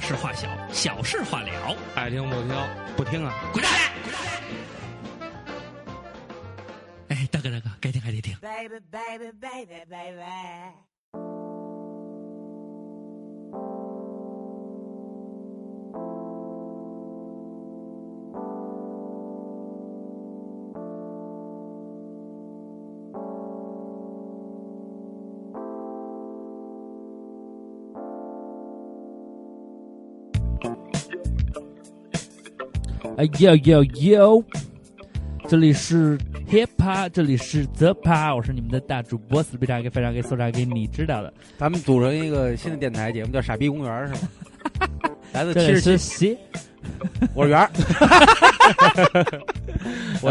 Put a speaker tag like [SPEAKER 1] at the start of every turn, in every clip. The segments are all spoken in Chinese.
[SPEAKER 1] 事化小，小事化了。
[SPEAKER 2] 爱听不听，不听啊！
[SPEAKER 1] 滚蛋！哎，大哥大哥，该听还得听。
[SPEAKER 3] baby, baby, baby, baby.
[SPEAKER 4] 哎呦呦呦！这里是 hip hop，这里是 the pop，我是你们的大主播死逼炸给非常给搜炸给你知道的，
[SPEAKER 2] 咱们组成一个新的电台节目，叫《傻逼公园》 是吗？来自七
[SPEAKER 4] 这里
[SPEAKER 2] 十
[SPEAKER 4] 是
[SPEAKER 2] 七，
[SPEAKER 4] 谁？
[SPEAKER 2] 我是 圆儿。我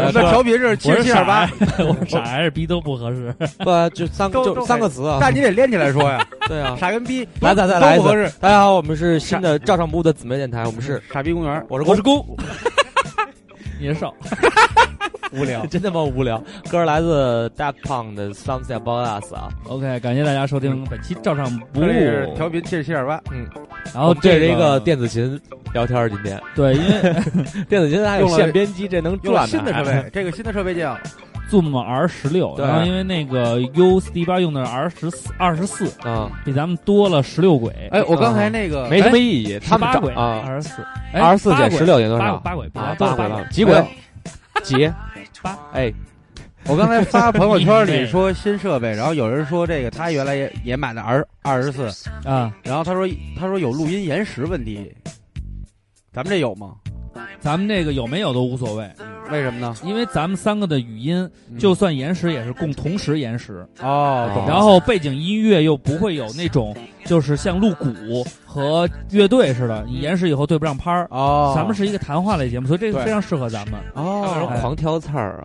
[SPEAKER 4] 我
[SPEAKER 2] 们
[SPEAKER 4] 是
[SPEAKER 2] 的调皮是七
[SPEAKER 4] 我
[SPEAKER 2] 十
[SPEAKER 4] 是
[SPEAKER 2] 七点
[SPEAKER 4] 傻
[SPEAKER 2] 八
[SPEAKER 4] 儿，，我是傻还是逼都不合适。
[SPEAKER 5] 不就三个
[SPEAKER 2] 都
[SPEAKER 5] 就
[SPEAKER 2] 都
[SPEAKER 5] 三个词啊？
[SPEAKER 2] 但你得连起来说 呀，
[SPEAKER 5] 对啊，
[SPEAKER 2] 傻跟逼
[SPEAKER 5] 来再再来一
[SPEAKER 2] 都不合
[SPEAKER 5] 次
[SPEAKER 2] 适。。嗯
[SPEAKER 5] 大家好，我们是新的照上部的姊妹电台，我们是
[SPEAKER 2] 傻逼公园，
[SPEAKER 5] 我是我是公，。
[SPEAKER 4] 你是少，
[SPEAKER 2] 无聊
[SPEAKER 5] 真他妈无聊。歌儿来自 Daft Punk 的 Something About Us 啊，
[SPEAKER 4] OK，感谢大家收听本期照上不
[SPEAKER 2] 这里是
[SPEAKER 4] 误。
[SPEAKER 2] 调频七十七点八，
[SPEAKER 4] 然
[SPEAKER 2] 哦
[SPEAKER 5] 我
[SPEAKER 4] 后
[SPEAKER 5] 们对着
[SPEAKER 4] 这
[SPEAKER 5] 一个电子琴聊天儿，今天
[SPEAKER 4] 对，因为
[SPEAKER 5] 电子琴还有
[SPEAKER 2] 用了
[SPEAKER 5] 线编辑，这能
[SPEAKER 2] 用
[SPEAKER 5] 转
[SPEAKER 2] 了
[SPEAKER 5] 啊
[SPEAKER 2] 新的设
[SPEAKER 5] 呢
[SPEAKER 2] 备，这个新的设备叫
[SPEAKER 4] Zoom R 十六，
[SPEAKER 5] 对
[SPEAKER 4] 然后因为那个 U 1 8用的是 R 十四二十四，
[SPEAKER 5] 啊，
[SPEAKER 4] 比咱们多了十六轨，
[SPEAKER 2] 哎，我刚才那个
[SPEAKER 5] 没什么意义。他们
[SPEAKER 4] 八
[SPEAKER 5] 找
[SPEAKER 4] 轨
[SPEAKER 5] 啊，
[SPEAKER 4] 二十四，哎
[SPEAKER 5] 二十四
[SPEAKER 4] 八
[SPEAKER 5] 减
[SPEAKER 4] 轨
[SPEAKER 5] 十六等于多
[SPEAKER 4] 八
[SPEAKER 5] 少
[SPEAKER 4] 轨？八轨，
[SPEAKER 5] 啊，
[SPEAKER 4] 八
[SPEAKER 5] 八
[SPEAKER 4] 轨
[SPEAKER 5] 轨
[SPEAKER 4] 八
[SPEAKER 5] 了
[SPEAKER 4] 轨，，
[SPEAKER 5] 几
[SPEAKER 2] 没
[SPEAKER 5] 轨
[SPEAKER 2] 有？
[SPEAKER 5] 几？
[SPEAKER 4] 八
[SPEAKER 5] 哎，
[SPEAKER 2] 我刚才发朋友 圈里说新设备，然后有人说这个他原来也也买的二二十四，
[SPEAKER 4] 啊！
[SPEAKER 2] 然后他说他说有录音延时问题，咱们这有吗？
[SPEAKER 4] 咱们这个有没有都无所谓，
[SPEAKER 2] 为什么呢？
[SPEAKER 4] 因为咱们三个的语音
[SPEAKER 2] 嗯
[SPEAKER 4] 就算延时也是共同时延时，
[SPEAKER 2] 哦，懂了
[SPEAKER 4] 然后背景音乐又不会有那种就是像录鼓和乐队似的，你延时以后对不上拍儿。
[SPEAKER 2] 哦，
[SPEAKER 4] 咱们是一个谈话类节目，所以这个
[SPEAKER 2] 对
[SPEAKER 4] 非常适合咱们。
[SPEAKER 2] 哦
[SPEAKER 4] 哎
[SPEAKER 5] 狂挑刺儿 啊！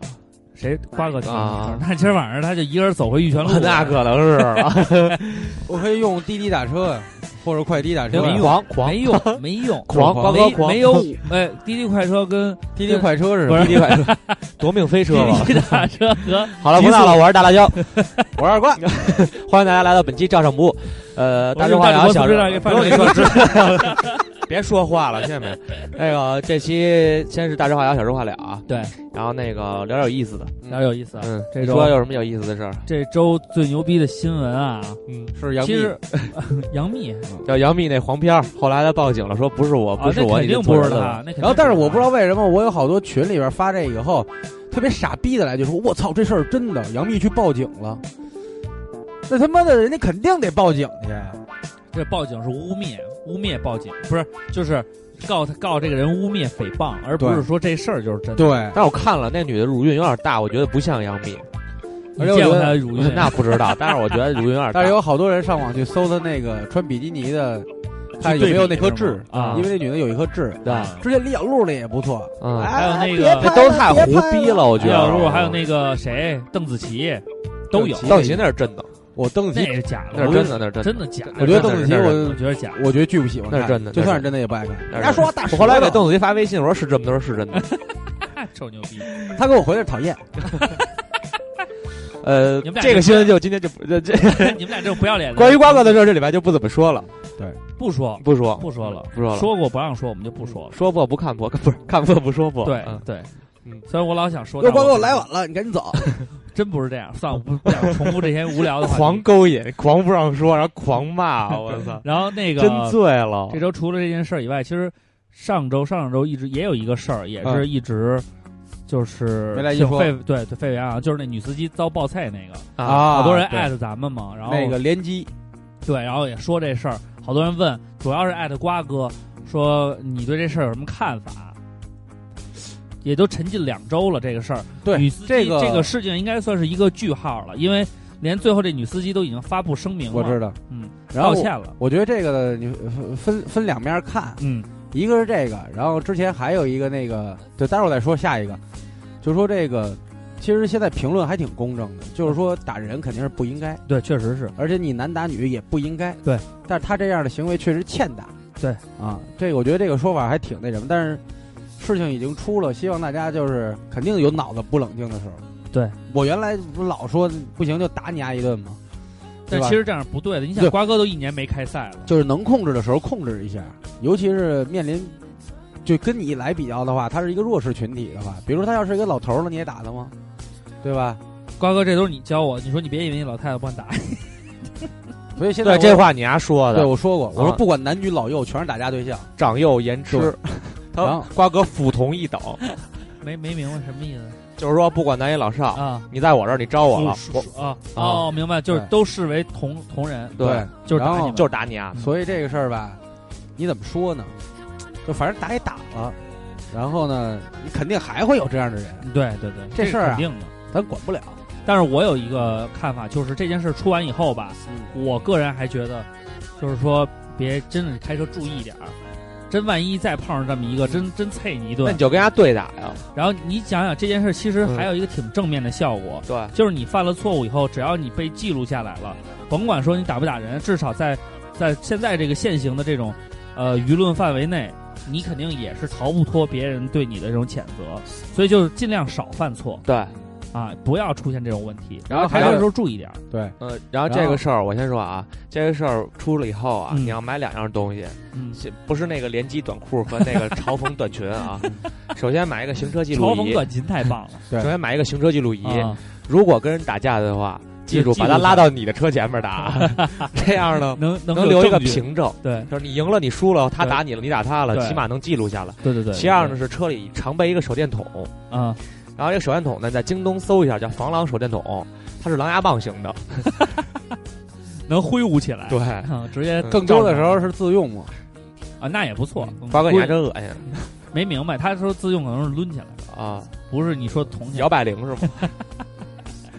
[SPEAKER 4] 谁瓜哥听
[SPEAKER 5] 啊
[SPEAKER 4] 那今儿晚上他就一个人走回玉泉路，
[SPEAKER 5] 那可能是
[SPEAKER 4] 啊
[SPEAKER 5] 了，
[SPEAKER 2] 我可以用滴滴打车呀，或者快滴打车
[SPEAKER 4] 没
[SPEAKER 2] 呀，
[SPEAKER 4] 用
[SPEAKER 5] 狂狂
[SPEAKER 4] 没用，没用，
[SPEAKER 5] 狂
[SPEAKER 2] 狂
[SPEAKER 5] 高
[SPEAKER 4] 没
[SPEAKER 5] 狂
[SPEAKER 4] 没有我哎，滴滴快车跟
[SPEAKER 2] 滴滴快车是
[SPEAKER 4] 不
[SPEAKER 2] 吧？
[SPEAKER 4] 是
[SPEAKER 5] 滴滴 快车，夺命飞车吧。
[SPEAKER 4] 滴滴打车和
[SPEAKER 5] 好了，不闹了，我是大 辣椒，
[SPEAKER 2] 我是二瓜，
[SPEAKER 5] 欢迎大家来到本期照上不误。呃，大
[SPEAKER 4] 我
[SPEAKER 5] 实
[SPEAKER 4] 是
[SPEAKER 5] 话
[SPEAKER 4] 大
[SPEAKER 5] 聊
[SPEAKER 4] 主播
[SPEAKER 5] 小
[SPEAKER 4] 不知道给
[SPEAKER 5] 事，
[SPEAKER 4] 发
[SPEAKER 5] 不用
[SPEAKER 4] 给
[SPEAKER 5] 你说，知 道别说话了，听见没有？那个这期先是大实话聊小实话聊啊，
[SPEAKER 4] 对，
[SPEAKER 5] 然后那个聊点有意思的，
[SPEAKER 4] 聊有意思啊。
[SPEAKER 5] 嗯，
[SPEAKER 4] 这周
[SPEAKER 5] 说有什么有意思的事儿？
[SPEAKER 4] 这周最牛逼的新闻啊，
[SPEAKER 5] 嗯，
[SPEAKER 2] 是杨
[SPEAKER 4] 其
[SPEAKER 2] 幂，
[SPEAKER 4] 实 杨幂
[SPEAKER 5] 叫杨幂那黄片儿，后来她报警了，说不是
[SPEAKER 2] 哦
[SPEAKER 5] 我，
[SPEAKER 4] 啊
[SPEAKER 5] 不，是
[SPEAKER 4] 那
[SPEAKER 5] 我，
[SPEAKER 4] 肯
[SPEAKER 5] 你
[SPEAKER 4] 定
[SPEAKER 5] 就做
[SPEAKER 4] 不是
[SPEAKER 5] 人了
[SPEAKER 4] 她，那肯定
[SPEAKER 2] 然后但是我
[SPEAKER 4] 她
[SPEAKER 2] 不知道为什么，我有好多群里边发这以后，特别傻逼的来就说：“我操，这事儿真的，杨幂去报警了。”那他妈的，人家肯定得报警去。
[SPEAKER 4] 这报警是污蔑，污蔑报警不是就是告他告这个人污蔑诽谤，而不是
[SPEAKER 2] 对
[SPEAKER 4] 说这事儿就是真的。
[SPEAKER 2] 对，
[SPEAKER 5] 但我看了那女的乳晕有点大，我觉得不像杨幂，
[SPEAKER 4] 你
[SPEAKER 2] 而且我
[SPEAKER 4] 见过
[SPEAKER 2] 觉得
[SPEAKER 4] 她的乳晕？
[SPEAKER 5] 那不知道，但是我觉得乳晕有点
[SPEAKER 2] 但
[SPEAKER 5] 大。
[SPEAKER 2] 是有好多人上网去搜她那个穿比基尼的，
[SPEAKER 4] 去
[SPEAKER 2] 看有
[SPEAKER 4] 对
[SPEAKER 2] 没有
[SPEAKER 4] 比
[SPEAKER 2] 那颗
[SPEAKER 4] 是
[SPEAKER 2] 痣
[SPEAKER 4] 吗啊
[SPEAKER 2] 因为那女的有一颗痣。
[SPEAKER 5] 对，
[SPEAKER 2] 之前李小璐那也不错，
[SPEAKER 5] 嗯，
[SPEAKER 2] 哎
[SPEAKER 4] 还有那
[SPEAKER 2] 别
[SPEAKER 4] 个
[SPEAKER 5] 这
[SPEAKER 2] 拍
[SPEAKER 5] 都
[SPEAKER 2] 了
[SPEAKER 5] 太
[SPEAKER 2] 别
[SPEAKER 5] 胡
[SPEAKER 2] 拍
[SPEAKER 5] 逼
[SPEAKER 2] 了
[SPEAKER 5] 了，我觉
[SPEAKER 4] 还
[SPEAKER 5] 得。
[SPEAKER 2] 啊
[SPEAKER 5] 嗯
[SPEAKER 4] 有还有那个谁，邓紫棋，都有，
[SPEAKER 5] 邓紫棋那是真的，
[SPEAKER 2] 我邓紫
[SPEAKER 4] 那
[SPEAKER 2] 棋，
[SPEAKER 4] 是假
[SPEAKER 5] 那
[SPEAKER 4] 的，
[SPEAKER 5] 是
[SPEAKER 4] 我
[SPEAKER 5] 真的，那是真的。
[SPEAKER 4] 真的假的。
[SPEAKER 2] 我觉得邓紫棋，
[SPEAKER 5] 那是
[SPEAKER 2] 我
[SPEAKER 4] 我觉得假的，
[SPEAKER 2] 我觉得巨不喜欢
[SPEAKER 5] 那
[SPEAKER 2] 看，
[SPEAKER 5] 是真的
[SPEAKER 2] 就
[SPEAKER 5] 那是
[SPEAKER 2] 算是真的也不爱看。
[SPEAKER 5] 那
[SPEAKER 2] 人
[SPEAKER 5] 是
[SPEAKER 2] 家说我大
[SPEAKER 5] 我
[SPEAKER 2] 舌
[SPEAKER 5] 后来
[SPEAKER 2] 头
[SPEAKER 5] 给邓紫棋发微信，我说是这么多，是真 的。
[SPEAKER 4] 哎臭牛逼！
[SPEAKER 2] 他给我回来讨厌，
[SPEAKER 5] 呃
[SPEAKER 4] 你们，俩嗯
[SPEAKER 5] 这个新闻就今天就不这这
[SPEAKER 4] 你们俩这种不要脸的，
[SPEAKER 5] 关于瓜哥的事儿，这礼拜就不怎么说了，
[SPEAKER 4] 不说
[SPEAKER 5] 不说
[SPEAKER 4] 不说了，
[SPEAKER 5] 不说了，嗯
[SPEAKER 4] 说过不让说，我们就不说了。
[SPEAKER 5] 说破不看破， 不是看破不说破。
[SPEAKER 4] 对
[SPEAKER 5] 嗯
[SPEAKER 4] 对
[SPEAKER 5] 嗯，
[SPEAKER 4] 虽然我老想说，
[SPEAKER 2] 又
[SPEAKER 4] 但
[SPEAKER 2] 包给我
[SPEAKER 4] 不
[SPEAKER 2] 来晚了，你赶紧走。
[SPEAKER 4] 真不是这样，算了，我不不想重复这些无聊的话题，
[SPEAKER 5] 狂。勾引，狂不让说，然后狂骂，我操
[SPEAKER 4] 然后那个
[SPEAKER 5] 真醉了
[SPEAKER 4] 这。周除了这件事儿以外，其实上周上上周一直也有一个事儿，也
[SPEAKER 5] 嗯
[SPEAKER 4] 是一直就是
[SPEAKER 2] 没来一
[SPEAKER 4] 挺
[SPEAKER 2] 说
[SPEAKER 4] 沸对对沸沸扬扬，就是那女司机遭报菜那个，
[SPEAKER 2] 啊
[SPEAKER 4] 好多人
[SPEAKER 2] 对
[SPEAKER 5] 哎
[SPEAKER 4] 艾特咱们嘛，然后
[SPEAKER 2] 那个联机，
[SPEAKER 4] 对，然后也说这事儿，好多人问，主要是艾特瓜哥说你对这事儿有什么看法？也都沉浸两周了，这个事儿，女
[SPEAKER 2] 对
[SPEAKER 4] 司机
[SPEAKER 2] 这个
[SPEAKER 4] 这个事情应该算是一个句号了，因为连最后这女司机都已经发布声明了，
[SPEAKER 2] 我知道，
[SPEAKER 4] 嗯，
[SPEAKER 2] 然后
[SPEAKER 4] 道
[SPEAKER 2] 我
[SPEAKER 4] 歉了，
[SPEAKER 2] 我觉得这个你分分分两面看，
[SPEAKER 4] 嗯，
[SPEAKER 2] 一个是这个，然后之前还有一个那个，对，待会儿再说下一个，就说这个，其实现在评论还挺公正的，就是说打人肯定是不应该，
[SPEAKER 4] 对，确实是，
[SPEAKER 2] 而且你男打女也不应该，
[SPEAKER 4] 对，
[SPEAKER 2] 但是他这样的行为确实欠打，
[SPEAKER 4] 对
[SPEAKER 2] 啊，这个我觉得这个说法还挺那什么，但是事情已经出了，希望大家就是肯定有脑子不冷静的时候，
[SPEAKER 4] 对
[SPEAKER 2] 我原来不老说不行就打你丫一顿吗？
[SPEAKER 4] 但
[SPEAKER 2] 对吧
[SPEAKER 4] 其实这样不对的。你想
[SPEAKER 2] 对，
[SPEAKER 4] 瓜哥都一年没开赛了，
[SPEAKER 2] 就是能控制的时候控制一下，尤其是面临就跟你来比较的话，他是一个弱势群体的话，比如说他要是一个老头儿了，你也打他吗？对吧？
[SPEAKER 4] 瓜哥这都是你教我。你说你别以为你老太太不敢打，
[SPEAKER 2] 所以现
[SPEAKER 5] 对，
[SPEAKER 2] 在我
[SPEAKER 5] 这话你丫说
[SPEAKER 2] 对
[SPEAKER 5] 的，
[SPEAKER 2] 我说过，我说
[SPEAKER 5] 啊
[SPEAKER 2] 不管男女老幼，全是打架对象。
[SPEAKER 5] 长幼言痴
[SPEAKER 2] 对。然
[SPEAKER 5] 他
[SPEAKER 2] 后
[SPEAKER 5] 瓜哥斧同一抖，
[SPEAKER 4] 没没明白什么意思
[SPEAKER 5] 就是说不管男女老少，
[SPEAKER 4] 啊？
[SPEAKER 5] 你在我这儿你招我了，
[SPEAKER 4] 数
[SPEAKER 5] 我
[SPEAKER 4] 数啊
[SPEAKER 5] 啊
[SPEAKER 4] 哦，明白，就是
[SPEAKER 2] 对
[SPEAKER 4] 都视为同同人，
[SPEAKER 5] 对，
[SPEAKER 4] 就是打
[SPEAKER 2] 然
[SPEAKER 4] 你
[SPEAKER 2] 后
[SPEAKER 4] 们，
[SPEAKER 5] 就是打你啊！
[SPEAKER 2] 所以这个事儿吧，你怎么说呢？就反正打也打了，然后呢，你肯定还会有这样的人，
[SPEAKER 4] 嗯对对对，
[SPEAKER 2] 这事儿啊
[SPEAKER 4] 肯定的。
[SPEAKER 2] 咱管不了。
[SPEAKER 4] 但是我有一个看法，就是这件事出完以后吧，
[SPEAKER 5] 嗯
[SPEAKER 2] 嗯
[SPEAKER 4] 我个人还觉得，就是说别真的开车注意点儿，真万一再碰上这么一个真真啐你一
[SPEAKER 5] 那
[SPEAKER 4] 顿
[SPEAKER 5] 你，就跟人家对打呀，
[SPEAKER 4] 然后你想想这件事其实还有一个挺正面的效果，
[SPEAKER 5] 对，
[SPEAKER 4] 就是你犯了错误以后，只要你被记录下来了，甭管说你打不打人，至少在在现在这个现行的这种呃舆论范围内，你肯定也是逃不脱别人对你的这种谴责，所以就是尽量少犯错
[SPEAKER 5] 对，
[SPEAKER 4] 啊，不要出现这种问题。
[SPEAKER 5] 然后
[SPEAKER 4] 开
[SPEAKER 5] 还
[SPEAKER 4] 车的时候
[SPEAKER 5] 有，
[SPEAKER 4] 注意点儿，
[SPEAKER 2] 对，
[SPEAKER 5] 呃，然后
[SPEAKER 2] 然
[SPEAKER 5] 这
[SPEAKER 2] 后
[SPEAKER 5] 个事儿我先说啊，这个事儿出了以后啊，
[SPEAKER 4] 嗯
[SPEAKER 5] 你要买两样东西，
[SPEAKER 4] 嗯，
[SPEAKER 5] 先不是那个连机短裤和那个嘲讽短裙啊，首先买一个行车记录
[SPEAKER 4] 嘲讽
[SPEAKER 5] 仪，
[SPEAKER 4] 短裙太棒了，
[SPEAKER 5] 首先 买一个行车记录仪，
[SPEAKER 4] 啊，
[SPEAKER 5] 如果跟人打架的话，记住
[SPEAKER 4] 就记录
[SPEAKER 5] 把他拉到你的车前面打，这样呢
[SPEAKER 4] 能能
[SPEAKER 5] 能
[SPEAKER 4] 有
[SPEAKER 5] 留一个
[SPEAKER 4] 证据，
[SPEAKER 5] 凭证，
[SPEAKER 4] 对
[SPEAKER 5] 就是你赢了你输了，他
[SPEAKER 4] 对
[SPEAKER 5] 打你了你打他了，
[SPEAKER 4] 对
[SPEAKER 5] 起码能记录下来。
[SPEAKER 4] 对对对。
[SPEAKER 5] 其二呢是车里常备一个手电筒，
[SPEAKER 4] 对，啊，
[SPEAKER 5] 然后这个手电筒呢在京东搜一下叫防狼手电筒，它是狼牙棒型的，
[SPEAKER 4] 能挥舞起来，
[SPEAKER 5] 对，
[SPEAKER 4] 啊，直接
[SPEAKER 5] 嗯
[SPEAKER 2] 更多的时候是自用嘛，
[SPEAKER 4] 啊，那也不错。嗯
[SPEAKER 5] 瓜哥你还
[SPEAKER 4] 估计
[SPEAKER 5] 真恶心
[SPEAKER 4] 没明白，他说自用可能是抡起来的，
[SPEAKER 5] 啊！
[SPEAKER 4] 不是你说捅起来
[SPEAKER 5] 摇摆铃是吗？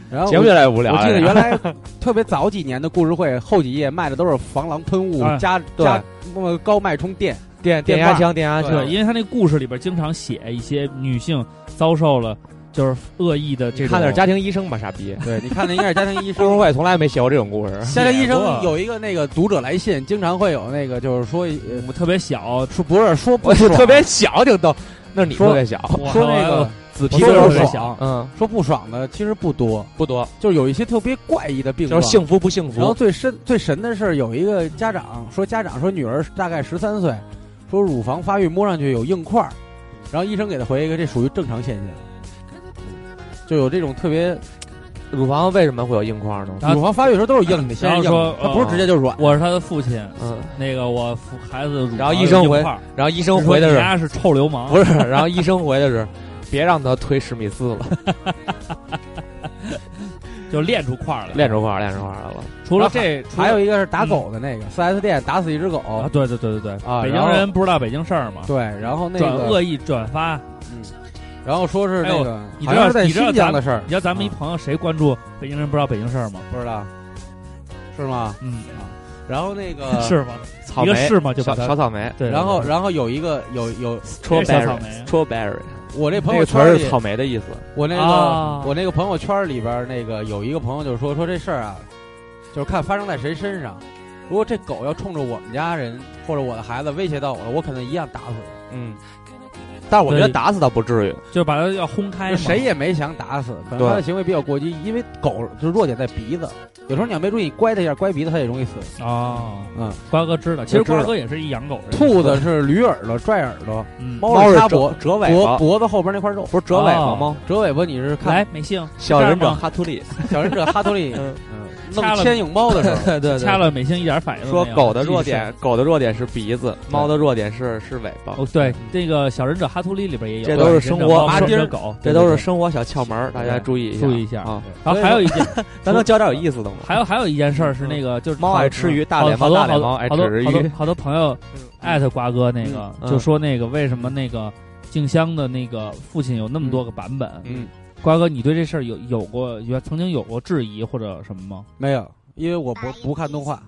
[SPEAKER 2] 然后
[SPEAKER 5] 节目越来越无 聊
[SPEAKER 2] 我
[SPEAKER 5] 了。
[SPEAKER 2] 记得原来特别早几年的故事会后几页卖的都是防狼喷雾
[SPEAKER 4] 哎
[SPEAKER 2] 加
[SPEAKER 5] 对
[SPEAKER 2] 加呃高脉冲电，
[SPEAKER 5] 电
[SPEAKER 2] 电
[SPEAKER 5] 电
[SPEAKER 2] 棒
[SPEAKER 5] 压枪，电压
[SPEAKER 4] 对，
[SPEAKER 5] 枪，
[SPEAKER 4] 因为他那故事里边经常写一些女性遭受了就是恶意的这
[SPEAKER 5] 你
[SPEAKER 4] 种，
[SPEAKER 5] 看的是家庭医生吧，傻 逼。
[SPEAKER 2] 对，你看那应该是家庭 医
[SPEAKER 5] 故事
[SPEAKER 2] 生。
[SPEAKER 5] 会从来没写过这种故事，
[SPEAKER 2] 家庭医
[SPEAKER 4] 写过
[SPEAKER 2] 生有一个那个读者来信，经常会有那个就是说呃
[SPEAKER 4] 嗯我特别 小，
[SPEAKER 2] 说不是说 不
[SPEAKER 5] 我就
[SPEAKER 2] 爽
[SPEAKER 5] 特别小，挺逗。那是你特别小，
[SPEAKER 4] 我
[SPEAKER 2] 说那
[SPEAKER 4] 我
[SPEAKER 2] 个紫
[SPEAKER 4] 皮
[SPEAKER 2] 皮
[SPEAKER 4] 肤
[SPEAKER 2] 有
[SPEAKER 4] 特别
[SPEAKER 2] 点
[SPEAKER 4] 小
[SPEAKER 2] 爽，
[SPEAKER 5] 嗯，
[SPEAKER 2] 说不爽的其实不多，
[SPEAKER 5] 不多，
[SPEAKER 2] 就是有一些特别怪异的病
[SPEAKER 5] 就
[SPEAKER 2] 状。
[SPEAKER 5] 是幸福不幸
[SPEAKER 2] 然
[SPEAKER 5] 福。
[SPEAKER 2] 后最深最神的是，有一个家长说，家长说女儿大概十三岁，说乳房发育摸上去有硬块儿，然后医生给她回一个这属于正常现象，就有这种特别
[SPEAKER 5] 乳房为什么会有硬块呢？
[SPEAKER 4] 然后
[SPEAKER 2] 乳房发育的时候都是硬的，先
[SPEAKER 4] 啊然后
[SPEAKER 2] 是硬
[SPEAKER 4] 说哦
[SPEAKER 2] 的，它不是直接就软。
[SPEAKER 4] 我是他的父亲，
[SPEAKER 5] 嗯，
[SPEAKER 4] 那个我父孩子乳房
[SPEAKER 5] 然后医生
[SPEAKER 4] 有
[SPEAKER 5] 回
[SPEAKER 4] 硬块儿
[SPEAKER 5] 然后医生回的
[SPEAKER 4] 说你
[SPEAKER 5] 是
[SPEAKER 4] 丫是臭流氓，
[SPEAKER 5] 不是？然后医生回的是，别让他推史密 斯了，
[SPEAKER 4] 就练出块儿来。
[SPEAKER 5] 练出块儿，练出块儿来了。
[SPEAKER 4] 除了这，除了
[SPEAKER 2] 还有一个是打狗的那个四 S 店打死一只狗，
[SPEAKER 5] 哦
[SPEAKER 4] 啊，对对对对对，
[SPEAKER 2] 啊
[SPEAKER 4] 北
[SPEAKER 2] 然
[SPEAKER 4] 京
[SPEAKER 2] 后
[SPEAKER 4] 人不知道北京事儿嘛，
[SPEAKER 2] 对，然后那
[SPEAKER 4] 转
[SPEAKER 2] 个，
[SPEAKER 4] 恶意转发。
[SPEAKER 2] 然后说是那个
[SPEAKER 4] 你
[SPEAKER 2] 好
[SPEAKER 4] 知道
[SPEAKER 2] 像是在
[SPEAKER 4] 你知道
[SPEAKER 2] 新
[SPEAKER 4] 咱
[SPEAKER 2] 疆的事儿
[SPEAKER 4] 你，知道咱们一朋友谁关注北京人不知道北京事儿吗？
[SPEAKER 2] 不知道是吗？
[SPEAKER 4] 嗯，
[SPEAKER 2] 然后那个，
[SPEAKER 4] 是吗？
[SPEAKER 5] 呃草
[SPEAKER 4] 一个
[SPEAKER 5] 莓，
[SPEAKER 4] 是吗？就把
[SPEAKER 5] 小
[SPEAKER 4] 它
[SPEAKER 5] 小草莓
[SPEAKER 4] 对，
[SPEAKER 2] 然后然后有一个有有
[SPEAKER 4] 对对小草
[SPEAKER 5] ，strawberry，strawberry，
[SPEAKER 4] 莓
[SPEAKER 5] strawberry，
[SPEAKER 2] 我这朋
[SPEAKER 5] 那
[SPEAKER 2] 友
[SPEAKER 5] 个词儿
[SPEAKER 2] 圈
[SPEAKER 5] 是
[SPEAKER 2] 里
[SPEAKER 5] 草莓的意思。
[SPEAKER 2] 我那个、
[SPEAKER 4] 啊
[SPEAKER 2] 我那个朋友圈里边儿那个有一个朋友就说说这事儿啊，就是看发生在谁身上。如果这狗要冲着我们家人或者我的孩子威胁到我了，我可能一样打死它。
[SPEAKER 5] 嗯，但是我觉得
[SPEAKER 4] 对
[SPEAKER 5] 打死倒不至于。
[SPEAKER 4] 就是把它要轰开
[SPEAKER 2] 就
[SPEAKER 4] 嘛，
[SPEAKER 2] 谁也没想打死，可能
[SPEAKER 5] 对
[SPEAKER 2] 它的行为比较过激，因为狗就是弱点在鼻子，有时候你要没注意乖它一下，乖鼻子它也容易死。
[SPEAKER 4] 哦，
[SPEAKER 2] 嗯，
[SPEAKER 4] 瓜哥知道，其实
[SPEAKER 2] 我知道
[SPEAKER 4] 瓜哥也是一养狗人，
[SPEAKER 2] 兔子是驴耳朵、拽耳朵，
[SPEAKER 4] 嗯
[SPEAKER 2] 猫是
[SPEAKER 5] 是
[SPEAKER 2] 插脖
[SPEAKER 5] 折折尾
[SPEAKER 2] 哎脖
[SPEAKER 5] 巴，
[SPEAKER 2] 脖子后边那块肉，
[SPEAKER 5] 不是折尾
[SPEAKER 4] 哦
[SPEAKER 5] 巴吗？
[SPEAKER 2] 折尾巴你是看
[SPEAKER 4] 来美杏
[SPEAKER 5] 小忍
[SPEAKER 4] 这
[SPEAKER 5] 者
[SPEAKER 4] 样吗
[SPEAKER 5] 哈图利，
[SPEAKER 2] 小忍者哈托利
[SPEAKER 5] 嗯
[SPEAKER 2] 嗯
[SPEAKER 4] 掐
[SPEAKER 2] 弄
[SPEAKER 4] 了
[SPEAKER 2] 牵引猫 的时 候，
[SPEAKER 5] 对对
[SPEAKER 4] 掐了美杏一点反应都
[SPEAKER 5] 说
[SPEAKER 4] 没有
[SPEAKER 5] 狗的弱，
[SPEAKER 4] 继续
[SPEAKER 5] 点，狗的弱点是鼻子，猫的弱点是是尾巴
[SPEAKER 4] 说。哦，对，这个小忍者哈图利里边也有，啊
[SPEAKER 5] 这都是生活
[SPEAKER 4] 阿
[SPEAKER 5] 阿
[SPEAKER 4] 丁
[SPEAKER 5] 丁
[SPEAKER 4] 狗，
[SPEAKER 5] 这都是生活小窍门儿，大家
[SPEAKER 2] 对
[SPEAKER 5] 注意一下，
[SPEAKER 4] 注意一下
[SPEAKER 2] 嗯
[SPEAKER 5] 啊！
[SPEAKER 4] 然后还有一件，
[SPEAKER 5] 咱能教点有意思的吗？
[SPEAKER 4] 还有还有一件事儿是那个，就是
[SPEAKER 5] 嗯猫
[SPEAKER 4] 好
[SPEAKER 5] 爱吃鱼，大
[SPEAKER 4] 好
[SPEAKER 5] 脸
[SPEAKER 4] 好
[SPEAKER 5] 猫
[SPEAKER 4] 多
[SPEAKER 5] 大
[SPEAKER 4] 好
[SPEAKER 5] 脸
[SPEAKER 4] 多
[SPEAKER 5] 猫爱
[SPEAKER 4] 好多
[SPEAKER 5] 吃
[SPEAKER 4] 好多
[SPEAKER 5] 鱼，
[SPEAKER 4] 好多朋友艾特瓜哥那个，
[SPEAKER 5] 嗯
[SPEAKER 4] 就说那个为什么那个静香的那个父亲有那么多个版本？
[SPEAKER 5] 嗯，
[SPEAKER 4] 瓜哥，你对这事儿有有过有曾经有过质疑或者什么吗？
[SPEAKER 2] 没有，因为我不不看动画。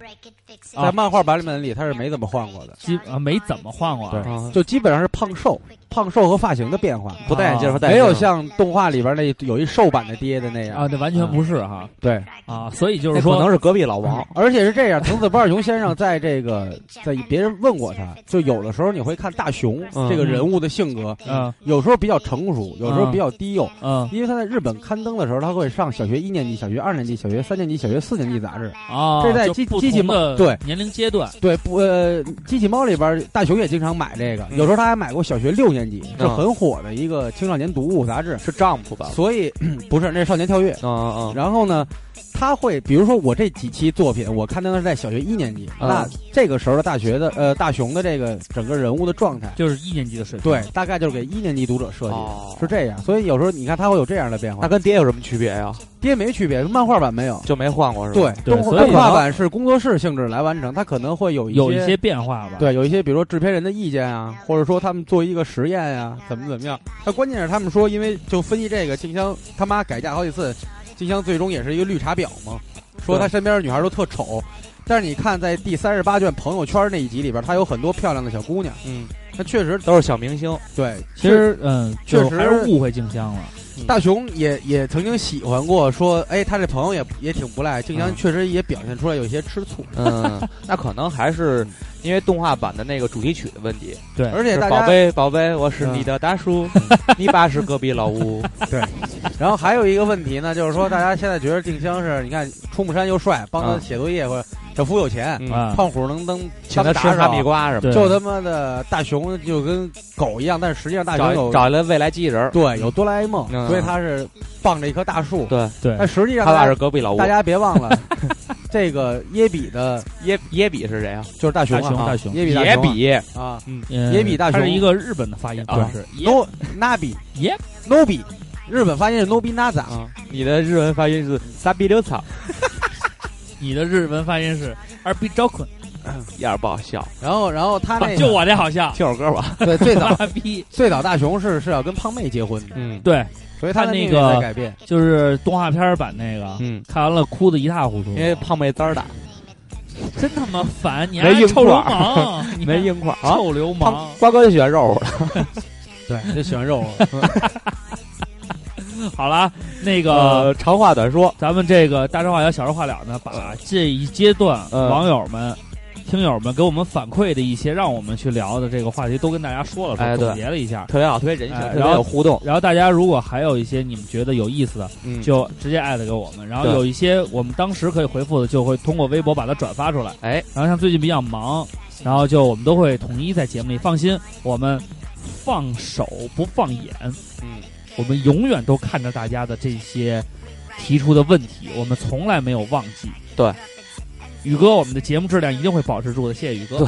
[SPEAKER 2] 在漫画版本里，他是没怎么换过的，
[SPEAKER 4] 基啊没怎么换过啊，
[SPEAKER 2] 对
[SPEAKER 5] 啊
[SPEAKER 2] 就基本上是胖瘦、胖瘦和发型的变化，
[SPEAKER 5] 不戴眼镜和戴眼
[SPEAKER 2] 没
[SPEAKER 5] 镜
[SPEAKER 2] 有像动画里边那有一瘦版的爹的那样。
[SPEAKER 4] 啊，那完全不是哈
[SPEAKER 2] 对，
[SPEAKER 4] 啊，所以就是
[SPEAKER 5] 嗯那可
[SPEAKER 4] 说
[SPEAKER 5] 能是隔壁老王，
[SPEAKER 2] 嗯而且是这样，藤子不二雄先生在这个在别人问过他，就有的时候你会看大雄
[SPEAKER 5] 嗯
[SPEAKER 2] 这个人物的性格，
[SPEAKER 4] 嗯
[SPEAKER 2] 有时候比较成熟，有时候比较低幼。
[SPEAKER 4] 嗯
[SPEAKER 2] 因为他在日本刊登的时候，他会上小学一年级、小学二年级、小学三年级、小学四年级的法制。
[SPEAKER 4] 啊，
[SPEAKER 2] 这是在
[SPEAKER 4] 就
[SPEAKER 2] 机
[SPEAKER 4] 不
[SPEAKER 2] 机器
[SPEAKER 4] 同
[SPEAKER 2] 猫
[SPEAKER 4] 的
[SPEAKER 2] 对
[SPEAKER 4] 年龄阶段，
[SPEAKER 2] 对，不呃，机器猫里边大雄也经常买这个，有时候他还买过小学六年级，是
[SPEAKER 5] 嗯
[SPEAKER 2] 很火的一个青少年读物杂志。
[SPEAKER 5] 是丈夫吧？
[SPEAKER 2] 所以不是那是少年跳跃。
[SPEAKER 5] 啊啊
[SPEAKER 2] 然后呢，他会比如说我这几期作品，我看到的是在小学一年级，
[SPEAKER 5] 嗯
[SPEAKER 2] 那这个时候的大学的呃大雄的这个整个人物的状态，
[SPEAKER 4] 就是一年级的水平。
[SPEAKER 2] 对，大概就是给一年级读者设计的。
[SPEAKER 5] 哦
[SPEAKER 2] 是这样，所以有时候你看他会有这样的变
[SPEAKER 5] 那
[SPEAKER 2] 化，
[SPEAKER 5] 跟爹有什么区别呀？
[SPEAKER 2] 爹没区别，漫画版没有，
[SPEAKER 5] 就没换过是吧？
[SPEAKER 2] 对，
[SPEAKER 4] 对
[SPEAKER 2] 动
[SPEAKER 4] 所以
[SPEAKER 2] 动画版是工作室性质来完成，它可能会有
[SPEAKER 4] 有
[SPEAKER 2] 一
[SPEAKER 4] 一些变化吧。，
[SPEAKER 2] 对，有一些比如说制片人的意见啊，或者说他们做一个实验
[SPEAKER 5] 嗯
[SPEAKER 2] 呀、怎么怎么样。那关键是他们说，因为就分析这个静香他妈改嫁好几次，静香最终也是一个绿茶婊嘛，说她身边的女孩都特丑。但是你看，在第三十八卷朋友圈那一集里边，她有很多漂亮的小姑娘，
[SPEAKER 5] 嗯，
[SPEAKER 2] 那确实
[SPEAKER 5] 都是小明星。
[SPEAKER 2] 对。
[SPEAKER 4] 其实嗯，
[SPEAKER 2] 确
[SPEAKER 4] 就
[SPEAKER 2] 实
[SPEAKER 4] 还是误会静香了。
[SPEAKER 5] 嗯
[SPEAKER 2] 大雄也也曾经喜欢过，说，哎，他这朋友也也挺不赖，静香
[SPEAKER 4] 嗯
[SPEAKER 2] 确实也表现出来有些吃醋，
[SPEAKER 5] 嗯， 那可能还是因为动画版的那个主题曲的问题。
[SPEAKER 4] 对，
[SPEAKER 2] 而且
[SPEAKER 5] 是
[SPEAKER 2] 大
[SPEAKER 5] 宝
[SPEAKER 2] 家
[SPEAKER 5] 贝，宝贝，我是你的大叔， 你爸是隔壁老吴。
[SPEAKER 2] 然后还有一个问题呢，就是说大家现在觉得静香是，你看出木山又帅，帮他
[SPEAKER 5] 嗯
[SPEAKER 2] 写作业或者小夫有钱，
[SPEAKER 5] 嗯
[SPEAKER 4] 啊，
[SPEAKER 2] 胖虎能当
[SPEAKER 5] 请他
[SPEAKER 2] 当
[SPEAKER 5] 吃哈
[SPEAKER 2] 打
[SPEAKER 5] 密
[SPEAKER 2] 手，
[SPEAKER 5] 瓜什么
[SPEAKER 4] 对
[SPEAKER 5] 的，
[SPEAKER 2] 就他妈的大雄就跟狗一样，但是实际上大雄
[SPEAKER 5] 找
[SPEAKER 2] 有
[SPEAKER 5] 找来未来机器人儿。
[SPEAKER 2] 对有哆啦 A 梦，
[SPEAKER 5] 嗯
[SPEAKER 2] 所以他是傍着一棵大树。
[SPEAKER 5] 对，
[SPEAKER 4] 对
[SPEAKER 2] 但实际上
[SPEAKER 5] 他爸
[SPEAKER 2] 大
[SPEAKER 5] 是
[SPEAKER 2] 家
[SPEAKER 5] 隔壁老吴
[SPEAKER 2] 大。家别忘 了，这个耶比的
[SPEAKER 5] 耶耶比是谁啊？
[SPEAKER 2] 就是大雄啊，
[SPEAKER 4] 大雄
[SPEAKER 2] 耶比
[SPEAKER 5] 野
[SPEAKER 2] 大雄
[SPEAKER 5] 比
[SPEAKER 2] 啊啊，
[SPEAKER 4] 嗯
[SPEAKER 2] 野比大
[SPEAKER 4] 它是
[SPEAKER 2] 雄
[SPEAKER 4] 一个日本的发音
[SPEAKER 5] 啊
[SPEAKER 4] 方式，
[SPEAKER 2] no n 比
[SPEAKER 4] 耶
[SPEAKER 2] no 比，日本发音是 no 比 n a z a
[SPEAKER 5] 啊，你的日文发音是三比六草，
[SPEAKER 4] 你的日文发音是二逼招 捆，
[SPEAKER 5] 一点儿不好笑。
[SPEAKER 2] 然后然后 他那
[SPEAKER 4] 就
[SPEAKER 2] 个
[SPEAKER 4] 我这好像
[SPEAKER 5] 听首歌吧。
[SPEAKER 2] 对最早
[SPEAKER 4] 二逼。
[SPEAKER 2] 最早大雄是是要跟胖妹结婚的，
[SPEAKER 5] 嗯，
[SPEAKER 4] 对，
[SPEAKER 2] 所以他
[SPEAKER 4] 他
[SPEAKER 2] 的
[SPEAKER 4] 那
[SPEAKER 2] 命运
[SPEAKER 4] 个
[SPEAKER 2] 在改变。
[SPEAKER 4] 就是动画片版那个，
[SPEAKER 5] 嗯，哎
[SPEAKER 4] 看完了哭的一塌糊涂，
[SPEAKER 5] 因为胖妹滋儿大，
[SPEAKER 4] 真他妈烦，你
[SPEAKER 5] 没
[SPEAKER 4] 还
[SPEAKER 5] 硬
[SPEAKER 4] 臭流
[SPEAKER 5] 块儿
[SPEAKER 4] 氓， 你
[SPEAKER 5] 没
[SPEAKER 4] 看
[SPEAKER 5] 硬块儿啊。
[SPEAKER 4] 臭流
[SPEAKER 5] 胖
[SPEAKER 4] 氓。
[SPEAKER 5] 瓜哥就喜欢肉了。
[SPEAKER 2] 对， 就喜欢肉了。
[SPEAKER 4] 好了，那个
[SPEAKER 5] 呃，长话短 说，
[SPEAKER 4] 咱们这个大事化小，小事化了呢，把这一阶段
[SPEAKER 5] 嗯
[SPEAKER 4] 网友们、听友们给我们反馈的一些让我们去聊的这个话题，都跟大家说了，
[SPEAKER 5] 哎
[SPEAKER 4] 说
[SPEAKER 5] 对
[SPEAKER 4] 总结了一下。
[SPEAKER 5] 特别好，特别人性，
[SPEAKER 4] 哎
[SPEAKER 5] 特别
[SPEAKER 4] 然后
[SPEAKER 5] 有互动。
[SPEAKER 4] 然后大家如果还有一些你们觉得有意思的，
[SPEAKER 5] 嗯
[SPEAKER 4] 就直接艾特给我们。然后
[SPEAKER 5] 对
[SPEAKER 4] 有一些我们当时可以回复的，就会通过微博把它转发出来。
[SPEAKER 5] 哎，
[SPEAKER 4] 然后像最近比较忙，然后就我们都会统一在节目里。放心，我们放手不放眼，
[SPEAKER 5] 嗯，
[SPEAKER 4] 我们永远都看着大家的这些提出的问题，我们从来没有忘记。
[SPEAKER 5] 对，
[SPEAKER 4] 宇哥，我们的节目质量一定会保持住的，谢谢宇哥。
[SPEAKER 5] 对，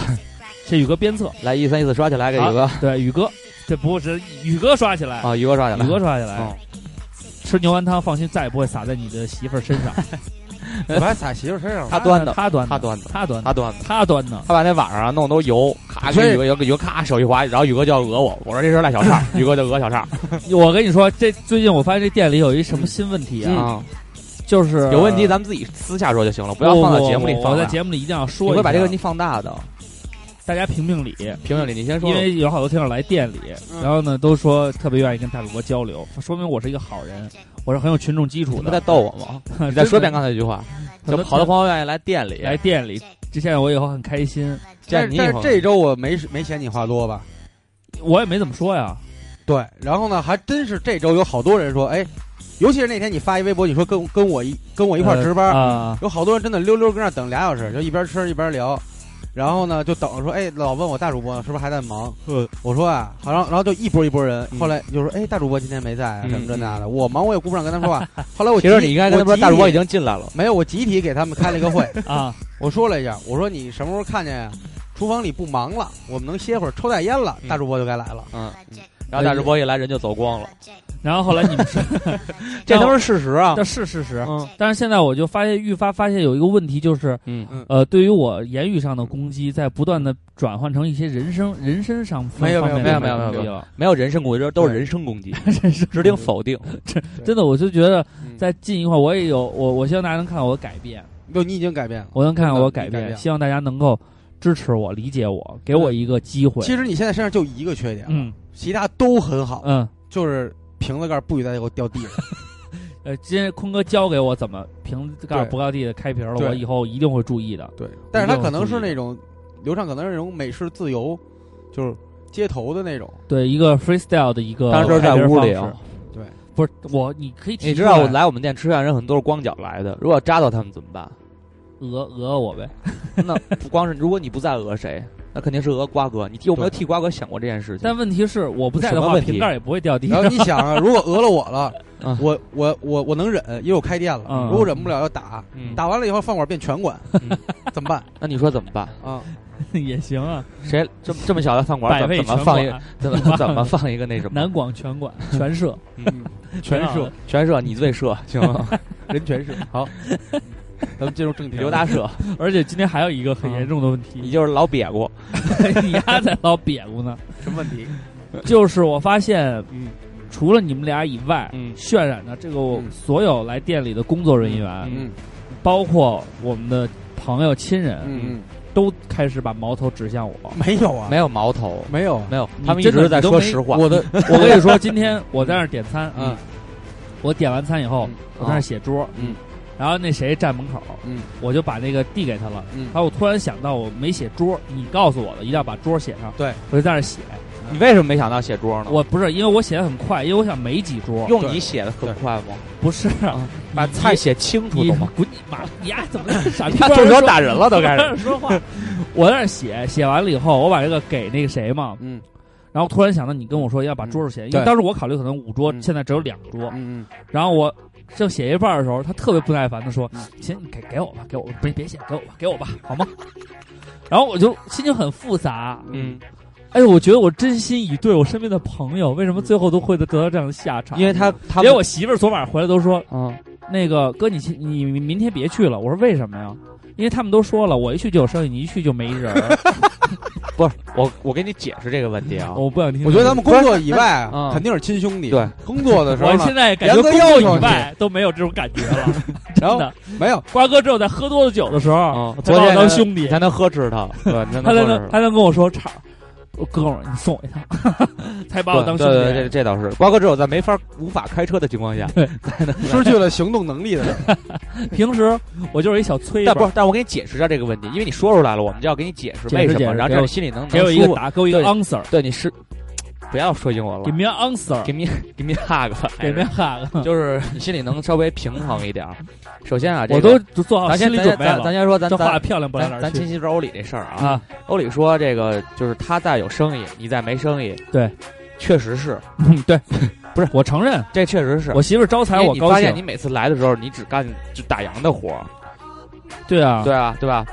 [SPEAKER 4] 谢谢宇哥鞭策。
[SPEAKER 5] 来一三一四刷起来，给宇哥
[SPEAKER 4] 对，宇哥，这不是宇哥刷起来，
[SPEAKER 5] 啊，宇哥刷起来。
[SPEAKER 4] 宇哥刷起来。
[SPEAKER 5] 嗯
[SPEAKER 4] 吃牛丸汤，放心，再也不会洒在你的媳妇儿身上。
[SPEAKER 2] 我还撒媳妇身上了。
[SPEAKER 5] 他端的，
[SPEAKER 4] 他端的，
[SPEAKER 5] 他端的，
[SPEAKER 4] 他端的，
[SPEAKER 5] 他端的。
[SPEAKER 4] 他端的。
[SPEAKER 5] 他把那网上啊弄得都油，咔
[SPEAKER 2] 所以
[SPEAKER 5] 给宇哥宇哥宇哥咔手一滑，然后宇哥就要讹我，我说这事儿赖小畅，宇哥就讹小 畅
[SPEAKER 4] 我跟你说，这最近我发现这店里有一什么新问题啊，
[SPEAKER 5] 啊。
[SPEAKER 4] 就是
[SPEAKER 5] 嗯有问题咱们自己私下说就行了，不要放到节目里
[SPEAKER 4] 我我
[SPEAKER 5] 放
[SPEAKER 4] 我
[SPEAKER 5] 大。
[SPEAKER 4] 在节目里一定要
[SPEAKER 5] 你
[SPEAKER 4] 说一下，
[SPEAKER 5] 会把这个问题放大的，
[SPEAKER 4] 大家评评理，
[SPEAKER 5] 评评理，你先说
[SPEAKER 4] 因
[SPEAKER 5] 吧。
[SPEAKER 4] 为有好多听友来店里，
[SPEAKER 2] 嗯
[SPEAKER 4] 然后呢都说特别愿意跟大主播交流，说明我是一个好人，我是很有群众基础
[SPEAKER 5] 你
[SPEAKER 4] 的。
[SPEAKER 5] 不在逗我吗？
[SPEAKER 4] 真的
[SPEAKER 5] 你再说一遍刚才那句话。
[SPEAKER 4] 很
[SPEAKER 5] 就
[SPEAKER 4] 多
[SPEAKER 5] 好多朋友愿意来店里，
[SPEAKER 4] 来店里，这现在我以后很开心，
[SPEAKER 5] 见
[SPEAKER 2] 但是
[SPEAKER 5] 你
[SPEAKER 2] 但
[SPEAKER 5] 以
[SPEAKER 2] 是
[SPEAKER 5] 后
[SPEAKER 2] 这周我没没嫌你话多吧？
[SPEAKER 4] 我也没怎么说呀，
[SPEAKER 2] 对，然后呢，还真是这周有好多人说，哎，尤其是那天你发一微博，你说跟跟我一跟我
[SPEAKER 4] 我
[SPEAKER 2] 一块
[SPEAKER 5] 呃
[SPEAKER 2] 儿值班，
[SPEAKER 4] 啊，
[SPEAKER 2] 有好多人真的溜溜跟那儿等俩小时，就一边吃一边聊，然后呢就等着说，哎，老问我大主播是不是还在忙？
[SPEAKER 5] 嗯
[SPEAKER 2] 我说啊，好，然后然后就一波一波人，
[SPEAKER 5] 嗯
[SPEAKER 2] 后来就说，哎，大主播今天没在啊，什么这
[SPEAKER 5] 嗯
[SPEAKER 2] 那的，我忙我也顾不上跟他 说话。后来我
[SPEAKER 5] 其实
[SPEAKER 2] 集
[SPEAKER 5] 你应该跟他说，
[SPEAKER 2] 我集
[SPEAKER 5] 大主播
[SPEAKER 2] 体
[SPEAKER 5] 已经进来了。
[SPEAKER 2] 没有，我集体给他们开了一个会，
[SPEAKER 4] 啊，
[SPEAKER 2] 我说了一下，我说你什么时候看见呀？厨房里不忙了，我们能歇会儿，抽点烟了，
[SPEAKER 5] 嗯
[SPEAKER 2] 大主播就该来了。
[SPEAKER 5] 嗯，然后大主播一来人就走光了，
[SPEAKER 4] 然后后来你们说，
[SPEAKER 5] 这都是事实啊
[SPEAKER 4] 这。是事实，
[SPEAKER 5] 嗯
[SPEAKER 4] 但是现在我就发现愈发发现有一个问题就是。
[SPEAKER 5] 嗯
[SPEAKER 4] 呃，对于我言语上的攻击，在不断的转换成一些人生人身上
[SPEAKER 2] 没有
[SPEAKER 4] 方面
[SPEAKER 2] 没
[SPEAKER 4] 的
[SPEAKER 2] 有
[SPEAKER 5] 没有没
[SPEAKER 4] 攻
[SPEAKER 5] 有
[SPEAKER 4] 击
[SPEAKER 5] 没有
[SPEAKER 4] 了，
[SPEAKER 5] 没有人身攻击，都是人身 攻击，
[SPEAKER 4] 真是
[SPEAKER 5] 指定否定。
[SPEAKER 4] 真的，我就觉得
[SPEAKER 2] 嗯
[SPEAKER 4] 再近一块，我也有我，我希望大家能看到我的改变，
[SPEAKER 2] 就你已经改变了。
[SPEAKER 4] 我能看到我的改
[SPEAKER 2] 嗯你改变
[SPEAKER 4] 变，
[SPEAKER 2] 了
[SPEAKER 4] 希望大家能够支持我、理解我，给我一个机会。
[SPEAKER 2] 其实你现在身上就一个缺点，
[SPEAKER 4] 嗯
[SPEAKER 2] 其他都很好，
[SPEAKER 4] 嗯，
[SPEAKER 2] 就是瓶子盖不许再给我掉地上。
[SPEAKER 4] 呃，今天坤哥教给我怎么瓶子盖
[SPEAKER 2] 对
[SPEAKER 4] 不盖地的开瓶了，
[SPEAKER 2] 对
[SPEAKER 4] 我以后一定会注意的。
[SPEAKER 2] 对，但是他可能是那种刘畅，可能是那种美式自由，就是街头的那种。
[SPEAKER 4] 对，一个 freestyle 的一个
[SPEAKER 5] 当
[SPEAKER 4] 开
[SPEAKER 5] 时
[SPEAKER 4] 瓶
[SPEAKER 5] 都
[SPEAKER 4] 方式，
[SPEAKER 5] 是在屋里啊
[SPEAKER 4] 不是我，你可以提
[SPEAKER 5] 你知道
[SPEAKER 4] 出
[SPEAKER 5] 我来我们店吃饭人很多是光脚来的，如果扎到他们怎么办？
[SPEAKER 4] 讹讹我呗。
[SPEAKER 5] 那不光是如果你不在讹谁，那肯定是讹瓜哥。你替有没有替瓜哥想过这件事情？
[SPEAKER 4] 但问题是，我不在的
[SPEAKER 5] 什么
[SPEAKER 4] 话，
[SPEAKER 5] 问题
[SPEAKER 4] 瓶盖也不会掉地
[SPEAKER 2] 然后
[SPEAKER 4] 上。
[SPEAKER 2] 你想，啊，如果讹了我了
[SPEAKER 5] 嗯，
[SPEAKER 2] 我我我我能忍，因为我开店了。
[SPEAKER 4] 嗯
[SPEAKER 2] 如果忍不了要打，
[SPEAKER 5] 嗯
[SPEAKER 2] 打完了以后饭馆变拳馆， 怎么办
[SPEAKER 5] 那你说怎么办？
[SPEAKER 2] 啊？
[SPEAKER 4] 也行啊，
[SPEAKER 5] 谁这么这么小的饭馆
[SPEAKER 4] 百
[SPEAKER 5] 怎么
[SPEAKER 4] 味
[SPEAKER 5] 怎
[SPEAKER 4] 全
[SPEAKER 5] 么放一
[SPEAKER 4] 馆，
[SPEAKER 5] 怎么怎么放一个那什么
[SPEAKER 4] 南广全馆全社，
[SPEAKER 2] 嗯
[SPEAKER 4] 挺好
[SPEAKER 2] 全社
[SPEAKER 4] 的
[SPEAKER 5] 全社？你最社行吗？
[SPEAKER 2] 人全社。 好，咱们进入正题。
[SPEAKER 5] 刘大社，
[SPEAKER 4] 而且今天还有一个很严重的问题，
[SPEAKER 5] 嗯你就是老瘪过，
[SPEAKER 4] 你丫在老瘪咕呢。
[SPEAKER 2] 什么问题？
[SPEAKER 5] 嗯
[SPEAKER 4] 就是我发现，
[SPEAKER 2] 嗯
[SPEAKER 4] 除了你们俩以外，
[SPEAKER 5] 嗯
[SPEAKER 4] 渲染的这个我
[SPEAKER 2] 嗯
[SPEAKER 4] 所有来店里的工作人员，
[SPEAKER 2] 嗯
[SPEAKER 4] 包括我们的朋友、亲人，
[SPEAKER 2] 嗯
[SPEAKER 4] 都开始把矛头指向我
[SPEAKER 2] 嗯，。没有啊，
[SPEAKER 5] 没有矛头，
[SPEAKER 2] 没有。啊
[SPEAKER 5] 没有，
[SPEAKER 4] 你
[SPEAKER 5] 他们一
[SPEAKER 4] 真的
[SPEAKER 5] 直在
[SPEAKER 4] 你都
[SPEAKER 5] 说
[SPEAKER 4] 没
[SPEAKER 5] 实话。
[SPEAKER 2] 我的
[SPEAKER 4] 我跟你说，今天我在那儿点餐，
[SPEAKER 2] 嗯，
[SPEAKER 4] 我点完餐以后，
[SPEAKER 5] 嗯
[SPEAKER 4] 我在
[SPEAKER 5] 哦
[SPEAKER 4] 那儿写桌，
[SPEAKER 2] 嗯，
[SPEAKER 4] 然后那谁站门口，
[SPEAKER 2] 嗯，
[SPEAKER 4] 我就把那个递给他了。
[SPEAKER 2] 嗯
[SPEAKER 4] 然后我突然想到，我没写桌，你告诉我的，一定要把桌写上。
[SPEAKER 2] 对，
[SPEAKER 4] 我就在那儿写。
[SPEAKER 5] 你为什么没想到写桌呢？
[SPEAKER 4] 我不是因为我写的很快，因为我想没几桌，
[SPEAKER 5] 用你写的很快吗？
[SPEAKER 4] 不是
[SPEAKER 5] 啊把菜写清楚
[SPEAKER 4] 你
[SPEAKER 5] 懂吗？
[SPEAKER 4] 滚你妈！你丫怎么那么傻逼？
[SPEAKER 5] 他动手打人了都开始
[SPEAKER 4] 突 然说话。我在那儿写，写完了以后，我把这个给那个谁嘛，
[SPEAKER 2] 嗯
[SPEAKER 4] 然后突然想到你跟我说要
[SPEAKER 5] 嗯
[SPEAKER 4] 把桌子写，因为
[SPEAKER 2] 对
[SPEAKER 4] 当时我考虑可能五桌，
[SPEAKER 2] 嗯
[SPEAKER 4] 现在只有两桌。
[SPEAKER 2] 嗯
[SPEAKER 4] 然后我正写一半儿的时候，他特别不耐烦的说
[SPEAKER 2] 嗯：“
[SPEAKER 4] 行，你给给我吧，给我吧，别别写，给我吧，给我吧，好吗？” 然后我就心情很复杂，
[SPEAKER 5] 嗯，
[SPEAKER 4] 哎呦，我觉得我真心以对我身边的朋友，为什么最后都会得到这样的下场？
[SPEAKER 5] 嗯因为他他
[SPEAKER 4] 连我媳妇儿昨晚回来都说
[SPEAKER 5] 嗯，：“
[SPEAKER 4] 那个哥你去，你你明天别去了。”我说：“为什么呀？”因为他们都说了，我一去就有生意，你一去就没人儿。
[SPEAKER 5] 不是我我给你解释这个问题啊，
[SPEAKER 4] 我不想听。
[SPEAKER 2] 我觉得咱们工作以外
[SPEAKER 5] 不是嗯
[SPEAKER 2] 啊，肯定是亲兄 弟。
[SPEAKER 5] 对，
[SPEAKER 2] 工作的时候
[SPEAKER 4] 我
[SPEAKER 2] 呢
[SPEAKER 4] 现，在感觉
[SPEAKER 2] 严格
[SPEAKER 4] 工
[SPEAKER 2] 要
[SPEAKER 4] 作
[SPEAKER 2] 求
[SPEAKER 4] 以
[SPEAKER 2] 你
[SPEAKER 4] 外都没有这种感觉了，
[SPEAKER 2] 然
[SPEAKER 4] 真
[SPEAKER 2] 后
[SPEAKER 4] 的。
[SPEAKER 2] 没 有，
[SPEAKER 4] 瓜哥只有在喝多了酒的时
[SPEAKER 2] 哦
[SPEAKER 4] 候，
[SPEAKER 5] 嗯，
[SPEAKER 4] 他
[SPEAKER 5] 昨
[SPEAKER 4] 把我
[SPEAKER 5] 天
[SPEAKER 4] 当
[SPEAKER 5] 他
[SPEAKER 4] 兄弟
[SPEAKER 5] 你，才能呵斥他，对，你才
[SPEAKER 4] 他才能
[SPEAKER 5] 呵斥他。
[SPEAKER 4] 他能跟我说岔儿，我哥们儿你送我一趟， 才把我当兄
[SPEAKER 5] 对对对，这
[SPEAKER 4] 弟。哎
[SPEAKER 5] 这倒是，瓜哥只有在没法无法开车的情况下，
[SPEAKER 2] 失去了行动能力的人。
[SPEAKER 4] 平时我就是一小崔吧，
[SPEAKER 5] 但不是，但我给你解释一下这个问题，因为你说出来了，我们就要给你解释
[SPEAKER 4] 解释
[SPEAKER 5] 为什
[SPEAKER 4] 解
[SPEAKER 5] 么，
[SPEAKER 4] 释
[SPEAKER 5] 然后
[SPEAKER 4] 给
[SPEAKER 5] 这样
[SPEAKER 4] 我
[SPEAKER 5] 你心里能
[SPEAKER 4] 给我
[SPEAKER 5] 能
[SPEAKER 4] 一个
[SPEAKER 5] 舒服。
[SPEAKER 4] 答，给我一个
[SPEAKER 5] 对
[SPEAKER 4] answer，give
[SPEAKER 5] 对，你是不要说英文了
[SPEAKER 4] me an answer，
[SPEAKER 5] ，give me give me hug，
[SPEAKER 4] 给别喊了，
[SPEAKER 5] 就是你心里能稍微平衡一点儿。首先啊，这
[SPEAKER 4] 我
[SPEAKER 5] 个
[SPEAKER 4] 都做好
[SPEAKER 5] 咱
[SPEAKER 4] 心
[SPEAKER 5] 先
[SPEAKER 4] 理
[SPEAKER 5] 咱
[SPEAKER 4] 准
[SPEAKER 5] 先
[SPEAKER 4] 备
[SPEAKER 5] 咱咱
[SPEAKER 4] 了。
[SPEAKER 5] 先说咱
[SPEAKER 4] 这话
[SPEAKER 5] 咱
[SPEAKER 4] 漂亮不到哪
[SPEAKER 5] 咱
[SPEAKER 4] 儿
[SPEAKER 5] 咱亲
[SPEAKER 4] 去
[SPEAKER 5] 戚说欧里这事儿啊，
[SPEAKER 4] 啊！
[SPEAKER 5] 欧里说这个就是他在有生意，你在没生意，
[SPEAKER 4] 对，
[SPEAKER 5] 确实是，
[SPEAKER 4] 嗯， 对，不是我承认，
[SPEAKER 5] 这确实是。
[SPEAKER 4] 我媳妇儿招财
[SPEAKER 5] 因为
[SPEAKER 4] 我
[SPEAKER 5] 你
[SPEAKER 4] 高
[SPEAKER 5] 发现你
[SPEAKER 4] 兴，啊
[SPEAKER 5] 每次来的时候，你只干就打烊的活儿，
[SPEAKER 4] 对啊，
[SPEAKER 5] 对啊，对吧？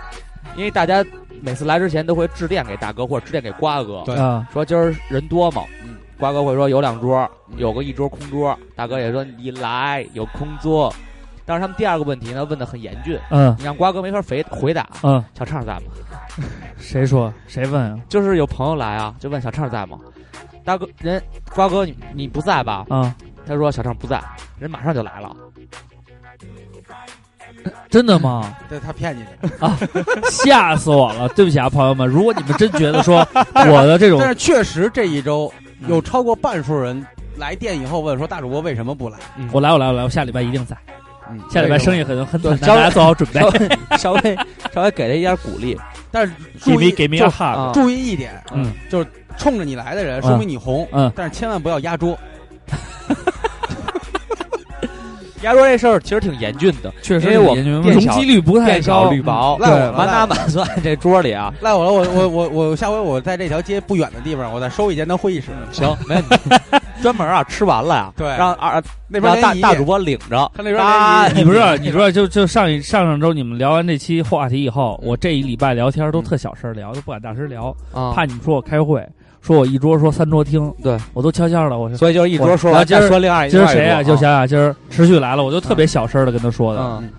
[SPEAKER 5] 因为大家每次来之前都会致电给大哥或者致电给瓜哥，
[SPEAKER 2] 对
[SPEAKER 4] 啊，
[SPEAKER 5] 说今儿人多吗？
[SPEAKER 2] 嗯
[SPEAKER 5] 瓜哥会说有两桌，
[SPEAKER 2] 嗯
[SPEAKER 5] 有个一桌空桌。大哥也说你来有空桌，但是他们第二个问题呢问的很严峻，
[SPEAKER 4] 嗯
[SPEAKER 5] 你让瓜哥没法回回答。
[SPEAKER 4] 嗯，
[SPEAKER 5] 小畅在吗？
[SPEAKER 4] 谁说谁问啊？
[SPEAKER 5] 就是有朋友来啊，就问小畅在吗？大哥，人瓜哥你你不在吧？
[SPEAKER 4] 啊，
[SPEAKER 5] 他说小畅不在，人马上就来了。
[SPEAKER 4] 真的吗？
[SPEAKER 2] 对他骗你的，
[SPEAKER 4] 吓死我了！对不起啊，朋友们，如果你们真觉 得说我的这种
[SPEAKER 2] 但是确实这一周有超过半数人来店以后问说大主播为什么不来？
[SPEAKER 4] 我来，我来，我来，我下礼拜一定在。
[SPEAKER 2] 嗯，
[SPEAKER 4] 下礼拜生
[SPEAKER 2] 意，
[SPEAKER 4] 意很很
[SPEAKER 5] 对
[SPEAKER 4] 很难，
[SPEAKER 5] 稍微
[SPEAKER 4] 大家做好准备
[SPEAKER 5] 稍。微 稍微稍微给他一点鼓励
[SPEAKER 2] 但是
[SPEAKER 4] 给
[SPEAKER 2] 注
[SPEAKER 4] 没
[SPEAKER 2] 意
[SPEAKER 4] 给没
[SPEAKER 5] 就
[SPEAKER 4] 哈，
[SPEAKER 5] 啊！
[SPEAKER 2] 注意一点，
[SPEAKER 4] 嗯，
[SPEAKER 2] 就是冲着你来的人，说明你红，
[SPEAKER 4] 嗯，
[SPEAKER 2] 但是千万不要压桌。
[SPEAKER 5] 压说这事儿其实挺严峻的，
[SPEAKER 4] 确
[SPEAKER 5] 因为我们
[SPEAKER 4] 容
[SPEAKER 5] 店小
[SPEAKER 4] 积率不太
[SPEAKER 5] 变
[SPEAKER 4] 高
[SPEAKER 5] 小。绿薄，
[SPEAKER 2] 赖我了
[SPEAKER 5] 满打满算这桌里啊，
[SPEAKER 2] 赖我了，我我我我下回我在这条街不远的地方，我再收一间当会议室，
[SPEAKER 4] 嗯
[SPEAKER 5] 行，没问 题。专门啊，吃完了呀，
[SPEAKER 2] 对
[SPEAKER 5] 让二
[SPEAKER 2] 那边
[SPEAKER 5] 让大
[SPEAKER 2] 连一
[SPEAKER 5] 大主播领着，
[SPEAKER 2] 他那边
[SPEAKER 5] 啊
[SPEAKER 2] 连
[SPEAKER 4] 你不知 道，你知道，就就上一上上周你们聊完这期话题以后，我这一礼拜聊天都特小声聊，都不敢大声聊，
[SPEAKER 5] 嗯啊
[SPEAKER 4] 怕你们说我开会，说我一桌说三桌听，
[SPEAKER 5] 对
[SPEAKER 4] 我都悄悄的。我说
[SPEAKER 5] 所以就是一桌说
[SPEAKER 4] 然后
[SPEAKER 5] 完，
[SPEAKER 4] 今儿
[SPEAKER 5] 再说另外一
[SPEAKER 4] 今儿谁啊？
[SPEAKER 5] 另外一
[SPEAKER 4] 就
[SPEAKER 5] 桌
[SPEAKER 4] 想想今儿持续来了，我就特别小声的跟他说的。
[SPEAKER 5] 嗯，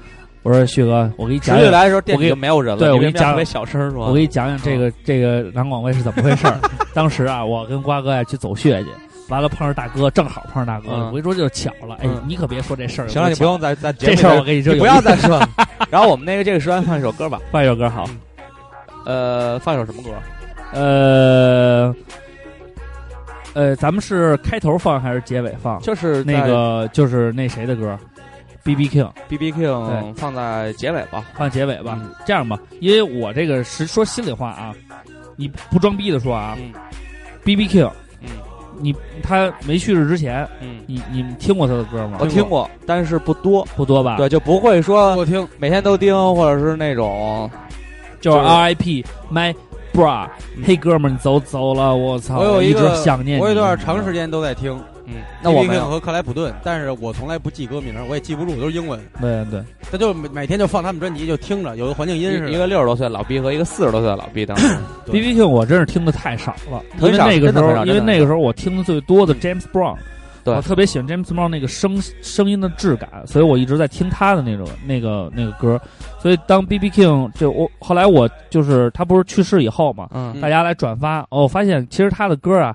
[SPEAKER 4] 我说旭哥，我给你
[SPEAKER 5] 持
[SPEAKER 4] 讲
[SPEAKER 5] 续
[SPEAKER 4] 讲，
[SPEAKER 5] 来的时候店
[SPEAKER 4] 我给
[SPEAKER 5] 里就没有人了，
[SPEAKER 4] 对我
[SPEAKER 5] 你
[SPEAKER 4] 给
[SPEAKER 5] 为
[SPEAKER 4] 你
[SPEAKER 5] 什么
[SPEAKER 4] 讲
[SPEAKER 5] 要特别小声说，
[SPEAKER 4] 我给你讲讲 这个这个南广卫是怎么回事儿。当时啊，我跟瓜哥呀去走穴去。完了碰上大哥，正好碰上大哥，
[SPEAKER 5] 嗯
[SPEAKER 4] 我跟你说就巧了。哎
[SPEAKER 5] 嗯，
[SPEAKER 4] 你可别说这事儿。
[SPEAKER 5] 行
[SPEAKER 4] 我
[SPEAKER 5] 了，你不
[SPEAKER 4] 巧
[SPEAKER 5] 用再再
[SPEAKER 4] 这事儿，我跟你说，
[SPEAKER 5] 你不要再说。然后我们那个这个时段放一首歌吧，
[SPEAKER 4] 换一首歌好。
[SPEAKER 5] 呃，放一首什么歌？
[SPEAKER 4] 呃，
[SPEAKER 5] 嗯
[SPEAKER 4] 呃，咱们是开头放还是结尾放？
[SPEAKER 5] 就是
[SPEAKER 4] 那个就是那谁的歌，B B King
[SPEAKER 5] B B
[SPEAKER 4] 对
[SPEAKER 5] King 放在结尾吧。
[SPEAKER 4] 放结尾吧。这样吧，因为我这个是说心里话啊，你不装逼的说啊
[SPEAKER 5] 嗯
[SPEAKER 4] ，B B King
[SPEAKER 5] 嗯
[SPEAKER 4] 你他没去世之前，
[SPEAKER 5] 嗯，
[SPEAKER 4] 你你们听过啊他的歌吗？
[SPEAKER 5] 我听过，但是不多，
[SPEAKER 4] 不多吧？
[SPEAKER 5] 对，就不会说
[SPEAKER 2] 我听
[SPEAKER 5] 每天都听，或者是那种
[SPEAKER 4] 就是
[SPEAKER 5] 就是
[SPEAKER 4] R.I.P. My Bra，嘿
[SPEAKER 5] 嗯
[SPEAKER 4] 哥们儿，你走走了，我操！
[SPEAKER 2] 我有
[SPEAKER 4] 一
[SPEAKER 2] 一个
[SPEAKER 4] 直想念你
[SPEAKER 2] 我有一段长时间都在听，
[SPEAKER 5] 嗯，
[SPEAKER 2] 那
[SPEAKER 4] 啊
[SPEAKER 5] 我没
[SPEAKER 2] k
[SPEAKER 5] 有
[SPEAKER 2] 和克莱普顿，但是我从来不记歌名，我也记不住，都是英文。
[SPEAKER 4] 对对，
[SPEAKER 2] 他就每每天就放他们专辑，就听着，有的环境音似
[SPEAKER 5] 一
[SPEAKER 2] 的。
[SPEAKER 5] 个六十多岁的老逼和一个四十多岁的老逼当中，
[SPEAKER 4] B
[SPEAKER 2] 对
[SPEAKER 4] B Q 我真是听的太少了，因
[SPEAKER 5] 很
[SPEAKER 4] 为
[SPEAKER 5] 少
[SPEAKER 4] 那个时
[SPEAKER 5] 真的很少
[SPEAKER 4] 候，因为
[SPEAKER 5] 真的
[SPEAKER 4] 那个时候我听的最多的 James Brown，
[SPEAKER 5] 对
[SPEAKER 4] 我特别喜欢 James Brown 那个声声音的质感，所以我一直在听他的那种那个那个歌。所以当 B B King 就我后来我就是他不是去世以后嘛，
[SPEAKER 5] 嗯
[SPEAKER 4] 大家来转发，哦，我发现其实他的歌啊，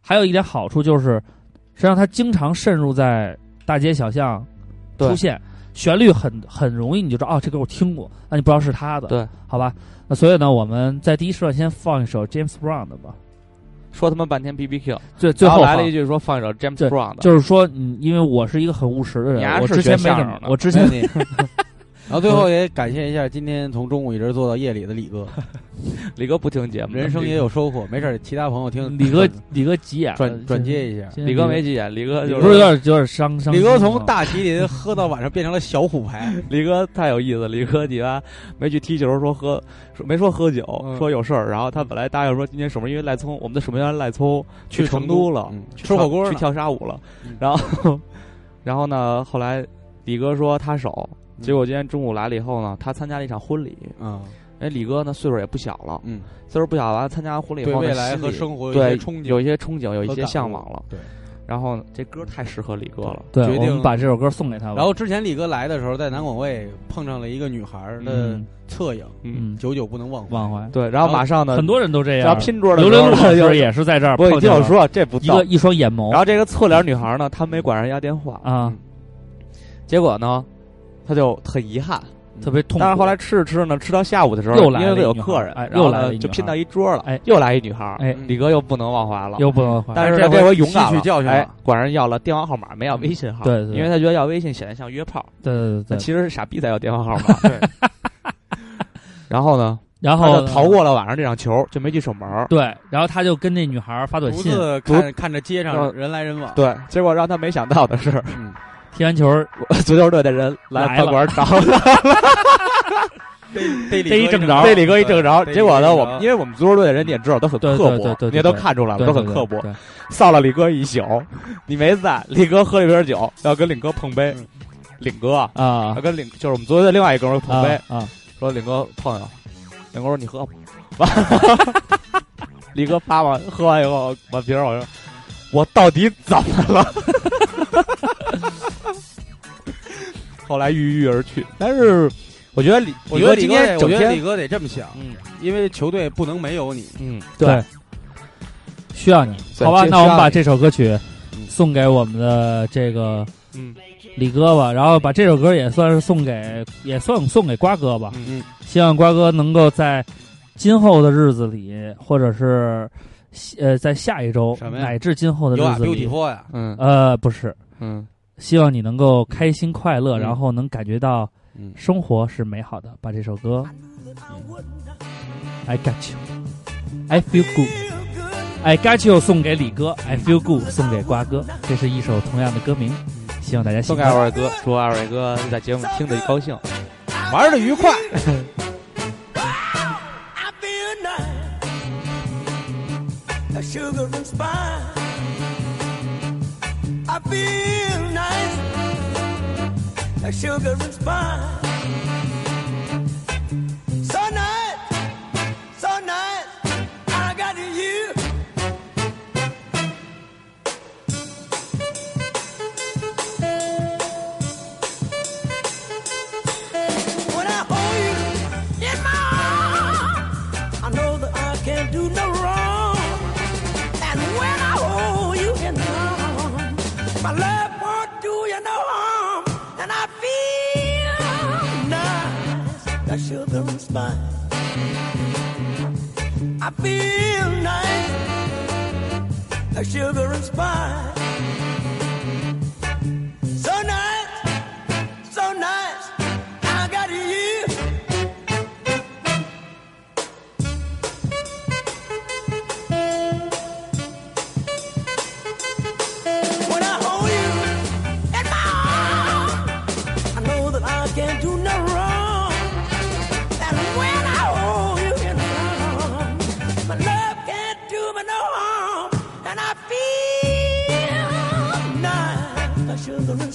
[SPEAKER 4] 还有一点好处就是，实际上他经常渗入在大街小巷
[SPEAKER 5] 对
[SPEAKER 4] 出现，旋律很很容易你就知道哦，这歌我听过，那你不知道是他的，
[SPEAKER 5] 对，
[SPEAKER 4] 好吧？那所以呢，我们在第一时段先放一首 James Brown 的吧，
[SPEAKER 5] 说他妈半天 B B Q，
[SPEAKER 4] 最最
[SPEAKER 5] 最后
[SPEAKER 4] 后
[SPEAKER 5] 啊来
[SPEAKER 4] 放
[SPEAKER 5] 了一句说放一首 James
[SPEAKER 4] 对
[SPEAKER 5] Brown 的，
[SPEAKER 4] 就是说，嗯，因为我是一个很务实的
[SPEAKER 5] 你还
[SPEAKER 4] 人，我
[SPEAKER 5] 是
[SPEAKER 4] 之前
[SPEAKER 5] 学
[SPEAKER 4] 没
[SPEAKER 5] 相
[SPEAKER 4] 怎
[SPEAKER 5] 声
[SPEAKER 4] 么，
[SPEAKER 5] 的
[SPEAKER 4] 我之
[SPEAKER 2] 没
[SPEAKER 4] 前
[SPEAKER 2] 问题。然后最后也感谢一下今天从中午一直做到夜里的李 哥，
[SPEAKER 5] 李哥不听节目，
[SPEAKER 2] 人生也有收获。没事儿，其他朋友听
[SPEAKER 4] 李哥李哥急眼了，
[SPEAKER 2] 转转接一下。
[SPEAKER 4] 现在
[SPEAKER 5] 李哥没急眼，李哥就
[SPEAKER 4] 不是有点有点伤伤心
[SPEAKER 2] 李
[SPEAKER 4] 了，
[SPEAKER 2] 哥从大麒麟喝到晚上变成了小虎牌，
[SPEAKER 5] 李哥太有意思，李哥你妈没去踢球，说喝说没说喝酒，
[SPEAKER 2] 嗯
[SPEAKER 5] 说有事儿，然后他本来答应说今天守门员赖聪，我们的守门员赖聪 去成
[SPEAKER 2] 都
[SPEAKER 5] 了，
[SPEAKER 2] 嗯
[SPEAKER 5] 去
[SPEAKER 2] 吃火锅
[SPEAKER 5] 去
[SPEAKER 2] 呢。
[SPEAKER 5] 跳沙舞了
[SPEAKER 2] 嗯，
[SPEAKER 5] 然后 然后呢，后来李哥说他手，
[SPEAKER 2] 嗯
[SPEAKER 5] 结果今天中午来了以后呢，他参加了一场婚礼，
[SPEAKER 2] 嗯
[SPEAKER 5] 哎，李哥呢岁数也不小了，
[SPEAKER 2] 嗯，
[SPEAKER 5] 岁数不小完参加婚礼以
[SPEAKER 2] 对
[SPEAKER 5] 后呢
[SPEAKER 2] 未来
[SPEAKER 5] 心里
[SPEAKER 2] 和生活有一
[SPEAKER 5] 对
[SPEAKER 2] 些憧憬
[SPEAKER 5] 有，一些憧憬，有一
[SPEAKER 2] 和
[SPEAKER 5] 些
[SPEAKER 2] 感悟
[SPEAKER 5] 向往了，
[SPEAKER 2] 对。
[SPEAKER 5] 然后呢这歌太适合李哥了，
[SPEAKER 4] 对，
[SPEAKER 2] 决
[SPEAKER 4] 我们
[SPEAKER 2] 定
[SPEAKER 4] 把这首歌送给他吧。
[SPEAKER 2] 然后之前李哥来的时候，在南广卫碰上了一个女孩儿的
[SPEAKER 4] 嗯
[SPEAKER 2] 侧影，
[SPEAKER 5] 嗯，
[SPEAKER 4] 嗯，
[SPEAKER 2] 久久不能忘怀。
[SPEAKER 4] 忘怀。
[SPEAKER 5] 对，然后马上呢，
[SPEAKER 4] 很多人都这
[SPEAKER 5] 只要
[SPEAKER 4] 样。
[SPEAKER 5] 拼桌的
[SPEAKER 4] 刘
[SPEAKER 5] 时
[SPEAKER 4] 连
[SPEAKER 5] 候
[SPEAKER 4] 路
[SPEAKER 5] 呢
[SPEAKER 4] 老
[SPEAKER 5] 就
[SPEAKER 4] 师也是在这儿
[SPEAKER 5] 不，你
[SPEAKER 4] 碰
[SPEAKER 5] 听
[SPEAKER 4] 见
[SPEAKER 5] 我
[SPEAKER 4] 了
[SPEAKER 5] 说，啊这不
[SPEAKER 4] 一
[SPEAKER 5] 到
[SPEAKER 4] 个。一双眼
[SPEAKER 5] 然
[SPEAKER 4] 眸
[SPEAKER 5] 后这嗯个侧脸女孩呢，她没管人家电话，
[SPEAKER 4] 啊，
[SPEAKER 5] 结果呢，她就很遗憾。
[SPEAKER 4] 特别痛苦。
[SPEAKER 5] 但是后来吃着吃着呢，吃到下午的时候，
[SPEAKER 4] 又来了
[SPEAKER 5] 因为有
[SPEAKER 4] 一女孩
[SPEAKER 5] 客人，
[SPEAKER 4] 哎
[SPEAKER 5] 然后
[SPEAKER 4] 又来了一
[SPEAKER 5] 呢
[SPEAKER 4] 女孩
[SPEAKER 5] 就拼到一桌了，
[SPEAKER 4] 哎
[SPEAKER 5] 又来一女孩，
[SPEAKER 4] 哎
[SPEAKER 5] 李哥又不能忘怀了。
[SPEAKER 4] 又不能还，
[SPEAKER 5] 嗯但
[SPEAKER 2] 是
[SPEAKER 5] 这
[SPEAKER 2] 这回
[SPEAKER 5] 回勇敢
[SPEAKER 2] 吸取教训了
[SPEAKER 5] 哎，管人要了电话号码，没要微信号，
[SPEAKER 4] 对对对
[SPEAKER 5] 因为他觉得要微信显得像约炮，
[SPEAKER 4] 对对对
[SPEAKER 5] 但
[SPEAKER 4] 对。
[SPEAKER 5] 其实是傻逼才要电话号码。对 然后呢，
[SPEAKER 4] 然
[SPEAKER 5] 他
[SPEAKER 4] 后
[SPEAKER 5] 就逃过了晚上这场球，就没去守门儿。
[SPEAKER 4] 对，然后他就跟那女孩发短
[SPEAKER 2] 独
[SPEAKER 4] 信，
[SPEAKER 2] 自看看着街上
[SPEAKER 5] 嗯
[SPEAKER 2] 人来人往，
[SPEAKER 5] 对，结果让他没想到的是，
[SPEAKER 2] 嗯，
[SPEAKER 4] 踢完球
[SPEAKER 5] 足球队的人来
[SPEAKER 4] 来了
[SPEAKER 5] 饭馆找他。
[SPEAKER 2] 逮
[SPEAKER 4] 逮一
[SPEAKER 2] 一
[SPEAKER 4] 正着
[SPEAKER 5] 被李哥一正着，
[SPEAKER 2] 对
[SPEAKER 5] 结果呢，
[SPEAKER 2] 被李哥一正着
[SPEAKER 5] 我们因为我们足球队的人你也知道都很
[SPEAKER 4] 对
[SPEAKER 5] 刻
[SPEAKER 4] 对对
[SPEAKER 5] 薄
[SPEAKER 4] 对，对
[SPEAKER 5] 你也都看出来了，
[SPEAKER 4] 对
[SPEAKER 5] 啊都很刻薄，
[SPEAKER 4] 对对
[SPEAKER 5] 臊了李哥一宿。你没在，李哥喝了一瓶酒，要跟领哥碰杯
[SPEAKER 2] 嗯，
[SPEAKER 5] 领哥啊，
[SPEAKER 4] 啊
[SPEAKER 5] 要跟领就是我们足球队另外一哥们儿碰杯，
[SPEAKER 4] 啊啊，
[SPEAKER 5] 说领哥碰一下，领哥说你喝吧， 完，李哥啪完喝完以后，完瓶儿我说我到底怎么了？ 后来郁郁而去，但是我觉得李，
[SPEAKER 2] 我觉得
[SPEAKER 5] 今
[SPEAKER 2] 今
[SPEAKER 5] 天
[SPEAKER 2] 天，
[SPEAKER 5] 整
[SPEAKER 2] 我觉得李
[SPEAKER 5] 天，
[SPEAKER 2] 哥得这么想，
[SPEAKER 5] 嗯
[SPEAKER 2] 因为球队不能没有你。
[SPEAKER 5] 嗯，
[SPEAKER 4] 对，需要你，
[SPEAKER 5] 对
[SPEAKER 4] 好吧？
[SPEAKER 5] 这
[SPEAKER 4] 那我
[SPEAKER 5] 需要
[SPEAKER 4] 们把
[SPEAKER 5] 你
[SPEAKER 4] 这首歌曲
[SPEAKER 2] 嗯
[SPEAKER 4] 送给我们的这个
[SPEAKER 5] 嗯
[SPEAKER 4] 李哥吧，然后把这首歌也算是送给，也算送给瓜哥吧。
[SPEAKER 2] 嗯，
[SPEAKER 4] 希望瓜哥能够在今后的日子里，或者是呃在下一周
[SPEAKER 2] 什么呀
[SPEAKER 4] 乃至今后的
[SPEAKER 2] 有啊
[SPEAKER 4] 日子里，
[SPEAKER 2] ，beautiful 呀，
[SPEAKER 5] 嗯
[SPEAKER 4] 呃，不是，
[SPEAKER 5] 嗯，
[SPEAKER 4] 希望你能够开心快乐，
[SPEAKER 2] 嗯
[SPEAKER 4] 然后能感觉到
[SPEAKER 2] 嗯
[SPEAKER 4] 生活是美好的。把这首歌，I got you。I feel good, I got you 送给李哥，I feel good 送给瓜哥，这是一首同样的歌名，希望大家喜
[SPEAKER 5] 送给
[SPEAKER 4] 欢
[SPEAKER 5] 二。位哥，祝二位哥在节目听得高兴。
[SPEAKER 2] 玩的愉快。
[SPEAKER 3] I feel nice. A sugar and spice. I feel nice. A sugar and spice. So nice. So nice. I got you. When I hold you in my arms, I know that I can't do no wrong. And when I hold you in my arms, my love won't do you no harm. And I feel nice, that sugar and spice. I feel nice, that sugar and spice. So nice, so nice, I got you. and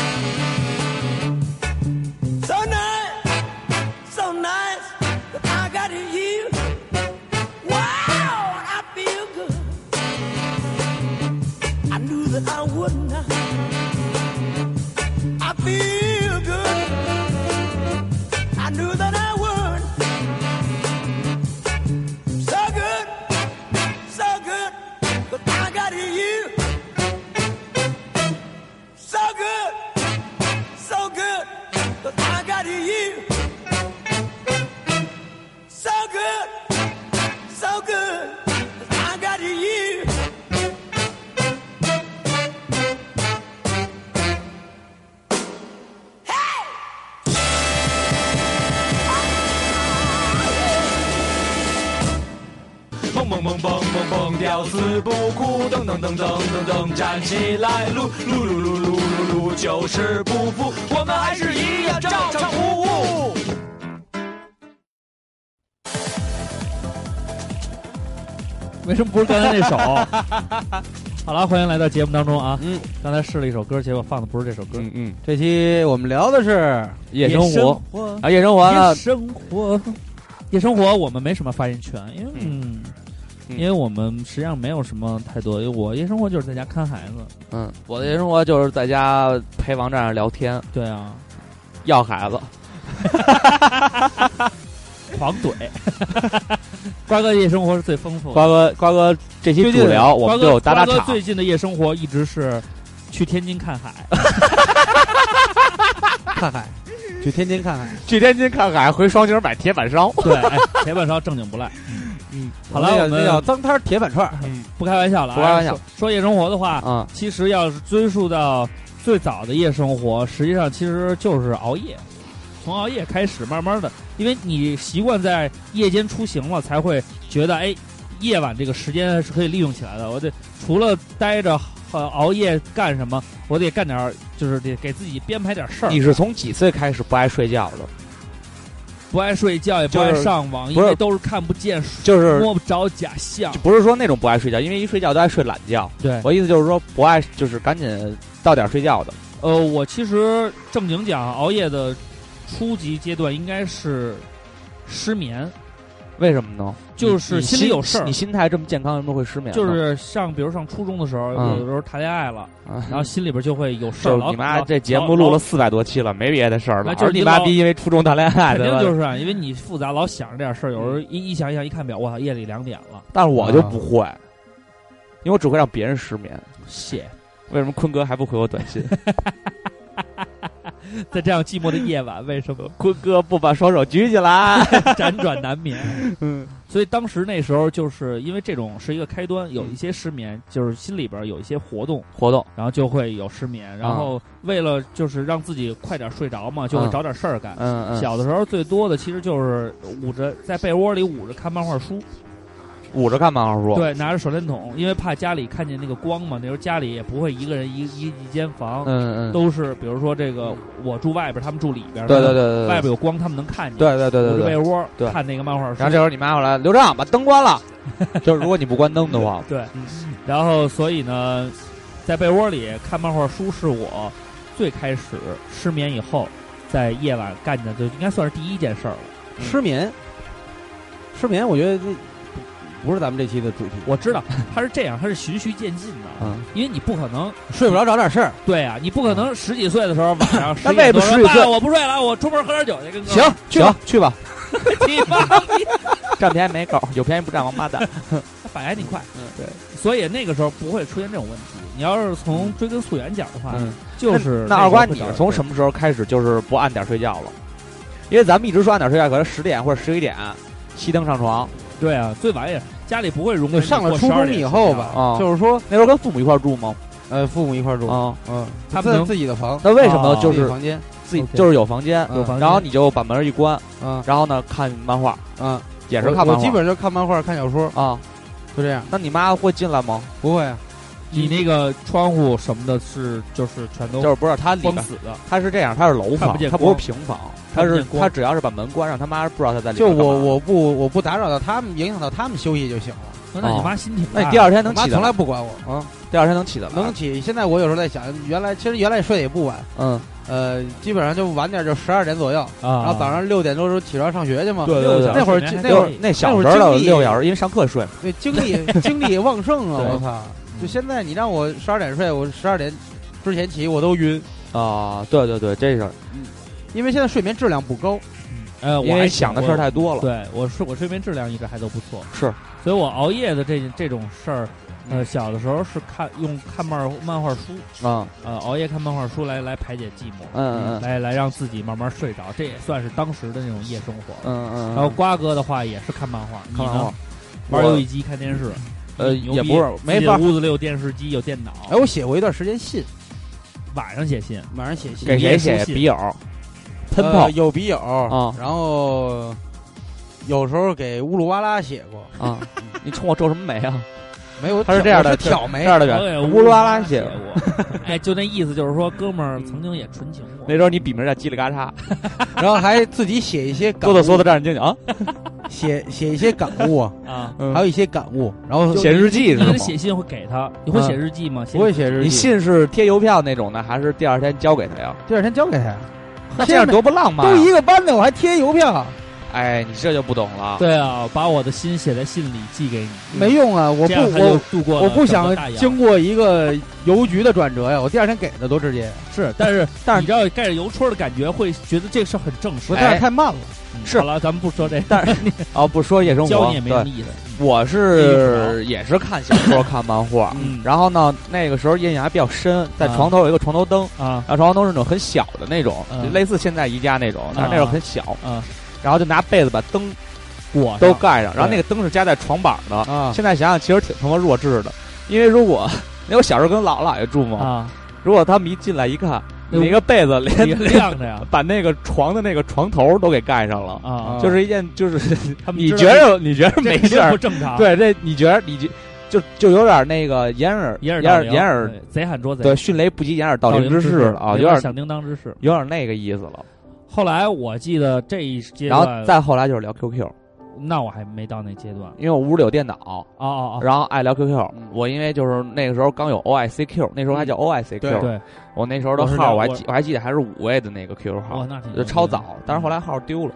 [SPEAKER 3] So nice, so nice that I got to yield. Wow, I feel good. I knew that I would not. I feel good. I knew that I would. So good, so good, but I got you. So good, so good, but I got you. So good, so good, but I got you.
[SPEAKER 6] 蹦蹦蹦蹦蹦蹦，吊死不哭，噔噔噔噔噔噔，站起来，撸撸撸撸撸撸撸，就是不服，我们还是一样照常服务。
[SPEAKER 4] 为什么不是刚才 那首？好了，欢迎来到节目当中啊！
[SPEAKER 2] 嗯，
[SPEAKER 4] 刚才试了一首歌，结果放的不是这首歌。
[SPEAKER 5] 嗯嗯，
[SPEAKER 2] 这期我们聊的是
[SPEAKER 5] 夜生活啊，夜生活
[SPEAKER 4] 夜
[SPEAKER 5] 啊，
[SPEAKER 4] 生活，夜生活，我们没什么发言权，因为嗯，
[SPEAKER 5] 嗯
[SPEAKER 4] 因为我们实际上没有什么太多。我夜生活就是在家看孩子，
[SPEAKER 5] 嗯，我的夜生活就是在家陪王站长聊天，
[SPEAKER 4] 对啊，
[SPEAKER 5] 要孩子，
[SPEAKER 4] 狂怼。 瓜哥夜生活是最丰富的。
[SPEAKER 5] 瓜哥瓜哥这期
[SPEAKER 4] 最近
[SPEAKER 5] 主聊我
[SPEAKER 4] 瓜
[SPEAKER 5] 们
[SPEAKER 4] 哥
[SPEAKER 5] 就有打打
[SPEAKER 4] 瓜哥
[SPEAKER 5] 场，
[SPEAKER 4] 最近的夜生活一直是去天津看 海，
[SPEAKER 2] 看海，去天津看海。
[SPEAKER 5] 去天津看海，回双井买铁板烧。
[SPEAKER 4] 对，哎铁板烧正经不赖。
[SPEAKER 5] 嗯，
[SPEAKER 4] 好了，
[SPEAKER 2] 那
[SPEAKER 4] 我
[SPEAKER 2] 叫那叫
[SPEAKER 4] 们
[SPEAKER 2] 脏摊儿铁板串儿。
[SPEAKER 4] 不开玩笑了啊，
[SPEAKER 5] 不开玩笑
[SPEAKER 4] 说。说夜生活的话，
[SPEAKER 5] 啊，
[SPEAKER 4] 其实要是追溯到最早的夜生活，实际上其实就是熬夜，从熬夜开始，慢慢的，因为你习惯在夜间出行了，才会觉得哎，夜晚这个时间是可以利用起来的。我得除了待着、呃、熬夜干什么，我得干点儿，就是得给自己编排点事儿
[SPEAKER 5] 你。是从几岁开始不爱睡觉的？
[SPEAKER 4] 不爱睡觉，也不爱
[SPEAKER 5] 就是
[SPEAKER 4] 上网，因
[SPEAKER 5] 不是
[SPEAKER 4] 为都是看不见、
[SPEAKER 5] 就是
[SPEAKER 4] 摸不着假象
[SPEAKER 5] 就。不是说那种不爱睡觉，因为一睡觉都爱睡懒觉。
[SPEAKER 4] 对，
[SPEAKER 5] 我意思就是说不爱，就是赶紧到点儿睡觉的。
[SPEAKER 4] 呃，我其实正经讲，熬夜的初级阶段应该是失眠。
[SPEAKER 5] 为什么呢？
[SPEAKER 4] 就是
[SPEAKER 5] 你
[SPEAKER 4] 心里有事儿
[SPEAKER 5] 你心态这么健康，为什么会失眠呢？
[SPEAKER 4] 就是上，比如上初中的时候，
[SPEAKER 5] 嗯
[SPEAKER 4] 有的时候谈恋爱了，
[SPEAKER 5] 啊，
[SPEAKER 4] 然后心里边就会有事
[SPEAKER 5] 就
[SPEAKER 4] 儿。
[SPEAKER 5] 是
[SPEAKER 4] 老
[SPEAKER 5] 你妈
[SPEAKER 4] 老
[SPEAKER 5] 这节目录
[SPEAKER 4] 老
[SPEAKER 5] 了四百多期了，没别的事儿了
[SPEAKER 4] 那，
[SPEAKER 5] 啊
[SPEAKER 4] 就是
[SPEAKER 5] 而你
[SPEAKER 4] 你
[SPEAKER 5] 妈
[SPEAKER 4] 老
[SPEAKER 5] 逼因为初中谈恋爱
[SPEAKER 4] 肯
[SPEAKER 5] 的
[SPEAKER 4] 定
[SPEAKER 5] 吧。
[SPEAKER 4] 就是啊，因为你复杂，老想着点事儿，有时候
[SPEAKER 5] 嗯
[SPEAKER 4] 一一想一想，一看表，我操，夜里两点了，
[SPEAKER 5] 但是我就不会，因为我只会让别人失眠。
[SPEAKER 4] 谢。
[SPEAKER 5] 为什么坤哥还不回我短信？
[SPEAKER 4] 在这样寂寞的夜晚，为 什么
[SPEAKER 5] 坤哥不把双手举起来？
[SPEAKER 4] 辗转难眠？
[SPEAKER 5] 嗯，
[SPEAKER 4] 所以当时那时候，就是因为这种是一个开端，
[SPEAKER 5] 嗯
[SPEAKER 4] 有一些失眠，就是心里边有一些活动，
[SPEAKER 5] 活动
[SPEAKER 4] 然后就会有失眠，然后为了就是让自己快点睡着嘛，就会
[SPEAKER 5] 嗯
[SPEAKER 4] 找点事儿干。
[SPEAKER 5] 嗯嗯，
[SPEAKER 4] 小的时候最多的其实就是捂着在被窝里捂着看漫画书，
[SPEAKER 5] 捂着看漫画书。，
[SPEAKER 4] 对，拿着手电筒，因为怕家里看见那个光嘛。那时候家里也不会一个人一一一间房，
[SPEAKER 5] 嗯嗯，嗯
[SPEAKER 4] 都是比如说这个我住外边，他们住里边，
[SPEAKER 5] 对对对
[SPEAKER 4] 对
[SPEAKER 5] 对，
[SPEAKER 4] 外边有光他们能看见，
[SPEAKER 5] 对对对对
[SPEAKER 4] 捂着
[SPEAKER 5] 对
[SPEAKER 4] 被。窝
[SPEAKER 5] 对
[SPEAKER 4] 看那个漫画书
[SPEAKER 5] 然后这。时候你妈过来，刘畅把灯关了， 就是如果你不关灯的话，
[SPEAKER 4] 对，然后所以呢，在被窝里看漫画书是我最开始失眠以后，在夜晚干的，就应该算是第一件事儿了。
[SPEAKER 2] 失眠，失眠，我觉得这不是咱们这期的主题。
[SPEAKER 4] 我知 道它是这样，它是循序渐进的，
[SPEAKER 5] 嗯，
[SPEAKER 4] 因为你不可能
[SPEAKER 2] 睡不着找点事儿，
[SPEAKER 4] 对啊，你不可能十几岁的时候晚上
[SPEAKER 5] 那
[SPEAKER 4] 十点多
[SPEAKER 5] 为什么
[SPEAKER 4] 说
[SPEAKER 5] 十几岁
[SPEAKER 4] 爸我不睡了，我出门喝点酒 去。跟哥
[SPEAKER 5] 行
[SPEAKER 4] 们儿
[SPEAKER 5] 行去吧，
[SPEAKER 4] 你 妈逼，
[SPEAKER 5] 占便宜没够，有便宜不占王八蛋。
[SPEAKER 4] 反应还挺快。
[SPEAKER 5] 嗯，对，
[SPEAKER 4] 所以那个时候不会出现这种问题。你要是从追根溯源讲的话，
[SPEAKER 5] 嗯
[SPEAKER 4] 就是
[SPEAKER 5] 那二瓜，你是
[SPEAKER 4] 是
[SPEAKER 5] 从什
[SPEAKER 4] 么？
[SPEAKER 5] 么时候开始就是不按点睡觉了？因为咱们一直说按点睡觉，可能十点或者十一点熄灯上床
[SPEAKER 4] 对啊，最晚也家里不会容忍
[SPEAKER 2] 就
[SPEAKER 4] 你
[SPEAKER 2] 上了
[SPEAKER 4] 过
[SPEAKER 2] 初
[SPEAKER 4] 12
[SPEAKER 2] 中
[SPEAKER 4] 点
[SPEAKER 2] 以
[SPEAKER 4] 睡
[SPEAKER 2] 后
[SPEAKER 4] 觉
[SPEAKER 2] 吧，
[SPEAKER 5] 啊
[SPEAKER 2] 就是说，
[SPEAKER 5] 那时候跟父母一块儿住吗？
[SPEAKER 2] 呃，父母一块儿住，
[SPEAKER 5] 啊，
[SPEAKER 2] 嗯，
[SPEAKER 4] 他们
[SPEAKER 2] 自
[SPEAKER 4] 能
[SPEAKER 2] 自己的房，
[SPEAKER 5] 哦那为什
[SPEAKER 4] 哦
[SPEAKER 5] 么就
[SPEAKER 2] 自己
[SPEAKER 5] 是
[SPEAKER 2] 房间，
[SPEAKER 5] 自己
[SPEAKER 4] OK
[SPEAKER 5] 就是有房间，
[SPEAKER 2] 有
[SPEAKER 4] 房间
[SPEAKER 5] 然后你就把门一关，
[SPEAKER 2] 嗯
[SPEAKER 5] 然后呢看漫画，
[SPEAKER 2] 嗯，
[SPEAKER 5] 也
[SPEAKER 2] 也
[SPEAKER 5] 是看漫
[SPEAKER 2] 我
[SPEAKER 5] 画。
[SPEAKER 2] 基本就看漫画、看小说，
[SPEAKER 5] 啊，
[SPEAKER 2] 就这样，
[SPEAKER 5] 那你妈会进来吗？
[SPEAKER 2] 不会啊，
[SPEAKER 4] 你那个窗户什么的是就是全都
[SPEAKER 5] 就是不是它里
[SPEAKER 4] 封
[SPEAKER 5] 边
[SPEAKER 4] 死的，
[SPEAKER 5] 它是这样，它是楼
[SPEAKER 4] 看
[SPEAKER 5] 房
[SPEAKER 4] 不见，
[SPEAKER 5] 它不
[SPEAKER 4] 光
[SPEAKER 5] 是平房，它
[SPEAKER 4] 看不
[SPEAKER 5] 是
[SPEAKER 4] 见光
[SPEAKER 5] 它只要是把门关上，他妈不知道他在里
[SPEAKER 2] 就
[SPEAKER 5] 边干嘛。
[SPEAKER 2] 我我不我不打扰到他们，影响到他们休息就行了。
[SPEAKER 4] 那你妈心挺大
[SPEAKER 5] 那
[SPEAKER 4] 的。
[SPEAKER 5] 你第二天能
[SPEAKER 2] 我妈
[SPEAKER 5] 起
[SPEAKER 2] 从
[SPEAKER 5] 得
[SPEAKER 2] 来
[SPEAKER 5] 来？
[SPEAKER 2] 不管我，
[SPEAKER 5] 嗯，第二天能起得来？
[SPEAKER 2] 能，起。现在我有时候在想，原来其实原来睡得也不晚，
[SPEAKER 5] 嗯
[SPEAKER 2] 呃，基本上就晚点，就十二点左右，
[SPEAKER 5] 啊
[SPEAKER 2] 然后早上六点多钟起床上学去嘛。
[SPEAKER 5] 对对对，
[SPEAKER 2] 那会儿
[SPEAKER 4] 睡眠
[SPEAKER 2] 那会儿
[SPEAKER 4] 还可以
[SPEAKER 5] 那小
[SPEAKER 2] 那会
[SPEAKER 5] 时
[SPEAKER 2] 儿
[SPEAKER 5] 候
[SPEAKER 2] 精力
[SPEAKER 5] 六个小时，因为上课睡嘛。
[SPEAKER 2] 对精力 精力旺盛啊！
[SPEAKER 5] 对
[SPEAKER 2] 我操！就现在你让我十二点睡，我十二点之前起我都晕，
[SPEAKER 5] 啊，对对对，这是
[SPEAKER 2] 因为现在睡眠质量不高。
[SPEAKER 4] 呃，我
[SPEAKER 5] 哎因
[SPEAKER 4] 还
[SPEAKER 5] 为
[SPEAKER 4] 挺
[SPEAKER 5] 想的事儿太多了。
[SPEAKER 4] 对，我睡我睡眠质量一直还都不错，
[SPEAKER 5] 是，
[SPEAKER 4] 所以我熬夜的这这种事儿，呃，小的时候是看用看漫漫画书，
[SPEAKER 5] 嗯
[SPEAKER 4] 呃，熬夜看漫画书来来排解寂寞，
[SPEAKER 5] 嗯嗯
[SPEAKER 4] 来来让自己慢慢睡着，这也算是当时的那种夜生活。
[SPEAKER 5] 嗯嗯。
[SPEAKER 4] 然后瓜哥的话也是看漫画，
[SPEAKER 5] 看
[SPEAKER 4] 你
[SPEAKER 5] 漫
[SPEAKER 4] 呢
[SPEAKER 5] 画，
[SPEAKER 4] 玩
[SPEAKER 5] 我
[SPEAKER 4] 游戏机、看电视，
[SPEAKER 5] 呃
[SPEAKER 4] 你牛
[SPEAKER 5] 也
[SPEAKER 4] 逼
[SPEAKER 5] 不是没
[SPEAKER 4] 自己
[SPEAKER 5] 法
[SPEAKER 4] 屋子里有电视机、有电脑，
[SPEAKER 2] 哎，我写过一段时间信，
[SPEAKER 4] 晚上写信，
[SPEAKER 2] 晚上写信
[SPEAKER 5] 给谁
[SPEAKER 4] 你也
[SPEAKER 5] 写
[SPEAKER 4] 书信
[SPEAKER 5] 笔友？喷
[SPEAKER 2] 呃
[SPEAKER 5] 炮
[SPEAKER 2] 有笔友
[SPEAKER 5] 啊
[SPEAKER 2] 然后有时候给乌鲁哇啦写过，
[SPEAKER 5] 啊！ 你冲我皱什么眉啊？
[SPEAKER 2] 没有，
[SPEAKER 5] 他是这样的
[SPEAKER 2] 我是挑眉
[SPEAKER 5] 这，样的
[SPEAKER 4] 我
[SPEAKER 5] 人，
[SPEAKER 4] 也
[SPEAKER 5] 乌拉拉
[SPEAKER 4] 写
[SPEAKER 5] 写。
[SPEAKER 4] 过， 哎，就那意思就是说，哥们儿曾经也纯情过
[SPEAKER 5] 那，时候你笔名叫叽里嘎嚓，
[SPEAKER 2] 然后还自己写一些感
[SPEAKER 5] 哆
[SPEAKER 2] 悟
[SPEAKER 5] 哆，嗦嗦战战兢兢啊，
[SPEAKER 2] 写写一些感悟，
[SPEAKER 4] 啊，
[SPEAKER 5] 嗯
[SPEAKER 2] 还有一些感悟，然后
[SPEAKER 5] 写日记是
[SPEAKER 4] 你
[SPEAKER 5] 吗
[SPEAKER 4] 得？写信会给他，你
[SPEAKER 5] 嗯
[SPEAKER 4] 会写日记吗？
[SPEAKER 2] 不会写日
[SPEAKER 5] 你
[SPEAKER 2] 记，
[SPEAKER 5] 信是贴邮票那种的，还是第二天交给他呀？
[SPEAKER 2] 第二天交给他，
[SPEAKER 5] 那这样多不浪漫
[SPEAKER 2] 都
[SPEAKER 5] 啊！
[SPEAKER 2] 一个班的，我还贴邮票，
[SPEAKER 5] 哎，你这就不懂了。
[SPEAKER 4] 对啊，把我的心写在信里寄给
[SPEAKER 5] 嗯
[SPEAKER 4] 你，嗯
[SPEAKER 2] 没用啊，我
[SPEAKER 4] 这
[SPEAKER 2] 不
[SPEAKER 4] 样他就
[SPEAKER 2] 我
[SPEAKER 4] 度过了
[SPEAKER 2] 我不
[SPEAKER 4] 整
[SPEAKER 2] 想
[SPEAKER 4] 个大洋
[SPEAKER 2] 经过一个邮局的转折呀，我第二天给的都直接，
[SPEAKER 4] 是，但是
[SPEAKER 2] 但
[SPEAKER 4] 你知道盖着邮戳的感觉，会觉得这事很正式
[SPEAKER 2] 我。
[SPEAKER 5] 哎
[SPEAKER 2] 但是太慢了，
[SPEAKER 4] 嗯
[SPEAKER 5] 是
[SPEAKER 4] 好了，咱们不说这，
[SPEAKER 5] 但是 哦，不说夜生
[SPEAKER 4] 教
[SPEAKER 5] 活
[SPEAKER 4] 你也，没什么
[SPEAKER 5] 对，
[SPEAKER 4] 意思。
[SPEAKER 5] 我
[SPEAKER 4] 这个
[SPEAKER 5] 是也是看小说、看漫画，
[SPEAKER 4] 嗯
[SPEAKER 5] 然后呢，那个时候印象还比较深，在
[SPEAKER 4] 啊
[SPEAKER 5] 床头有一个床头灯，
[SPEAKER 4] 啊
[SPEAKER 5] 然后床头灯是那种很小的那种，
[SPEAKER 4] 嗯
[SPEAKER 5] 就类似现在宜家那种，但是那种很小，
[SPEAKER 4] 啊，
[SPEAKER 5] 然后就拿被子把灯
[SPEAKER 4] 我
[SPEAKER 5] 都盖上，然
[SPEAKER 4] 嗯对
[SPEAKER 5] 后
[SPEAKER 4] 嗯
[SPEAKER 5] 那个灯是夹在床板的。
[SPEAKER 2] 啊，
[SPEAKER 5] 现在想想，其实挺他妈弱智的，因为如果因为我小时候跟姥姥姥爷住嘛，
[SPEAKER 4] 啊，
[SPEAKER 5] 如果他们一进来一看，
[SPEAKER 4] 那
[SPEAKER 5] 那个被子连
[SPEAKER 4] 也亮着哎呀
[SPEAKER 5] 把那个床的那个床头都给盖上了，
[SPEAKER 4] 啊，
[SPEAKER 2] 啊
[SPEAKER 5] 就是一件就是
[SPEAKER 4] 他们
[SPEAKER 5] 你
[SPEAKER 4] 知道
[SPEAKER 5] 觉着你觉着
[SPEAKER 4] 这
[SPEAKER 5] 没
[SPEAKER 4] 肯定
[SPEAKER 5] 事儿
[SPEAKER 4] 不，正常，，
[SPEAKER 5] 对，这你觉得你就就就有点那个掩耳
[SPEAKER 4] 掩耳
[SPEAKER 5] 掩
[SPEAKER 4] 盗
[SPEAKER 5] 耳
[SPEAKER 4] 铃
[SPEAKER 5] 掩耳
[SPEAKER 4] 对贼喊捉贼，
[SPEAKER 5] 对迅雷不及掩耳盗
[SPEAKER 4] 盗
[SPEAKER 5] 铃
[SPEAKER 4] 铃
[SPEAKER 5] 之
[SPEAKER 4] 之
[SPEAKER 5] 势了啊，有
[SPEAKER 4] 有
[SPEAKER 5] 点
[SPEAKER 4] 响叮当之势。
[SPEAKER 5] 有点那个意思了。
[SPEAKER 4] 后来我记得这一阶
[SPEAKER 5] 然
[SPEAKER 4] 段，
[SPEAKER 5] 后再后来就是聊 QQ，
[SPEAKER 4] 那我还没到那阶段。
[SPEAKER 5] 因为我屋里有电脑，
[SPEAKER 4] 哦哦哦，
[SPEAKER 5] 然后爱聊 QQ
[SPEAKER 2] 嗯。
[SPEAKER 5] 我因为就是那个时候刚有 OICQ，那时候还叫 OICQ，
[SPEAKER 4] 嗯对，
[SPEAKER 5] 我那时候的
[SPEAKER 4] 我是
[SPEAKER 5] 号
[SPEAKER 4] 聊
[SPEAKER 5] 我还
[SPEAKER 4] 我
[SPEAKER 5] 记我还记得还是五位的那个 QQ
[SPEAKER 4] 哇，
[SPEAKER 5] 号，
[SPEAKER 4] 那挺
[SPEAKER 5] 啊
[SPEAKER 4] 嗯
[SPEAKER 5] 就超早，但是后来号丢了，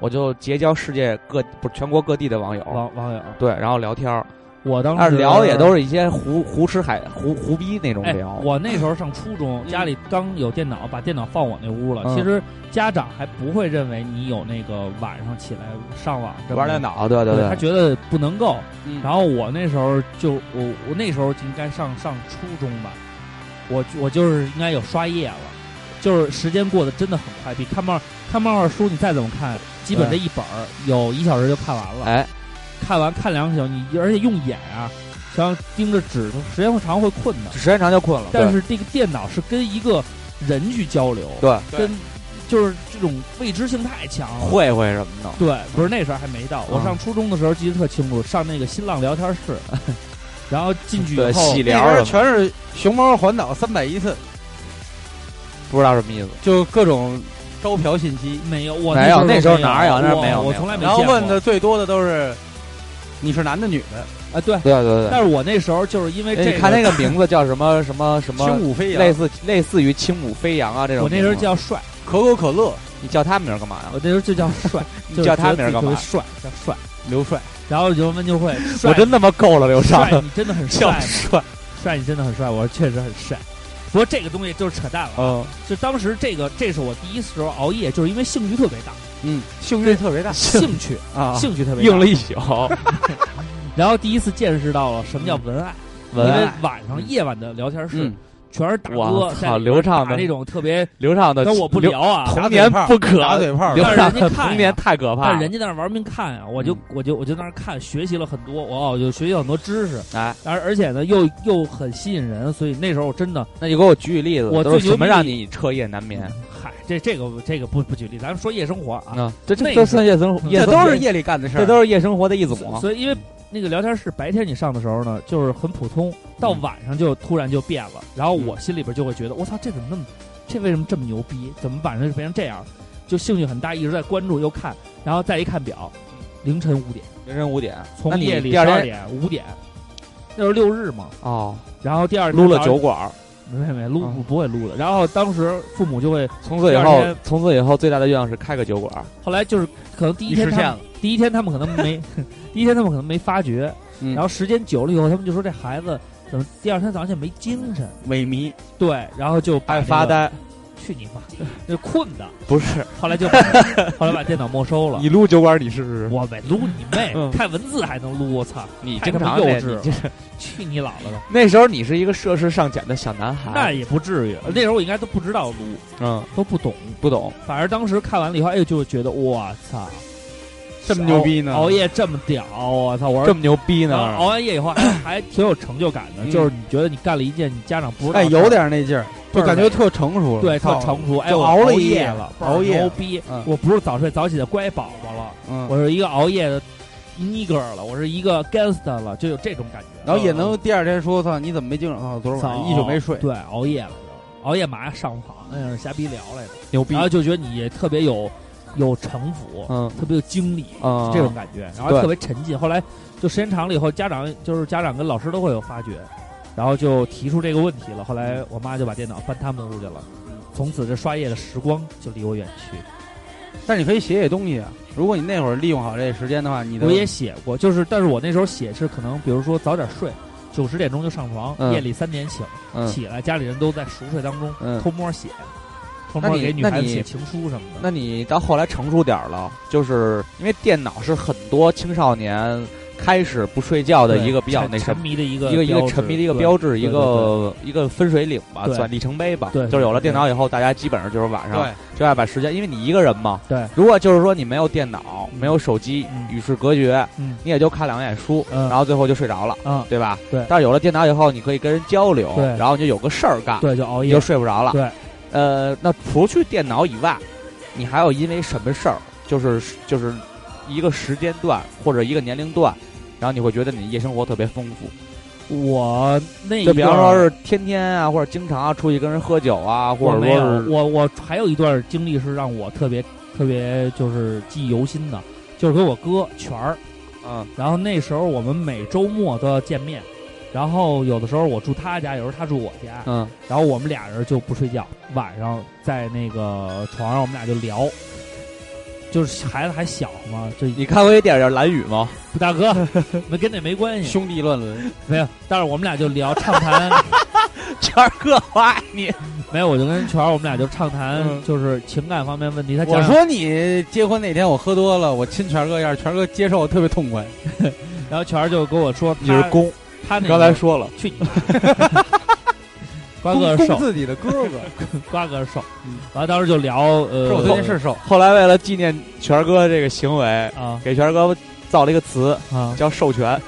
[SPEAKER 5] 我就结交世界各不是全国各地的网友，
[SPEAKER 4] 嗯网网友，
[SPEAKER 5] 对，然后聊天儿，
[SPEAKER 4] 我当时
[SPEAKER 5] 但是聊也都是一些胡胡吃海胡胡逼那种
[SPEAKER 4] 哎
[SPEAKER 5] 聊，，
[SPEAKER 4] 我那时候上初中，家里刚有电脑，把电脑放我那屋了。
[SPEAKER 5] 嗯
[SPEAKER 4] 其实家长还不会认为你有那个晚上起来上网这么
[SPEAKER 5] 玩电，脑，对对
[SPEAKER 4] 对他觉得不能够。
[SPEAKER 5] 嗯
[SPEAKER 4] 然后我那时候就我我那时候应该上上初中吧，我我就是应该有刷夜了，就是时间过得真的很快，比看漫看漫画书你再怎么看，基本这
[SPEAKER 5] 对
[SPEAKER 4] 一本儿有一小时就看完了。
[SPEAKER 2] 啊
[SPEAKER 5] 哎，
[SPEAKER 4] 看完看两个小时，你而且用眼啊，像盯着纸，时间会长会困的。
[SPEAKER 5] 时间长就困了。
[SPEAKER 4] 但是这个电脑是跟一个人去交流，
[SPEAKER 5] 对，
[SPEAKER 4] 跟就是这种未知性太强了。
[SPEAKER 5] 会会什么的，
[SPEAKER 4] 对，不是那时候还没到，我
[SPEAKER 5] 嗯
[SPEAKER 4] 上初中的时候记得特清楚，上那个新浪聊天室， 然后进去
[SPEAKER 5] 对
[SPEAKER 4] 以后
[SPEAKER 5] 细聊
[SPEAKER 2] 那边
[SPEAKER 5] 什么，
[SPEAKER 2] 全是熊猫环岛三百一次，
[SPEAKER 5] 不知道什么意思。
[SPEAKER 2] 就各种招嫖信息，
[SPEAKER 4] 没有我
[SPEAKER 5] 没有那时候
[SPEAKER 4] 没有
[SPEAKER 5] 哪有那时候
[SPEAKER 4] 我
[SPEAKER 5] 没有
[SPEAKER 4] 我
[SPEAKER 5] 没有
[SPEAKER 4] 从来没
[SPEAKER 2] 然后
[SPEAKER 4] 见过
[SPEAKER 2] 问的最多的都是你是男的女的，
[SPEAKER 4] 啊对，
[SPEAKER 5] 对对
[SPEAKER 4] 但是我那时候就是因为
[SPEAKER 5] 对，
[SPEAKER 4] 这
[SPEAKER 5] 你哎看那个名字叫什么什么什
[SPEAKER 2] 轻
[SPEAKER 5] 么，
[SPEAKER 2] 舞飞扬，
[SPEAKER 5] 类似类似于轻舞飞扬啊这种
[SPEAKER 4] 我
[SPEAKER 5] 名
[SPEAKER 4] 那
[SPEAKER 5] 字。
[SPEAKER 4] 时候叫帅，
[SPEAKER 2] 可口可乐
[SPEAKER 5] 你叫他名儿干嘛呀
[SPEAKER 4] 我？那时候就叫 帅，
[SPEAKER 5] 你
[SPEAKER 4] 就是
[SPEAKER 5] 叫他
[SPEAKER 4] 觉
[SPEAKER 5] 名
[SPEAKER 4] 得自己特
[SPEAKER 5] 儿干
[SPEAKER 4] 别
[SPEAKER 5] 嘛？
[SPEAKER 4] 帅，叫帅，
[SPEAKER 2] 刘帅，
[SPEAKER 4] 然后人们就会帅
[SPEAKER 5] 我真他妈够了，刘畅
[SPEAKER 4] 帅，，你真的 很帅
[SPEAKER 5] 叫
[SPEAKER 4] 吗，
[SPEAKER 5] 帅。
[SPEAKER 4] 帅你真的很帅，我说确实很帅。不过这个东西就是扯淡了，
[SPEAKER 5] 嗯，
[SPEAKER 4] 就当时这个，这是我第一时候熬夜，就是因为兴趣特别大，
[SPEAKER 2] 嗯，兴趣特别大
[SPEAKER 4] 兴趣
[SPEAKER 2] 啊，
[SPEAKER 4] 兴趣特别大
[SPEAKER 5] 硬了一宿。
[SPEAKER 4] 然后第一次见识到了什么叫文案，
[SPEAKER 5] 文
[SPEAKER 4] 因为
[SPEAKER 5] 案，
[SPEAKER 4] 晚上夜晚的聊天室
[SPEAKER 5] 嗯，
[SPEAKER 4] 全是大
[SPEAKER 5] 我
[SPEAKER 4] 哥
[SPEAKER 5] 操，
[SPEAKER 4] 在
[SPEAKER 5] 刘畅
[SPEAKER 4] 打
[SPEAKER 5] 的
[SPEAKER 4] 那种特别，
[SPEAKER 5] 刘畅的，
[SPEAKER 4] 但我不
[SPEAKER 5] 刘
[SPEAKER 4] 聊啊，
[SPEAKER 5] 童年不可
[SPEAKER 2] 打嘴炮
[SPEAKER 5] 刘
[SPEAKER 2] 的，
[SPEAKER 5] 畅
[SPEAKER 4] 但是人家
[SPEAKER 5] 的嗯
[SPEAKER 4] 看呀
[SPEAKER 5] 童年太可怕
[SPEAKER 4] 但
[SPEAKER 5] 了。
[SPEAKER 4] 人家在那玩命看啊，我就我就我就在那看，学习了很多，我哦我就学习了很多知识，
[SPEAKER 5] 哎，
[SPEAKER 4] 而而且呢又又很吸引人，所以那时候我真的
[SPEAKER 5] 那你给我举举例子，
[SPEAKER 4] 我
[SPEAKER 5] 都是
[SPEAKER 4] 最牛
[SPEAKER 5] 什么
[SPEAKER 4] 逼
[SPEAKER 5] 让你彻夜难眠？
[SPEAKER 4] 嗨，这这个这个不不举例，咱们说夜生活啊。
[SPEAKER 5] 啊，这这
[SPEAKER 4] 那
[SPEAKER 5] 这
[SPEAKER 4] 个嗯
[SPEAKER 5] 算夜生活，夜
[SPEAKER 2] 这
[SPEAKER 5] 生
[SPEAKER 2] 都
[SPEAKER 5] 活
[SPEAKER 2] 是夜里干的事儿，
[SPEAKER 5] 这都是夜生活的一种啊。
[SPEAKER 4] 所以因为那个聊天室白天你上的时候呢，就是很普通，到
[SPEAKER 5] 嗯
[SPEAKER 4] 晚上就突然就变了，然后我心里边就会觉得，我操，这怎么那么，这为什么这么牛逼？怎么晚上就变成这样？就兴趣很大，一直在关注又看，然后再一看表，凌晨五点，
[SPEAKER 5] 凌晨五点，嗯那
[SPEAKER 4] 从
[SPEAKER 5] 你
[SPEAKER 4] 夜里
[SPEAKER 5] 第
[SPEAKER 4] 十
[SPEAKER 5] 二
[SPEAKER 4] 二
[SPEAKER 5] 天
[SPEAKER 4] 点五点，那时候六日嘛，
[SPEAKER 5] 哦，
[SPEAKER 4] 然后第二天
[SPEAKER 5] 撸了
[SPEAKER 4] 早
[SPEAKER 5] 酒
[SPEAKER 4] 上，
[SPEAKER 5] 馆，
[SPEAKER 4] 没没没撸
[SPEAKER 5] 啊
[SPEAKER 4] 不会撸的，然后当时父母就会，
[SPEAKER 5] 从此以
[SPEAKER 4] 第二
[SPEAKER 5] 后
[SPEAKER 4] 天，
[SPEAKER 5] 从此以后最大的愿望是开个酒馆。
[SPEAKER 4] 后来就是可能第一
[SPEAKER 5] 你
[SPEAKER 4] 天
[SPEAKER 5] 实
[SPEAKER 4] 他
[SPEAKER 5] 现
[SPEAKER 4] 们
[SPEAKER 5] 了，
[SPEAKER 4] 第一天他们可能 没，第一天他们可能没发觉，
[SPEAKER 5] 嗯
[SPEAKER 4] 然后时间久了以后，他们就说这孩子怎么第二天早上就没精神？
[SPEAKER 2] 萎靡。
[SPEAKER 4] 对，然后就把
[SPEAKER 5] 爱
[SPEAKER 4] 这
[SPEAKER 5] 发
[SPEAKER 4] 个，
[SPEAKER 5] 呆，
[SPEAKER 4] 去你妈， 就困的。
[SPEAKER 5] 不是
[SPEAKER 4] 后来就 把后来把电脑没收了
[SPEAKER 5] 你。撸酒馆，你试试。
[SPEAKER 4] 我没撸你妹
[SPEAKER 5] 嗯！
[SPEAKER 4] 看文字还能撸，我操！
[SPEAKER 5] 你
[SPEAKER 4] 太他妈
[SPEAKER 5] 这
[SPEAKER 4] 幼
[SPEAKER 5] 你
[SPEAKER 4] 稚了
[SPEAKER 5] 这
[SPEAKER 4] 去你姥姥的！
[SPEAKER 5] 那时候你是一个涉世尚浅的小男
[SPEAKER 4] 那
[SPEAKER 5] 孩，
[SPEAKER 4] 也不至于，那时候我应该都不知道撸，
[SPEAKER 5] 嗯，
[SPEAKER 4] 都不懂。
[SPEAKER 5] 不懂，
[SPEAKER 4] 反而当时看完了以后，哎，就觉得我操，
[SPEAKER 5] 这么牛逼呢
[SPEAKER 4] 熬熬夜这么屌，我操！我
[SPEAKER 5] 这
[SPEAKER 4] 说
[SPEAKER 5] 么牛逼
[SPEAKER 4] 然后
[SPEAKER 5] 呢
[SPEAKER 4] 熬？完夜以后，哎还挺有成就感的，
[SPEAKER 5] 嗯
[SPEAKER 4] 就是你觉得你干了一件你家长不知道
[SPEAKER 2] 哎，
[SPEAKER 4] 的事儿，
[SPEAKER 2] 有点那劲儿，就感觉特成熟了。
[SPEAKER 4] 对，特
[SPEAKER 2] 操
[SPEAKER 4] 成熟，哎，
[SPEAKER 2] 就
[SPEAKER 4] 我
[SPEAKER 2] 熬了一
[SPEAKER 4] 夜
[SPEAKER 2] 夜
[SPEAKER 4] 了，倍儿
[SPEAKER 2] 熬夜
[SPEAKER 4] 牛
[SPEAKER 2] 了
[SPEAKER 4] 逼
[SPEAKER 5] 嗯！
[SPEAKER 4] 我不是早睡早起的乖宝宝了，
[SPEAKER 5] 嗯
[SPEAKER 4] 我是一个熬夜的 nigger 了，我是一个 gangster 了，就有这种感觉。
[SPEAKER 2] 然后也能第二天说：“操，你怎么没精神啊？昨儿晚
[SPEAKER 4] 早
[SPEAKER 2] 上一宿没睡。
[SPEAKER 4] 对，熬夜了就，熬夜马上上床，那是瞎逼聊来着，
[SPEAKER 5] 牛逼
[SPEAKER 4] 然，后就觉得你特别有有城府，
[SPEAKER 5] 嗯
[SPEAKER 4] 特别有精力，
[SPEAKER 5] 嗯，
[SPEAKER 4] 这种感觉，然后
[SPEAKER 5] 对
[SPEAKER 4] 特别沉浸。后来就时间长了以后，家长就是家长跟老师都会有发觉，然后就提出这个问题了。后来我妈就把电脑搬他们屋去了，从此这刷夜的时光就离我远去。
[SPEAKER 2] 但是你可以写写东西啊。如果你那会儿利用好这时间的话，你的
[SPEAKER 4] 我也写过，就是但是我那时候写是可能，比如说早点睡，九十点钟就上床，
[SPEAKER 5] 嗯
[SPEAKER 4] 夜里三点醒，
[SPEAKER 5] 嗯
[SPEAKER 4] 起来家里人都在熟睡当中，
[SPEAKER 5] 嗯。
[SPEAKER 4] 偷摸写，偷
[SPEAKER 5] 那
[SPEAKER 4] 摸
[SPEAKER 5] 你
[SPEAKER 4] 给女
[SPEAKER 5] 那
[SPEAKER 4] 孩子
[SPEAKER 5] 你
[SPEAKER 4] 写情书什么的。
[SPEAKER 5] 那你到后来成熟点儿了，就是因为电脑是很多青少年开始不睡觉的
[SPEAKER 4] 对
[SPEAKER 5] 一个比较
[SPEAKER 4] 沉
[SPEAKER 5] 那什
[SPEAKER 4] 沉
[SPEAKER 5] 么。
[SPEAKER 4] 迷的一个
[SPEAKER 5] 一个一个
[SPEAKER 4] 标志
[SPEAKER 5] 沉迷的一个
[SPEAKER 4] 对
[SPEAKER 5] 标志，一
[SPEAKER 4] 对
[SPEAKER 5] 个一个分水岭吧，
[SPEAKER 4] 对
[SPEAKER 5] 算里程碑吧。
[SPEAKER 4] 对
[SPEAKER 5] 就是有了电脑以后，大家基本上就是晚上
[SPEAKER 2] 对
[SPEAKER 5] 就爱把时间，因为你一个人嘛。
[SPEAKER 4] 对。
[SPEAKER 5] 如果就是说你没有电脑，
[SPEAKER 4] 嗯
[SPEAKER 5] 没有手机，
[SPEAKER 4] 嗯
[SPEAKER 5] 与世隔绝，
[SPEAKER 4] 嗯
[SPEAKER 5] 你也就看两眼书，
[SPEAKER 4] 嗯
[SPEAKER 5] 然后最后就睡着了，
[SPEAKER 4] 嗯
[SPEAKER 5] 对吧？
[SPEAKER 4] 对
[SPEAKER 5] 但是有了电脑以后，你可以跟人交流，
[SPEAKER 4] 对
[SPEAKER 5] 然后你就有个事儿干，
[SPEAKER 4] 对就熬
[SPEAKER 5] 你
[SPEAKER 4] 夜
[SPEAKER 5] 就睡不着了。
[SPEAKER 4] 对。
[SPEAKER 5] 呃，那除去电脑以外，你还有因为什么事儿，就是就是一个时间段或者一个年龄段，然后你会觉得你夜生活特别丰富。
[SPEAKER 4] 我那一
[SPEAKER 5] 就比方
[SPEAKER 4] 段
[SPEAKER 5] 说
[SPEAKER 4] 儿
[SPEAKER 5] 是天天啊，或者经常啊出去跟人喝酒啊，或
[SPEAKER 4] 我
[SPEAKER 5] 者
[SPEAKER 4] 没有
[SPEAKER 5] 说，是
[SPEAKER 4] 我我还有一段经历是让我特别特别就是记忆犹新的，就是跟我哥全儿，
[SPEAKER 5] 嗯
[SPEAKER 4] 然后那时候我们每周末都要见面，然后有的时候我住他家，有时候他住我家，
[SPEAKER 5] 嗯
[SPEAKER 4] 然后我们俩人就不睡觉，晚上在那个床上我们俩就聊，就是孩子还小嘛， 就
[SPEAKER 5] 你看过一电影叫《蓝雨》吗？
[SPEAKER 4] 大哥，没跟那没关系，
[SPEAKER 2] 兄弟乱 伦，
[SPEAKER 4] 没有，但是我们俩就聊畅谈。
[SPEAKER 5] 全是哥，我爱你。
[SPEAKER 4] 没有，我就跟全儿，我们俩就畅谈
[SPEAKER 5] 嗯，
[SPEAKER 4] 就是情感方面问题。他
[SPEAKER 2] 我
[SPEAKER 4] 讲
[SPEAKER 2] 说你结婚那天我喝多了，我亲权哥一下，权哥接受我特别痛快。
[SPEAKER 4] 然后全儿就跟我说，
[SPEAKER 5] 你是公，
[SPEAKER 4] 他他那个
[SPEAKER 5] 刚才说了，
[SPEAKER 4] 去你妈，瓜哥
[SPEAKER 2] 攻
[SPEAKER 4] 瘦，
[SPEAKER 2] 自己的哥哥，
[SPEAKER 4] 瓜哥瘦
[SPEAKER 2] 嗯，
[SPEAKER 4] 完了当时就聊
[SPEAKER 2] 是我
[SPEAKER 4] 呃
[SPEAKER 2] 最近事儿瘦。
[SPEAKER 5] 后来为了纪念全哥这个行为，
[SPEAKER 4] 啊
[SPEAKER 5] 给全哥造了一个词
[SPEAKER 4] 啊，
[SPEAKER 5] 叫“授权”。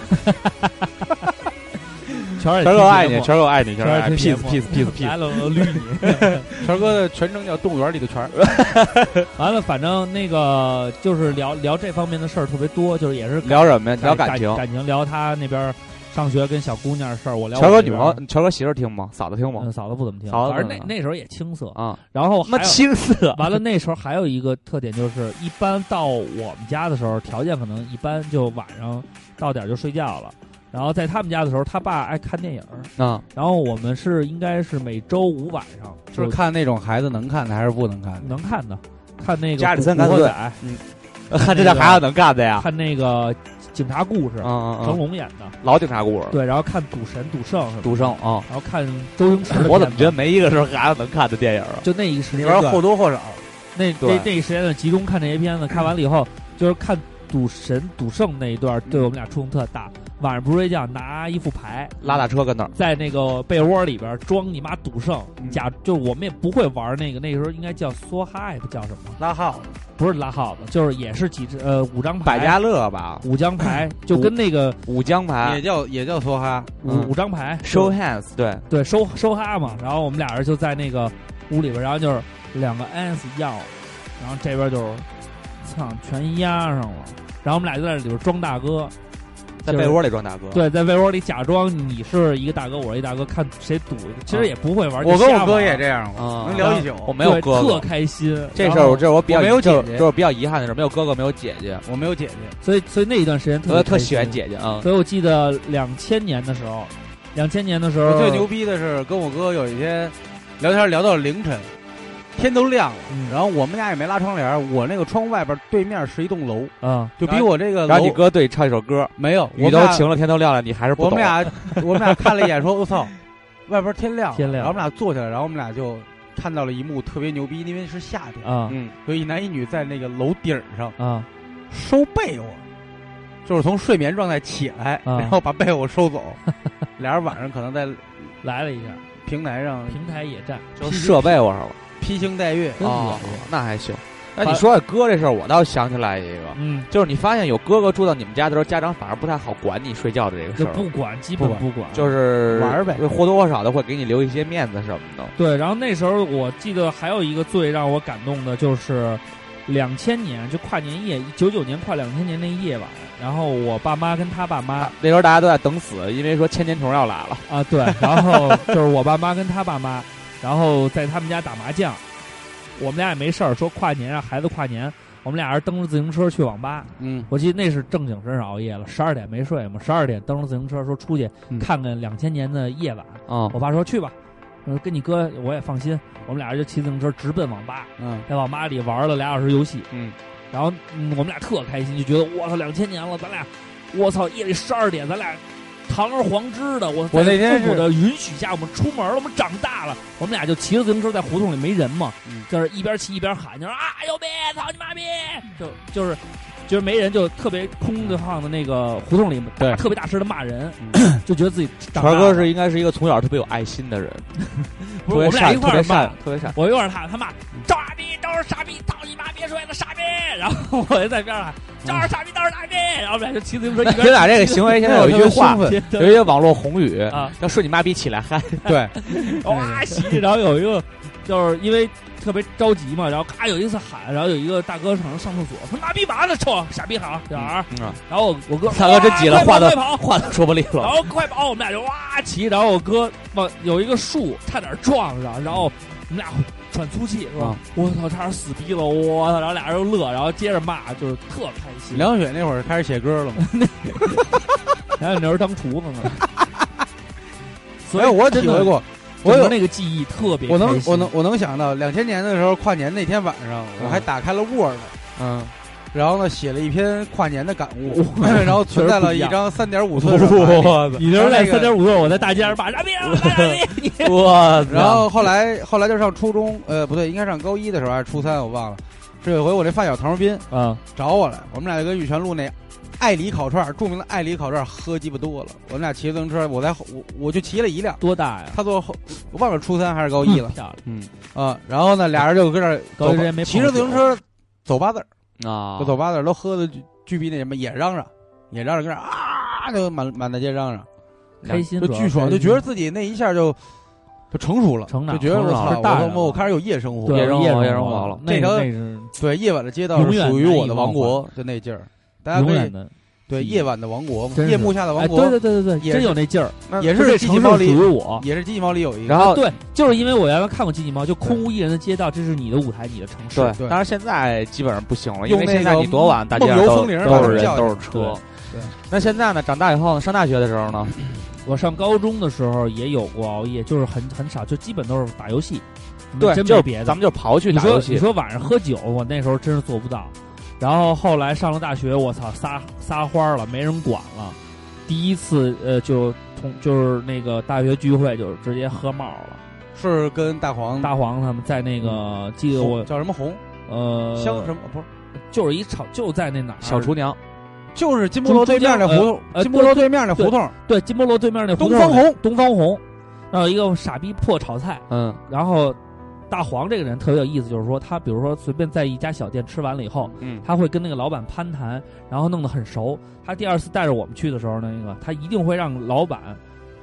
[SPEAKER 4] 全儿也
[SPEAKER 5] 全哥
[SPEAKER 4] 听
[SPEAKER 5] 我爱
[SPEAKER 4] 节
[SPEAKER 5] 你，
[SPEAKER 4] 目
[SPEAKER 5] 全哥我爱你，全
[SPEAKER 4] 全
[SPEAKER 5] 哥我爱你
[SPEAKER 4] 听节
[SPEAKER 5] ，peace
[SPEAKER 4] 目
[SPEAKER 5] peace peace
[SPEAKER 4] 来
[SPEAKER 5] peace。
[SPEAKER 4] 了我捋 你。
[SPEAKER 2] 权哥的全称叫动物园里的权儿，
[SPEAKER 4] 完了，反正那个就是聊聊这方面的事儿特别多，就是也是
[SPEAKER 5] 聊什么呀？聊感
[SPEAKER 4] 感
[SPEAKER 5] 情。
[SPEAKER 4] 感情聊他那边儿上学跟小姑娘的事儿，我聊
[SPEAKER 5] 全
[SPEAKER 4] 我
[SPEAKER 5] 哥
[SPEAKER 4] 这
[SPEAKER 5] 女
[SPEAKER 4] 边
[SPEAKER 5] 朋
[SPEAKER 4] 儿
[SPEAKER 5] 友，全哥媳妇儿听吗？嫂子听吗？
[SPEAKER 4] 嗯，嫂子不怎么听，
[SPEAKER 5] 嫂子
[SPEAKER 4] 反正
[SPEAKER 5] 不怎
[SPEAKER 4] 那
[SPEAKER 5] 么
[SPEAKER 4] 那时候也青涩，
[SPEAKER 5] 啊，
[SPEAKER 4] 然后还有
[SPEAKER 5] 青 涩。
[SPEAKER 4] 完了，那时候还有一个特点就是，一般到我们家的时候，条件可能一般，就晚上到点儿就睡觉了。然后在他们家的时候，他爸爱看电影儿，
[SPEAKER 5] 啊，
[SPEAKER 4] 然后我们是应该是每周五晚上
[SPEAKER 2] 就是看那种孩子能看的还是不能看的。
[SPEAKER 4] 能看的，看那个
[SPEAKER 5] 家里三
[SPEAKER 4] 古
[SPEAKER 5] 干
[SPEAKER 4] 惑
[SPEAKER 5] 四
[SPEAKER 4] 仔，
[SPEAKER 5] 看这叫孩子能干的呀？
[SPEAKER 4] 看那个警察故事，
[SPEAKER 5] 嗯嗯
[SPEAKER 4] 成
[SPEAKER 5] 嗯，
[SPEAKER 4] 龙演的，
[SPEAKER 5] 老警察故事，
[SPEAKER 4] 对，然后看赌神、赌圣什么的，
[SPEAKER 5] 赌圣啊。
[SPEAKER 4] 然后看周星驰的片子。
[SPEAKER 5] 我怎么觉得没一个是孩子能看的电影啊？
[SPEAKER 4] 就那一时
[SPEAKER 2] 里
[SPEAKER 4] 间
[SPEAKER 2] 边
[SPEAKER 4] 段
[SPEAKER 2] 或多或少，
[SPEAKER 4] 那
[SPEAKER 5] 对
[SPEAKER 4] 那那一时间段集中看这些片子，看完了以后就是看赌神、赌圣那一段，对我们俩触动特大。晚上不睡觉，拿一副牌
[SPEAKER 5] 拉大车跟那儿，
[SPEAKER 4] 在那个被窝里边装你妈赌圣
[SPEAKER 5] 嗯，
[SPEAKER 4] 假就是我们也不会玩那个，那时候应该叫梭哈，也不叫什么，
[SPEAKER 2] 拉号
[SPEAKER 4] 不是拉耗子，就是也是几只呃五张牌，
[SPEAKER 5] 百家嗯乐吧，
[SPEAKER 4] 五张牌，就跟那个
[SPEAKER 5] 五江
[SPEAKER 2] 也
[SPEAKER 5] 牌
[SPEAKER 2] 叫也叫梭哈，
[SPEAKER 5] 嗯
[SPEAKER 4] 五五张牌
[SPEAKER 5] show hands，对，
[SPEAKER 4] 对收收哈嘛，然后我们俩人就在那个屋里边，然后就是两个 S 要，然后这边就，操，全压上了。然后我们俩就在里边装大哥，
[SPEAKER 5] 在被窝里装大哥。，
[SPEAKER 4] 对，在被窝里假装你是一个大哥，我是一大哥，看谁赌。其实也不会玩，
[SPEAKER 7] 我
[SPEAKER 4] 就
[SPEAKER 7] 跟
[SPEAKER 4] 瞎
[SPEAKER 7] 我哥
[SPEAKER 4] 玩
[SPEAKER 7] 也这
[SPEAKER 2] 嗯
[SPEAKER 7] 样过，
[SPEAKER 5] 啊
[SPEAKER 7] 能聊一宿。
[SPEAKER 5] 我没有
[SPEAKER 4] 对
[SPEAKER 5] 哥
[SPEAKER 4] 特
[SPEAKER 5] 哥，
[SPEAKER 4] 开心。
[SPEAKER 5] 这事
[SPEAKER 4] 然
[SPEAKER 5] 儿
[SPEAKER 4] 后
[SPEAKER 5] 我这是我比较
[SPEAKER 7] 我没有姐
[SPEAKER 5] 这是
[SPEAKER 7] 姐
[SPEAKER 5] 这是我比较遗憾的事，没有哥哥，没有姐姐，
[SPEAKER 7] 我没有姐姐，
[SPEAKER 4] 所以所以那一段时间特
[SPEAKER 5] 我
[SPEAKER 4] 别
[SPEAKER 5] 特
[SPEAKER 4] 开心
[SPEAKER 5] 喜欢。姐姐啊。
[SPEAKER 4] 所以我记得两千年的时候，两千年的时候
[SPEAKER 2] 我最牛，逼的是跟我哥有一天聊天聊到凌晨，天都亮了，
[SPEAKER 4] 嗯
[SPEAKER 2] 然后我们家也没拉窗帘儿，我那个窗户外边对面是一栋楼，
[SPEAKER 4] 嗯，
[SPEAKER 2] 就比我这个
[SPEAKER 5] 然后你
[SPEAKER 2] 楼
[SPEAKER 5] 哥对你唱一首歌，
[SPEAKER 2] 没有，我
[SPEAKER 5] 雨
[SPEAKER 2] 们
[SPEAKER 5] 都
[SPEAKER 2] 俩
[SPEAKER 5] 晴了，天都亮了，你还是不
[SPEAKER 2] 我
[SPEAKER 5] 懂。啊
[SPEAKER 2] 们俩我们俩看了一眼说，我操，外边天亮了，
[SPEAKER 4] 天亮
[SPEAKER 2] 然后我们俩坐下来，然后我们俩就看到了一幕特别牛逼，因为是夏天，
[SPEAKER 4] 啊
[SPEAKER 5] 嗯，
[SPEAKER 2] 有一男一女在那个楼顶上
[SPEAKER 4] 啊
[SPEAKER 2] 收被窝，就是从睡眠状态起来，
[SPEAKER 4] 啊
[SPEAKER 2] 然后把被窝 收走，俩人晚上可能在
[SPEAKER 4] 来了一下，
[SPEAKER 2] 平台上
[SPEAKER 4] 平台野战，
[SPEAKER 5] 就设备我上了。
[SPEAKER 2] 披星戴月，
[SPEAKER 4] 真恶
[SPEAKER 5] 哦
[SPEAKER 4] 心。，
[SPEAKER 5] 那还行。那你说起哥这事儿，我倒想起来一个，
[SPEAKER 4] 嗯，
[SPEAKER 5] 就是你发现有哥哥住到你们家的时候，家长反而不太好管你睡觉的这个
[SPEAKER 4] 就
[SPEAKER 5] 事儿，
[SPEAKER 4] 不管，基本不管，
[SPEAKER 5] 就是
[SPEAKER 2] 玩儿呗
[SPEAKER 5] 或多或少的会给你留一些面子什么的。
[SPEAKER 4] 对。然后那时候我记得还有一个最让我感动的就是。两千年就跨年夜，九九年跨两千年那一夜晚，然后我爸妈跟他爸妈
[SPEAKER 5] 那时候大家都在等死，因为说千年虫要来了。
[SPEAKER 4] 啊，对，然后就是我爸妈跟他爸妈，然后在他们家打麻将，我们俩也没事儿，说跨年让啊孩子跨年，我们俩人蹬着自行车去网吧。
[SPEAKER 2] 嗯，
[SPEAKER 4] 我记得那是正经真是熬夜了，十二点没睡嘛，十二点蹬着自行车说出去
[SPEAKER 2] 嗯
[SPEAKER 4] 看看两千年的夜晚。
[SPEAKER 5] 嗯
[SPEAKER 4] 我爸说去吧，我说跟你哥我也放心，我们俩人就骑自行车直奔网吧，
[SPEAKER 2] 嗯，
[SPEAKER 4] 在网吧里玩了俩小时游戏，
[SPEAKER 5] 嗯，
[SPEAKER 4] 然后嗯我们俩特开心，就觉得我操两千年了，咱俩我操夜里十二点，咱俩堂而皇之的，我
[SPEAKER 2] 我那天
[SPEAKER 4] 在
[SPEAKER 2] 是
[SPEAKER 4] 父母的允许下，我们出门了，我们长大了，我们俩就骑着自行车在胡同里没人嘛，
[SPEAKER 2] 嗯
[SPEAKER 4] 就是一边骑一边喊，就说啊牛逼，操你妈逼，
[SPEAKER 5] 嗯
[SPEAKER 4] 就就是。就是没人，就特别空的放的那个胡同里，
[SPEAKER 5] 对
[SPEAKER 4] 特别大声的骂人， 就觉得自己长大
[SPEAKER 5] 传
[SPEAKER 4] 了。
[SPEAKER 5] 哥是应该是一个从小特别有爱心的人，
[SPEAKER 4] 不
[SPEAKER 5] 特
[SPEAKER 4] 是我
[SPEAKER 5] 别
[SPEAKER 4] 们俩
[SPEAKER 5] 善，
[SPEAKER 4] 一
[SPEAKER 5] 特
[SPEAKER 4] 块
[SPEAKER 5] 别
[SPEAKER 4] 儿骂
[SPEAKER 5] 善，，特别善。
[SPEAKER 4] 我又是他，他骂赵傻逼，都是傻逼，操你妈，别说了，傻逼。然后我就在边上喊，赵是傻逼，都是傻逼。然后我们俩就骑自行车一
[SPEAKER 5] 你
[SPEAKER 4] 边
[SPEAKER 5] 俩这个行为现在 有一句话，有一个嗯网络红语
[SPEAKER 4] 啊，
[SPEAKER 5] 叫“说你妈逼起来嗨
[SPEAKER 2] 对，
[SPEAKER 4] 哇骑。然后有一个就是因为特别着急嘛，然后咔有一次喊，然后有一个大哥上上厕所，说妈逼完了，臭傻逼好小孩儿。”，然后我我哥
[SPEAKER 5] 嗯大哥真急了
[SPEAKER 4] 哇
[SPEAKER 5] 话都
[SPEAKER 4] 快跑快跑
[SPEAKER 5] 话都说不利
[SPEAKER 4] 然
[SPEAKER 5] 了。
[SPEAKER 4] 后快跑，我们俩就哇骑，然后我哥往有一个树差点撞上，然后我们俩喘粗气是吧
[SPEAKER 2] 啊？
[SPEAKER 4] 我操，差点死逼了，我操！然后俩人又乐，然后接着骂，就是特开心。
[SPEAKER 2] 梁雪那会儿开始写 歌了嘛，
[SPEAKER 4] 然后那时候哎当厨子 呢，所
[SPEAKER 2] 没
[SPEAKER 4] 以
[SPEAKER 2] 有哎我
[SPEAKER 4] 真
[SPEAKER 2] 体
[SPEAKER 4] 的
[SPEAKER 2] 会，过，我
[SPEAKER 4] 我有
[SPEAKER 2] 有。
[SPEAKER 4] 那个记忆特别
[SPEAKER 2] 我能
[SPEAKER 4] 开心
[SPEAKER 2] 我能我能想到，两千年的时候跨年那天晚上，我
[SPEAKER 5] 嗯
[SPEAKER 2] 还打开了 Word，
[SPEAKER 5] 嗯，
[SPEAKER 2] 然后呢写了一篇跨年的感悟， 然后存在了一张三 点五寸的卡里。
[SPEAKER 5] 我
[SPEAKER 4] 你那时候在
[SPEAKER 2] 那个
[SPEAKER 4] 三点五六，我在大街上骂傻逼，傻 逼，你
[SPEAKER 5] 我
[SPEAKER 2] 然后后来后来就上初中，呃，不对，应该上高一的时候还是初三，我忘了。这有回我这发小唐斌
[SPEAKER 4] 啊，
[SPEAKER 2] 找我来，我们俩就跟玉泉路那爱里烤串儿，著名的爱里烤串儿喝鸡巴多了。我们俩骑自行车，我在后我我就骑了一辆，
[SPEAKER 4] 多大呀？嗯
[SPEAKER 2] 他坐后，我忘了初三还是高一 了
[SPEAKER 4] 漂亮，
[SPEAKER 2] 啊。然后呢，俩人就跟这儿
[SPEAKER 4] 高一
[SPEAKER 2] 走
[SPEAKER 4] 之前没
[SPEAKER 2] 骑
[SPEAKER 4] 碰
[SPEAKER 2] 着自行车走八字儿，
[SPEAKER 5] 啊
[SPEAKER 2] 就走八字儿，都喝的巨逼那什么，也嚷嚷，也嚷嚷，跟这儿啊，就满满大街嚷嚷，
[SPEAKER 4] 开心
[SPEAKER 2] 就
[SPEAKER 4] 主要啊
[SPEAKER 2] 巨爽，
[SPEAKER 4] 开
[SPEAKER 2] 就
[SPEAKER 4] 心
[SPEAKER 2] 觉得自己那一下就就成熟了，
[SPEAKER 4] 成长
[SPEAKER 2] 就觉得
[SPEAKER 5] 成
[SPEAKER 2] 我
[SPEAKER 5] 长
[SPEAKER 2] 操，
[SPEAKER 4] 是大
[SPEAKER 2] 我
[SPEAKER 4] 人
[SPEAKER 2] 他妈我
[SPEAKER 4] 了
[SPEAKER 2] 开始有夜生活，
[SPEAKER 4] 对
[SPEAKER 5] 夜生活
[SPEAKER 4] 活
[SPEAKER 5] 夜生活
[SPEAKER 4] 活
[SPEAKER 5] 了
[SPEAKER 4] 那
[SPEAKER 2] 这条
[SPEAKER 4] 那是
[SPEAKER 2] 对夜晚的街道
[SPEAKER 4] 永
[SPEAKER 2] 是
[SPEAKER 4] 远
[SPEAKER 2] 属于
[SPEAKER 4] 难以
[SPEAKER 2] 我的王
[SPEAKER 4] 忘
[SPEAKER 2] 国，就那劲儿，大家
[SPEAKER 4] 永
[SPEAKER 2] 可
[SPEAKER 4] 远
[SPEAKER 2] 以
[SPEAKER 4] 的。
[SPEAKER 2] 对
[SPEAKER 4] 记忆
[SPEAKER 2] 夜晚的王国嘛，
[SPEAKER 4] 真是
[SPEAKER 2] 夜幕下的王
[SPEAKER 4] 哎，
[SPEAKER 2] 国
[SPEAKER 4] 对对对对对，
[SPEAKER 2] 也
[SPEAKER 4] 真
[SPEAKER 2] 是
[SPEAKER 4] 有那劲儿，
[SPEAKER 2] 也
[SPEAKER 4] 就是这
[SPEAKER 2] 机
[SPEAKER 4] 城市
[SPEAKER 2] 器猫
[SPEAKER 4] 属
[SPEAKER 2] 里
[SPEAKER 4] 于我。
[SPEAKER 2] 也是机器猫里有一个，
[SPEAKER 5] 啊然后
[SPEAKER 4] 对，就是因为我原来看过《机器猫》，就空无一人的街道，这是你的舞台，你的城市。
[SPEAKER 5] 对，
[SPEAKER 2] 对
[SPEAKER 5] 当然现在基本上不行了，因
[SPEAKER 2] 用
[SPEAKER 5] 为
[SPEAKER 2] 那
[SPEAKER 5] 现在
[SPEAKER 2] 个
[SPEAKER 5] 你多晚大街上
[SPEAKER 2] 梦游
[SPEAKER 5] 都
[SPEAKER 2] 风铃儿把
[SPEAKER 5] 都
[SPEAKER 2] 他
[SPEAKER 5] 是
[SPEAKER 2] 们叫
[SPEAKER 5] 人，
[SPEAKER 2] 起
[SPEAKER 5] 都
[SPEAKER 2] 来
[SPEAKER 5] 是车。
[SPEAKER 2] 对对
[SPEAKER 5] 那现在呢？长大以后呢？上大学的时候呢？
[SPEAKER 4] 我上高中的时候也有过熬夜，就是很很少，就基本都是打游戏，
[SPEAKER 5] 对，
[SPEAKER 4] 真
[SPEAKER 5] 就
[SPEAKER 4] 没
[SPEAKER 5] 是
[SPEAKER 4] 别的。
[SPEAKER 5] 咱们就刨去
[SPEAKER 4] 你
[SPEAKER 5] 打
[SPEAKER 4] 说
[SPEAKER 5] 游
[SPEAKER 4] 你
[SPEAKER 5] 戏，
[SPEAKER 4] 说晚上喝酒，我那时候真是做不到。然后后来上了大学，我操撒撒欢儿了，没人管了。第一次呃，就同就是那个大学聚会，就是直接喝冒了。
[SPEAKER 2] 是跟大黄
[SPEAKER 4] 大黄他们在那个
[SPEAKER 5] 嗯
[SPEAKER 4] 记得
[SPEAKER 2] 红
[SPEAKER 4] 我
[SPEAKER 2] 叫什么红
[SPEAKER 4] 呃，
[SPEAKER 2] 香什么不是，
[SPEAKER 4] 就是一炒就在那哪儿
[SPEAKER 5] 小厨娘
[SPEAKER 2] 就是金波楼对面那胡
[SPEAKER 4] 呃
[SPEAKER 2] 同，金波楼对面那胡同，
[SPEAKER 4] 对，金波楼对面那胡
[SPEAKER 2] 东
[SPEAKER 4] 同
[SPEAKER 2] 方
[SPEAKER 4] 里
[SPEAKER 2] 红，
[SPEAKER 4] 东方红，然后一个傻逼破炒菜，
[SPEAKER 5] 嗯，
[SPEAKER 4] 然后大黄这个人特别有意思，就是说他比如说随便在一家小店吃完了以后，
[SPEAKER 5] 嗯
[SPEAKER 4] 他会跟那个老板攀谈，然后弄得很熟。他第二次带着我们去的时候，那个他一定会让老板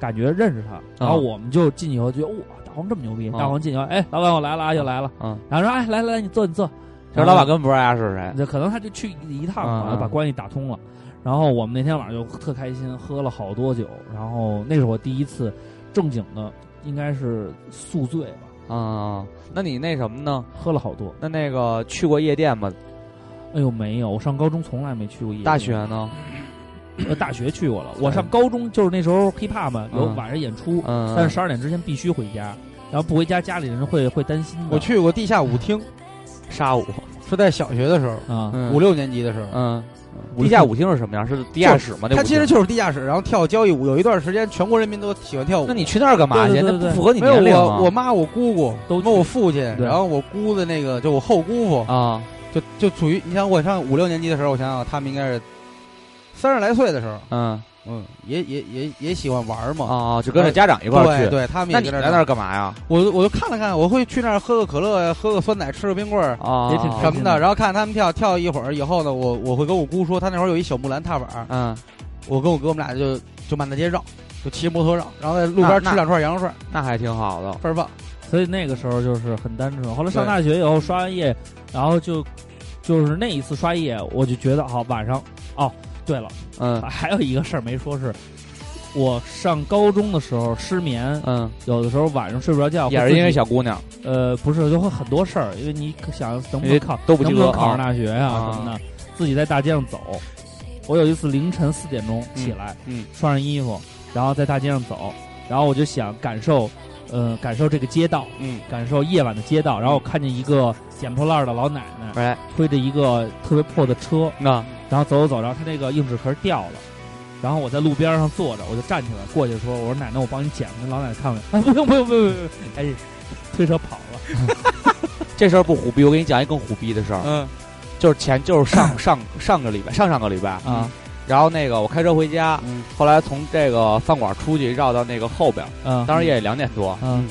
[SPEAKER 4] 感觉认识他，然后我们就进去以后觉得哇，大黄这么牛逼，
[SPEAKER 5] 啊
[SPEAKER 4] 大黄进去以后，哎，老板我来了啊，又来了，
[SPEAKER 5] 嗯，
[SPEAKER 4] 然后说哎，来来来，你坐你坐，
[SPEAKER 5] 其实老板根本不知道他是谁，
[SPEAKER 4] 那可能他就去一趟嘛，
[SPEAKER 5] 嗯嗯
[SPEAKER 4] 然后把关系打通了。然后我们那天晚上就特开心，喝了好多酒。然后那是我第一次正经的，应该是宿醉吧，
[SPEAKER 5] 啊、那你那什么呢？
[SPEAKER 4] 喝了好多。
[SPEAKER 5] 那那个去过夜店吗？
[SPEAKER 4] 哎呦，没有，我上高中从来没去过夜店。
[SPEAKER 5] 大学啊呢？
[SPEAKER 4] 呃，大学去过了。我上高中就是那时候 hiphop 嘛，有
[SPEAKER 5] 嗯
[SPEAKER 4] 晚上演出，
[SPEAKER 5] 嗯，
[SPEAKER 4] 但是十二点之前必须回家，然后不回家家里人会会担心的。
[SPEAKER 2] 我去过地下舞厅，
[SPEAKER 5] 沙舞，
[SPEAKER 2] 是在小学的时候，
[SPEAKER 4] 啊，
[SPEAKER 5] 嗯
[SPEAKER 2] 五六年级的时候。
[SPEAKER 5] 嗯，地下舞厅是什么样？是地下室吗？那
[SPEAKER 2] 它
[SPEAKER 5] 舞
[SPEAKER 2] 其
[SPEAKER 5] 厅
[SPEAKER 2] 实就是地下室，然后跳交谊舞。有一段时间，全国人民都喜欢跳舞。
[SPEAKER 5] 那你去那儿干嘛去？
[SPEAKER 4] 对对对
[SPEAKER 5] 那
[SPEAKER 4] 对
[SPEAKER 5] 不符合你
[SPEAKER 2] 没
[SPEAKER 5] 年龄
[SPEAKER 2] 有
[SPEAKER 5] 啊
[SPEAKER 2] 我我妈、我姑姑、
[SPEAKER 4] 都去
[SPEAKER 2] 跟我父亲，
[SPEAKER 4] 对
[SPEAKER 2] 然后我姑的那个就我后姑父，
[SPEAKER 5] 啊，
[SPEAKER 2] 就就处于你想我上五六年级的时候，我想想他们应该是三十来岁的时候，
[SPEAKER 5] 嗯
[SPEAKER 2] 嗯，也也也也喜欢玩嘛。
[SPEAKER 5] 啊，就跟着家长一块儿
[SPEAKER 2] 对
[SPEAKER 5] 去。
[SPEAKER 2] 对，他们
[SPEAKER 5] 那
[SPEAKER 2] 也
[SPEAKER 5] 你
[SPEAKER 2] 跟
[SPEAKER 5] 来
[SPEAKER 2] 着
[SPEAKER 5] 那儿干嘛呀？
[SPEAKER 2] 我我就看了看，我会去那儿喝个可乐呀，喝个酸奶，吃个冰棍儿
[SPEAKER 5] 啊，
[SPEAKER 4] 也挺开
[SPEAKER 2] 什
[SPEAKER 4] 心
[SPEAKER 2] 么的，然后看他们跳跳一会儿以后呢，我我会跟我姑说，她那会儿有一小木兰踏板，
[SPEAKER 5] 嗯，
[SPEAKER 2] 我跟我哥我们俩就就满大街绕，就骑摩托绕，然后在路边
[SPEAKER 5] 那
[SPEAKER 2] 吃两串羊肉串，
[SPEAKER 5] 那还挺好的。
[SPEAKER 2] 倍儿棒。
[SPEAKER 4] 所以那个时候就是很单纯。后来上
[SPEAKER 2] 对
[SPEAKER 4] 大学以后刷完夜，然后就就是那一次刷夜，我就觉得好晚上哦。对了，
[SPEAKER 5] 嗯
[SPEAKER 4] 还有一个事儿没说是，我上高中的时候失眠，
[SPEAKER 5] 嗯，
[SPEAKER 4] 有的时候晚上睡不着觉，
[SPEAKER 5] 也
[SPEAKER 4] 会
[SPEAKER 5] 是
[SPEAKER 4] 自
[SPEAKER 5] 因为
[SPEAKER 4] 己
[SPEAKER 5] 小姑娘，
[SPEAKER 4] 呃不是，就会很多事儿，因为你可想能不
[SPEAKER 5] 因为
[SPEAKER 4] 能考
[SPEAKER 5] 哎都不及
[SPEAKER 4] 能
[SPEAKER 5] 格
[SPEAKER 4] 不能考
[SPEAKER 5] 啊
[SPEAKER 4] 上大学呀、
[SPEAKER 5] 啊
[SPEAKER 4] 什么的，自己在大街上走。我有一次凌晨四点钟起来，
[SPEAKER 5] 嗯嗯
[SPEAKER 4] 穿上衣服，然后在大街上走，然后我就想感受，呃，感受这个街道，
[SPEAKER 5] 嗯，
[SPEAKER 4] 感受夜晚的街道。然后我看见一个捡破烂儿的老奶奶
[SPEAKER 5] 哎，
[SPEAKER 4] 推着一个特别破的车，
[SPEAKER 5] 那
[SPEAKER 4] 然后走走走，然后她那个硬纸壳掉了。然后我在路边上坐着，我就站起来过去说：“我说奶奶，我帮你捡。”那老奶奶看看，哎，不用不用不用不用，哎，推车跑了。
[SPEAKER 5] 这事儿不虎逼，我给你讲一更虎逼的事儿。
[SPEAKER 2] 嗯
[SPEAKER 5] 就是前就是上上上个礼拜，上上个礼拜
[SPEAKER 4] 啊，
[SPEAKER 5] 然后那个我开车回家，
[SPEAKER 2] 嗯
[SPEAKER 5] 后来从这个饭馆出去绕到那个后边儿，
[SPEAKER 4] 嗯，
[SPEAKER 5] 当时夜里两点多，
[SPEAKER 4] 嗯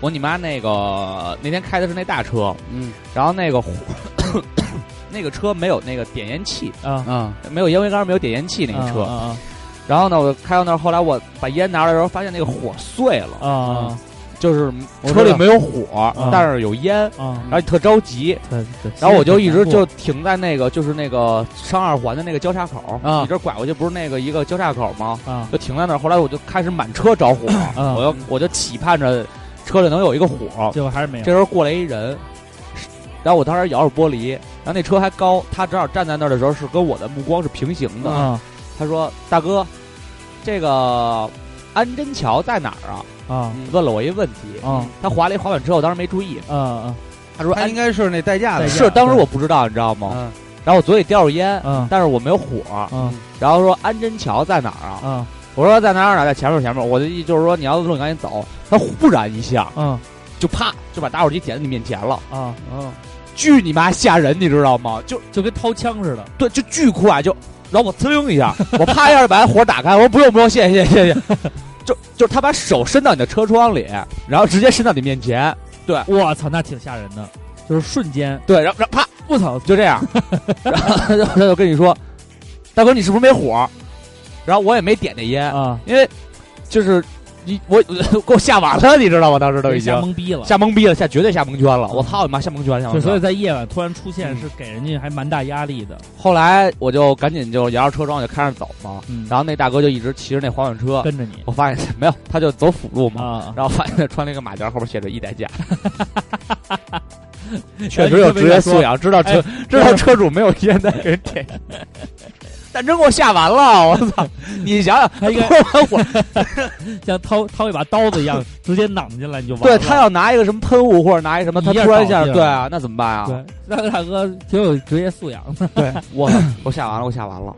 [SPEAKER 5] 我你妈那个那天开的是那大车，
[SPEAKER 2] 嗯
[SPEAKER 5] 然后那个 那个车没有那个点烟器，
[SPEAKER 4] 啊，
[SPEAKER 2] 啊
[SPEAKER 5] 没有烟灰缸，没有点烟器嗯那个车，
[SPEAKER 4] 啊
[SPEAKER 5] 然后呢，我开到那儿，后来我把烟拿出来的时候，发现那个火碎了，
[SPEAKER 4] 啊
[SPEAKER 5] 嗯
[SPEAKER 4] 啊
[SPEAKER 5] 就是
[SPEAKER 2] 我知
[SPEAKER 5] 车
[SPEAKER 2] 道
[SPEAKER 5] 里没有火，
[SPEAKER 4] 啊
[SPEAKER 5] 但是有烟，
[SPEAKER 4] 啊！
[SPEAKER 5] 嗯然后特着急，
[SPEAKER 4] 对对，
[SPEAKER 5] 然后我就一直就停在那个就是那个上二环的那个交叉口，
[SPEAKER 2] 啊
[SPEAKER 5] 你这拐过去不是那个一个交叉口吗？
[SPEAKER 4] 啊
[SPEAKER 5] 就停在那儿。后来我就开始满车着火，
[SPEAKER 4] 啊，
[SPEAKER 5] 我就我就期盼着车里能有一个火。
[SPEAKER 4] 结果还是没有
[SPEAKER 5] 这时候过来一人，然后我当时摇着玻璃，然后那车还高，他正好站在那儿的时候是跟我的目光是平行的。
[SPEAKER 4] 啊
[SPEAKER 5] 他说：“大哥，这个安贞桥在哪儿啊
[SPEAKER 4] 啊？”
[SPEAKER 5] 问了我一问题。
[SPEAKER 4] 啊
[SPEAKER 5] 他滑了一滑板车，我当时没注意。
[SPEAKER 4] 啊啊
[SPEAKER 5] 他说：“哎
[SPEAKER 2] 嗯他
[SPEAKER 5] 安
[SPEAKER 2] 应该是那代驾的
[SPEAKER 4] 代驾
[SPEAKER 5] 是，当时我不知道，你知道吗？
[SPEAKER 2] 嗯
[SPEAKER 5] 然后我嘴里叼着烟，
[SPEAKER 4] 啊
[SPEAKER 5] 但是我没有火。
[SPEAKER 4] 啊
[SPEAKER 5] 然后说安贞桥在哪儿啊？
[SPEAKER 2] 嗯
[SPEAKER 4] 啊
[SPEAKER 5] 我说在哪儿哪儿，在前面前面。我的意思就是说你要路你赶紧走。他忽然一下
[SPEAKER 4] 啊
[SPEAKER 5] 就啪就把打火机点在你面前了，
[SPEAKER 4] 啊！
[SPEAKER 2] 嗯
[SPEAKER 5] 巨你妈吓人，你知道吗？就
[SPEAKER 4] 就跟掏枪似的，
[SPEAKER 5] 对，就巨快就，然后我呲溜一下，我啪一下就把火打开。我说不用不用，谢谢谢谢谢谢。 就就是他把手伸到你的车窗里，然后直接伸到你面前，
[SPEAKER 4] 我操，那挺吓人的，就是瞬间，
[SPEAKER 5] 对，然后然后啪
[SPEAKER 4] 我操，
[SPEAKER 5] 就 这样，然后他就他就跟你说，大哥你是不是没火？然后我也没点那烟，
[SPEAKER 4] 啊，
[SPEAKER 5] 因为就是你我给我吓完了，你知道吗？当时都已经
[SPEAKER 4] 吓懵逼了。嗯
[SPEAKER 5] 吓懵逼了，吓绝对吓蒙圈了。我操你妈，吓蒙圈，吓
[SPEAKER 4] 对，
[SPEAKER 5] 蒙
[SPEAKER 4] 所以
[SPEAKER 5] 圈。
[SPEAKER 4] 在夜晚突然出现
[SPEAKER 5] 嗯
[SPEAKER 4] 是给人家还蛮大压力的，
[SPEAKER 5] 后来我就赶紧就摇着车窗我就开始走嘛，
[SPEAKER 4] 嗯，
[SPEAKER 5] 然后那大哥就一直骑着那滑板车，
[SPEAKER 4] 跟着你
[SPEAKER 5] 我发现没有，他就走辅路嘛，
[SPEAKER 4] 啊，
[SPEAKER 5] 然后发现他穿了一个马甲，后边写着一代驾，
[SPEAKER 4] 确
[SPEAKER 5] 确实有职业素，啊养，知道车知道车主没有烟的给人点。 但真给我吓完了，我 操！你想想，
[SPEAKER 4] 他应该
[SPEAKER 5] 我
[SPEAKER 4] 像掏掏一把刀子一样，直接攮进来你就完
[SPEAKER 5] 对
[SPEAKER 4] 了。
[SPEAKER 5] 他要拿一个什么喷雾或者拿一什么，他
[SPEAKER 4] 一下
[SPEAKER 5] 突然一下，
[SPEAKER 4] 搞定
[SPEAKER 5] 对啊，那怎么办啊？
[SPEAKER 4] 对，那个大哥挺有职业素养的。
[SPEAKER 5] 我我吓完了，我吓完了。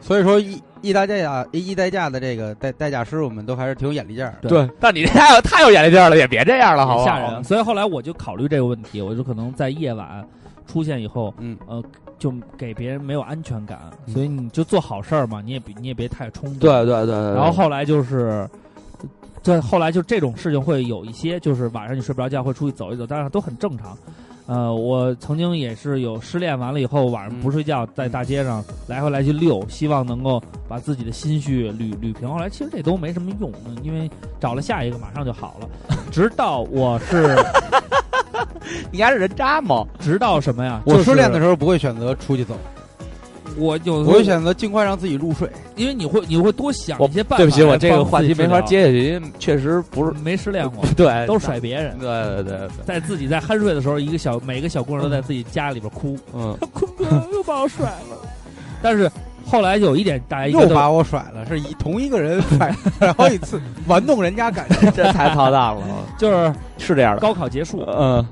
[SPEAKER 2] 所以说一一代驾啊一代驾的这个代代驾师，我们都还是挺有眼力见儿的。
[SPEAKER 4] 对，
[SPEAKER 5] 但你这 太有太有眼力劲儿了，也别这样了，好不好？
[SPEAKER 4] 吓人了。所以后来我就考虑这个问题，我就可能在夜晚出现以后，
[SPEAKER 2] 嗯
[SPEAKER 4] 呃，就给别人没有安全感，所以你就做好事儿嘛，你也别你也别太冲动。
[SPEAKER 5] 嗯对对对对。
[SPEAKER 4] 然后后来就是。这后来就这种事情会有一些，就是晚上你睡不着觉会出去走一走，当然都很正常。呃，我曾经也是有失恋，完了以后晚上
[SPEAKER 5] 嗯
[SPEAKER 4] 不睡觉，在大街上来回来去溜，希望能够把自己的心绪捋捋平。后来其实这都没什么用，因为找了下一个马上就好了。 直到我是，
[SPEAKER 5] 你还是人渣吗？
[SPEAKER 4] 直到什么呀？
[SPEAKER 2] 我失恋
[SPEAKER 4] 就
[SPEAKER 2] 的时候不会选择出去走，
[SPEAKER 4] 是我有，
[SPEAKER 2] 我会选择尽快让自己入睡。
[SPEAKER 4] 因为你会你会多想
[SPEAKER 5] 我
[SPEAKER 4] 一些办法。
[SPEAKER 5] 对不起，啊我这个话题没法，接下去，因为确实不是
[SPEAKER 4] 没失恋过，
[SPEAKER 5] 对，
[SPEAKER 4] 都甩别人
[SPEAKER 5] 对。对对对，
[SPEAKER 4] 在自己在酣睡的时候，一个小每个小姑娘都在自己家里边哭，
[SPEAKER 5] 嗯，
[SPEAKER 4] 坤哥又把我甩了。但是后来有一点，大家一
[SPEAKER 2] 又
[SPEAKER 4] 个都
[SPEAKER 2] 把我甩了，是一同一个人甩甩好几 次，玩弄人家感情。
[SPEAKER 5] 这太操蛋了，
[SPEAKER 4] 就是
[SPEAKER 5] 是这样的，
[SPEAKER 4] 高考结束，
[SPEAKER 5] 嗯，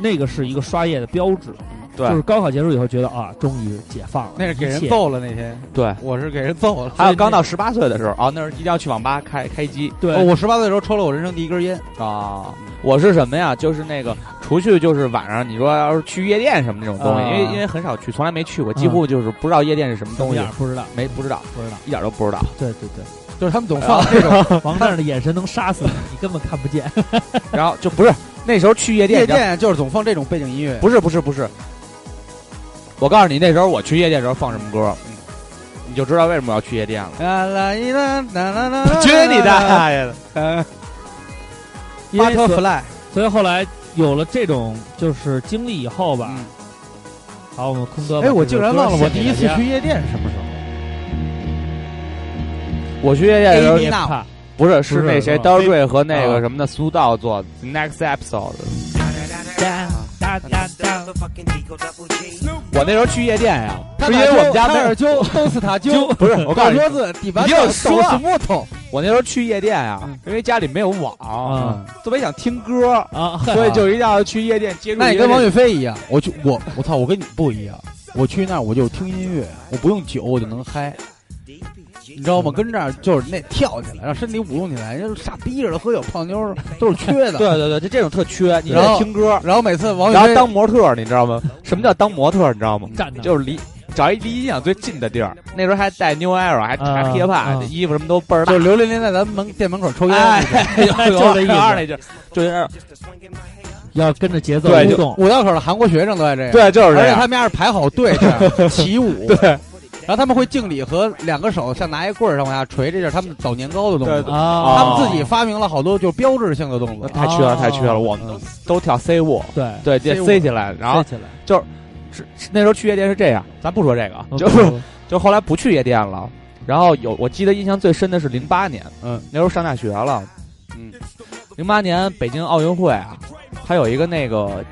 [SPEAKER 4] 那个是一个刷夜的标志，
[SPEAKER 2] 嗯
[SPEAKER 5] 对
[SPEAKER 4] 就是高考结束以后觉得啊，终于解放了，
[SPEAKER 2] 那是给
[SPEAKER 4] 一
[SPEAKER 2] 人
[SPEAKER 4] 切。
[SPEAKER 2] 揍了那天，
[SPEAKER 5] 对。
[SPEAKER 2] 我是给人揍了。
[SPEAKER 5] 还有刚到十八岁的时候，啊，那时候一定要去网吧开开机
[SPEAKER 4] 对，
[SPEAKER 2] 哦我十八岁的时候抽了我人生第一根烟，
[SPEAKER 5] 啊。我是什么呀？就是那个，除去就是晚上你说要是去夜店什么这种东西，
[SPEAKER 4] 啊
[SPEAKER 5] 因为因为很少去，从来没去过，几乎就是不知道夜店嗯是什么
[SPEAKER 4] 怎
[SPEAKER 5] 东
[SPEAKER 4] 么
[SPEAKER 5] 西
[SPEAKER 4] 样，？不知道，
[SPEAKER 5] 没不知道，
[SPEAKER 4] 不知道。
[SPEAKER 5] 一点都不知道。
[SPEAKER 4] 对对对，
[SPEAKER 2] 就是他们总放这 种
[SPEAKER 4] 王战的眼神能杀死你，你根本看不 见。
[SPEAKER 5] 然后就不是那时候去夜店，
[SPEAKER 2] 夜
[SPEAKER 5] 你知道
[SPEAKER 2] 店，就是总放这种背景音乐。
[SPEAKER 5] 不是不是不是。我告诉你，那时候我去夜店的时候放什么歌，嗯你就知道为什么要去夜店了。
[SPEAKER 2] 啦啦一啦啦啦啦啦，
[SPEAKER 5] 去你大爷的！哎
[SPEAKER 2] 呃
[SPEAKER 4] 因为所
[SPEAKER 2] Butterfly，
[SPEAKER 4] 所以后来有了这种就是经历以后吧，
[SPEAKER 2] 嗯
[SPEAKER 4] 好，我们坤哥把这首
[SPEAKER 2] 哎，
[SPEAKER 4] 歌献给大家，
[SPEAKER 2] 我竟然忘了我第一次去夜店是什么时候。
[SPEAKER 5] 我去夜店的时候
[SPEAKER 2] 哎，你
[SPEAKER 4] 那
[SPEAKER 2] 那
[SPEAKER 5] 不是是嗯那谁
[SPEAKER 4] 不是
[SPEAKER 5] 刀瑞和那个什么的苏道做的 Next Episode。
[SPEAKER 4] 哒哒哒。
[SPEAKER 5] 我那时候去夜店呀，
[SPEAKER 2] 他
[SPEAKER 5] 是因为我们家
[SPEAKER 2] 那
[SPEAKER 5] 那
[SPEAKER 2] 儿 揪都是他揪，
[SPEAKER 5] 不是我告诉你
[SPEAKER 2] 大，桌子底板
[SPEAKER 5] 你
[SPEAKER 2] 板
[SPEAKER 5] 就
[SPEAKER 2] 都
[SPEAKER 5] 说
[SPEAKER 2] 是木头，
[SPEAKER 5] 我那时候去夜店呀
[SPEAKER 2] 嗯，
[SPEAKER 5] 因为家里没有网，
[SPEAKER 4] 嗯
[SPEAKER 5] 特别想听歌，
[SPEAKER 4] 啊，
[SPEAKER 5] 所以 就一定要去夜店接触。
[SPEAKER 2] 那你跟王宇飞一样，我去我我操，我跟你不一样，我去那儿我就听音乐，我不用酒我就能嗨，你知道吗？跟这儿就是那跳起来，让身体舞动起来，就是傻逼似的，喝酒泡妞儿都是缺 的。
[SPEAKER 5] 对对对，就这种特缺，你
[SPEAKER 2] 然
[SPEAKER 5] 得
[SPEAKER 2] 后
[SPEAKER 5] 听歌，
[SPEAKER 2] 然后每次王宇
[SPEAKER 5] 然后
[SPEAKER 2] 飞
[SPEAKER 5] 当模特，你知道吗？什么叫当模特？你知道吗？
[SPEAKER 4] 站着
[SPEAKER 5] 就是离找一离音响最近的地儿。那时候还戴 New Era，还还
[SPEAKER 4] 啊
[SPEAKER 5] hiphop，
[SPEAKER 4] 啊
[SPEAKER 5] 衣服什么都倍儿大
[SPEAKER 2] 就。刘琳琳在咱们门店门口抽烟，
[SPEAKER 5] 哎，
[SPEAKER 4] 就这意思
[SPEAKER 5] 二那劲，就是
[SPEAKER 4] 要跟着节奏
[SPEAKER 5] 对
[SPEAKER 4] 舞
[SPEAKER 5] 就
[SPEAKER 4] 动，
[SPEAKER 2] 五道口的韩国学生都爱这样。
[SPEAKER 5] 对，就是
[SPEAKER 2] 而
[SPEAKER 5] 这
[SPEAKER 2] 且
[SPEAKER 5] 样。
[SPEAKER 2] 他们家是排好队 这样起舞，
[SPEAKER 5] 对
[SPEAKER 2] 然后他们会敬礼和两个手像拿一棍儿上往下捶，这就是他们早年糕的动
[SPEAKER 5] 对
[SPEAKER 2] 作。
[SPEAKER 5] 对
[SPEAKER 4] 啊
[SPEAKER 2] 他们自己发明了好多就标志性的动作，
[SPEAKER 5] 太缺了，太缺了，我们都都跳 C 舞，
[SPEAKER 4] 对，
[SPEAKER 5] 对，这
[SPEAKER 2] C 舞
[SPEAKER 5] C 起来，然后
[SPEAKER 4] 飞起来，
[SPEAKER 5] 是是那时候去夜店是这样，咱不说这个啊，就
[SPEAKER 4] 嗯
[SPEAKER 5] 就后来不去夜店了。然后有，我记得印象最深的是零八年，
[SPEAKER 2] 嗯，
[SPEAKER 5] 那时候上大学了，
[SPEAKER 2] 嗯，
[SPEAKER 5] 零八年北京奥运会啊，它有一个那个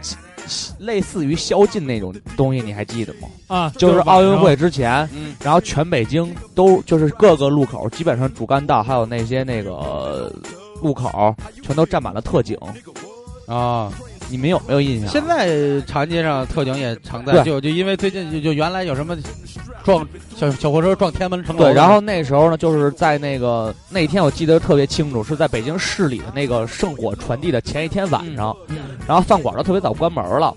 [SPEAKER 5] 类似于宵禁那种东西，你还记得吗？
[SPEAKER 4] 啊，
[SPEAKER 5] 就是
[SPEAKER 4] 晚上
[SPEAKER 5] 奥运会之前，
[SPEAKER 2] 嗯，
[SPEAKER 5] 然后全北京都就是各个路口，基本上主干道还有那些那个呃路口，全都站满了特警。
[SPEAKER 2] 啊。
[SPEAKER 5] 你们有没有印象啊
[SPEAKER 2] 现？在长安街上特警也常在，
[SPEAKER 5] 对
[SPEAKER 2] 就就因为最近就就原来有什么撞小小货车撞天安门城楼，
[SPEAKER 5] 对，然后那时候呢，就是在那个那天我记得特别清楚，是在北京市里的那个圣火传递的前一天晚上，然后饭馆都特别早关门了，